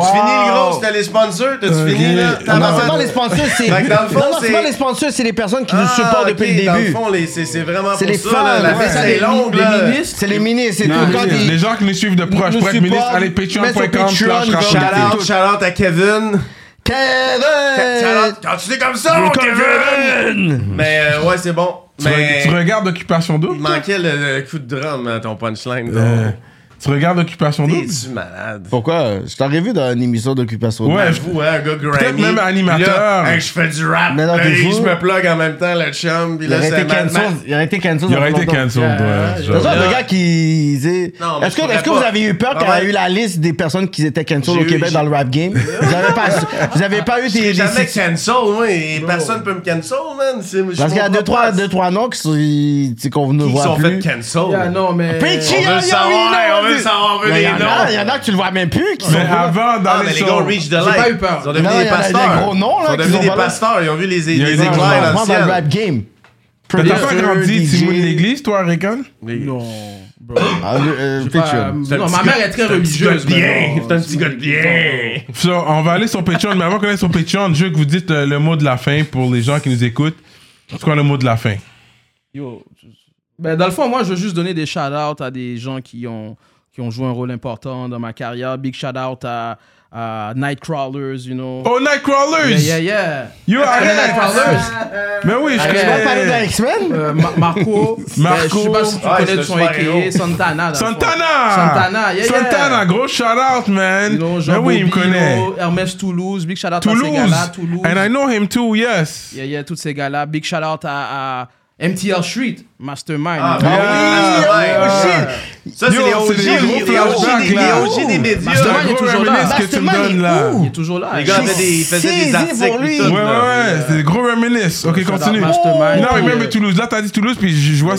D: gros? C'était les sponsors? T'as-tu fini, là?
A: Non,
D: T'as
E: Non, c'est
D: avancé-
E: pas les sponsors, c'est.
D: Fait que dans le fond,
E: Non, non, c'est pas
D: c'est-
E: les sponsors, c'est les personnes qui nous
D: Ah,
E: supportent
D: ok,
E: depuis le
D: Dans le
E: début.
D: fond, les- c'est c'est vraiment
E: C'est
D: pour
E: les fans,
D: ça. là, La
E: ouais,
D: liste,
E: c'est
D: elle est
E: les-
D: longue, là.
E: C'est les ministres, c'est tout. Quand
A: les,
E: ils-
A: les gens qui nous suivent de proche,
E: nous
A: pour être
E: supportent,
A: ministre, allez
E: mets sur
A: patreon.com slash
E: Patreon,
A: Rachel
E: shout-out.
A: Gauthier.
D: Shout-out, shout-out à Kevin.
E: Kevin!
F: Quand tu dis comme ça, mon Kevin!
D: Mais euh, ouais, c'est bon.
A: Tu, re-
D: Mais
A: tu regardes Occupation
D: il
A: Double? toi?
D: manquait le, le coup de drum à ton punchline. donc.
A: Euh, tu regardes Occupation Double?
D: T'es-tu malade?
E: Pourquoi? Je t'aurais vu dans une émission d'occupation.
A: Ouais,
E: Double.
A: je-
D: Vous, hein, un gars Grammy.
A: Peut-être même animateur.
D: Là, hey, je fais du rap.
E: Mais non,
D: Là,
E: t'es
D: il-
E: fou.
D: je me plug en même temps, le chum. Puis
E: Il
D: là,
E: aurait
D: c'est
E: été
D: Mad Max.
E: cancel. Il aurait été cancel.
A: Il aurait été
E: cancel.
A: cancel, ouais, genre.
E: C'est
D: Là-
E: le gars qui. disait-
D: Non, mais
E: Est-ce
D: je
E: que,
D: pourrais
E: est-ce que vous
D: pas.
E: avez eu peur quand
D: Ah
E: il y a
D: ouais.
E: eu la liste des personnes qui étaient cancel au
D: J'ai eu-
E: Québec
D: j'ai-
E: dans le rap game? vous avez pas, vous avez pas eu des. des-
D: J'ai
E: Oh.
D: jamais cancel, moi. et Personne peut me cancel, man. C'est- je suis
E: Parce qu'il y a
D: mon
E: deux
D: propre
E: trois,
D: place.
E: deux, trois noms qui sont, qui qu'on ne
D: Qui
E: voit
D: sont
E: plus.
D: fait cancel.
E: Oh.
C: Yeah, non, mais.
E: Pitchy,
D: On veut
E: yo,
D: le
E: yo,
D: savoir,
E: yo,
D: on veut le savoir, on veut
E: Il
D: les
E: y en a,
D: noms.
E: il y en a que tu le vois même plus. Qui sont
A: Mais
E: pas-
A: avant
D: Ah,
A: d'aller
D: mais les
A: sur...
D: gars ont reach the light.
C: pas eu peur.
D: Ils ont devenus
E: Non,
D: des
E: il y en a des
D: pasteurs.
E: gros noms, là,
D: Ils sont
E: qui
D: devenus
E: sont
D: des
E: pas là.
D: pasteurs. Ils ont vu les les
A: y a des
D: éclairs
A: gros
D: dans
E: Vraiment
D: le
E: dans le
D: ciel.
E: rap game.
A: T'as pas grandi
E: DJ.
A: Simon de l'Église, toi, à Récon?
C: Non. bro.
E: Ah, le- euh,
C: Pas-
E: Pitchon.
C: euh, non, ma mère est très religieuse. mais
F: Bien!
C: bon,
F: C'est un petit gars de bien!
A: So, on va aller sur Patreon, mais avant qu'on aille sur Patreon, je veux que vous dites euh, le mot de la fin pour les gens qui nous écoutent. C'est quoi le mot de la fin?
C: Yo, je- ben, dans le fond, moi, je veux juste donner des shout-outs à des gens qui ont, qui ont joué un rôle important dans ma carrière. Big shout-out à, à Nightcrawlers, you know.
A: Oh, Nightcrawlers!
C: Yeah, yeah, yeah.
A: Yo,
C: Tu connais
A: arrête!
C: Nightcrawlers?
A: Mais Ben oui, je
C: Arrête.
E: Tu vas parler
A: connais...
E: d'un X-Men?
C: Euh, Ma- Marco.
A: [laughs] Marco.
C: euh, je sais pas si tu
D: Ouais, c'est
C: connais
D: le
C: de son
D: super-héros.
C: équipe. Santana. dans le fond.
A: Santana!
C: Santana, yeah, yeah.
A: Santana, gros shout-out, man!
C: You know,
A: mais
C: Jean
A: Ben oui, il me
C: Bobby,
A: connaît.
C: you know, Hermès Toulouse. Big shout-out à ces
A: Toulouse!
C: gars-là. Toulouse.
A: And I know him too, yes!
C: Yeah, yeah, tous ces gars-là. Big shout-out à, à MTL Street, Mastermind.
D: Ah,
C: You know.
D: oui,
E: Ah,
D: Ça, c'est
A: Yo,
D: les
A: c'est
D: OG,
A: des gros
D: les OG,
A: flashbacks,
D: des-
A: là.
D: les OG des médias.
A: C'est
C: Mastermind
A: un
C: est
A: gros
C: toujours là.
A: reminisce que tu me
E: Mastermind
A: donnes,
E: est
A: là.
E: où?
C: Il est toujours là.
D: Les gars
C: Je-
D: avaient des, ils faisaient des
E: saisi
D: articles.
E: pour lui.
D: tout,
A: Ouais, ouais,
D: là.
A: ouais, c'est des gros reminisce. Ok,
C: Shout-out
A: continue.
C: Mastermind.
A: Non, mais
C: Puis,
A: même
C: euh,
A: Toulouse, là, t'as dit Toulouse, puis je je vois,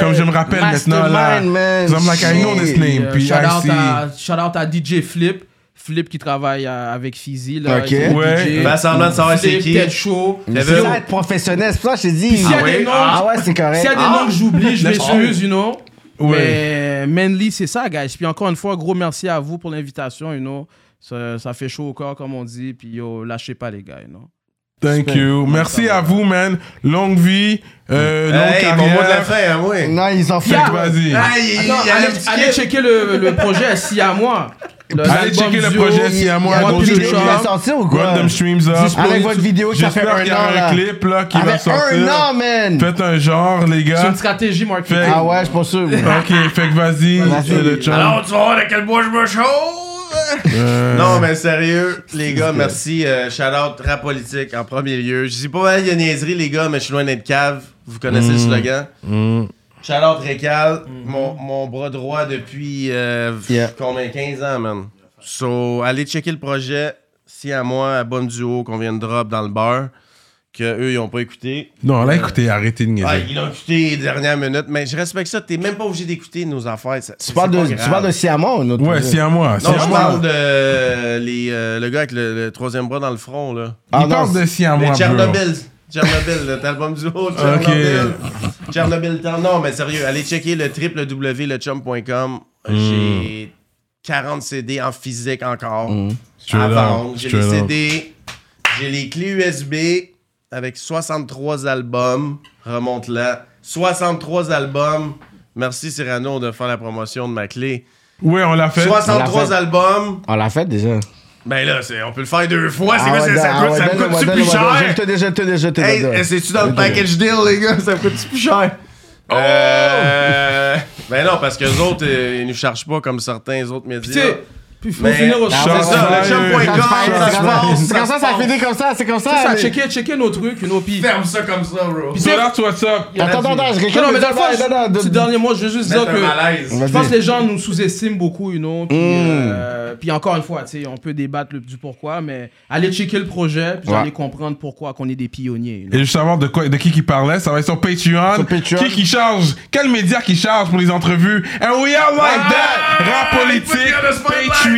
A: comme je me rappelle maintenant, là.
E: Mastermind, man.
A: So I'm like, I know this
E: Shit.
C: puis,
A: name,
C: euh,
A: puis
C: shout,
A: I
C: out
A: see.
C: à, shout out à DJ Flip. Flip qui travaille euh, avec Fizzy. Là,
E: Ok.
C: c'est le
A: Ouais.
C: DJ.
D: Fais semblant de savoir c'est
C: Flip,
D: qui.
C: Ted Show.
D: T'avais-
E: C'est ça être professionnel, c'est pour ça que je t'ai dit.
C: S'il y a
D: Ah ouais?
C: des noms,
E: Ah ouais, c'est correct.
C: s'il y a des
D: Ah.
C: noms que j'oublie, je
A: Let's go.
C: m'excuse, you know.
A: Ouais.
C: Mais mainly, c'est ça, guys. Puis encore une fois, gros merci à vous pour l'invitation, you know. Ça, ça fait chaud au corps, comme on dit. Puis yo, lâchez pas, les gars, you know.
A: Thank you. Merci à vous, man. Longue vie, euh, longue
D: Hey, mon mot de la
A: carrière.
D: fin, hein, moi.
E: Non, ils ont fait.
C: Yeah.
A: Vas-y.
D: Aïe,
C: Non,
D: il y a
C: allez,
D: le petit
C: allez
D: kid.
C: checker le, le projet Si à moi. Le-
A: Allez
C: l'album
A: checker le
C: duo,
A: projet Si à moi,
C: Moi,
A: gros
C: puis
A: show.
C: le
E: Il va
C: chum.
E: sortir ou quoi?
A: Random streams up.
E: Avec votre vidéo qui a fait
A: J'espère
E: un
A: qu'il y a
E: an,
A: un
E: là.
A: clip, là, qui va
E: Avec un
A: sortir.
E: an, man!
A: Faites un genre, les
C: C'est
A: gars.
C: une stratégie marketing.
A: Fait-
E: Ah ouais, je suis pas sûr.
A: Ok, fait que vas-y,
E: Vas-y.
A: euh, le chum.
F: Alors, tu vas voir de quel bois je me chauffe!
A: Euh,
D: Non, mais sérieux, les gars, merci. Euh, shout out rap politique en premier lieu. Je dis pas mal de niaiserie, les gars, mais je suis loin d'être cave. Vous connaissez
E: Mm.
D: le slogan. Shout out Récal, mon, mon bras droit depuis euh,
E: Yeah.
D: combien 15 ans, man. So, allez checker le projet. Si à moi, à Bonne Duo, qu'on vient de drop dans le bar, que eux, ils ont pas écouté.
A: Non, là, écoutez, arrêtez de
D: Ah,
A: niaiser.
D: ils l'ont écouté dernière minute, mais je respecte ça. T'es même pas obligé d'écouter nos affaires. ça-
E: Tu
D: c'est
E: parles
D: pas
E: de, tu
D: grave.
E: parles de Siamon ou notre
A: Ouais, c'est à moi. c'est
D: Non,
A: à
D: je
A: moi.
D: parle de euh, les, euh, le gars avec le, le troisième bras dans le front, là.
E: Ah,
A: Il
E: non,
A: parle de si à moi,
D: Mais
A: bro.
D: Tchernobyl. Tchernobyl, le- l'album du haut. Tchernobyl. Tchernobyl temps. Non, mais sérieux, allez checker le www.lechum.com.
A: Mm.
D: J'ai 40 CD en physique encore. à
A: Mm. Straight
D: vendre.
A: up,
D: J'ai les
A: straight up.
D: CD. J'ai les clés USB avec 63 albums. Remonte là. 63 albums. Merci Cyrano de faire la promotion de ma clé.
A: Ouais, on l'a fait.
E: On
D: 63
E: l'a fait.
D: albums.
E: On l'a fait déjà.
D: Ben là, c'est- on peut le faire deux fois. C'est
E: Ah
D: quoi,
E: ouais,
D: c'est- ça
E: ah
D: coûte,
E: ouais,
D: ça me
E: donne-le-moi,
D: coûte-tu plus
E: donne-le-moi, donne-le-moi.
D: cher?
E: Je te déjà, je te déjà, je te
D: Hey,
E: déjà.
D: c'est-tu dans le package deal, les gars? Ça me coûte plus cher?
C: Oh!
D: Euh, ben non, parce que les autres, euh, ils nous chargent pas comme certains autres médias.
C: Tu sais, Puis faut
D: Mais-
C: finir au
D: Ah,
C: shop.
D: c'est ça, le shop.com, ça se passe.
E: C'est comme ça, ça a fini comme ça, c'est comme
C: Ça,
E: ça.
C: ça,
E: mais-
C: checker, checker nos trucs, une opie.
F: Ferme ça comme ça, bro.
C: Puis
A: So
C: c'est-
A: that's what's up.
E: Attends, attends, attends, je
C: Non,
E: récupère.
C: non, mais dans le fond, ce dernier mois, je veux juste dire
F: Mettre un
C: que.
F: malaise.
C: Je pense que les gens nous sous-estiment beaucoup, you know. Puis, euh, puis encore une fois, tu sais, on peut débattre le- du pourquoi, mais allez checker le projet, puis vous
E: Ouais.
C: allez comprendre pourquoi qu'on est des pionniers. you know.
A: Et juste savoir de, quoi, de qui qui parlait, ça va être sur Patreon.
E: Sur Patreon.
A: Qui qui charge Quel média qui charge pour les
F: Ah,
A: entrevues And we are like that Rap
F: il faut
A: politique,
F: dire le spotlight.
A: Patreon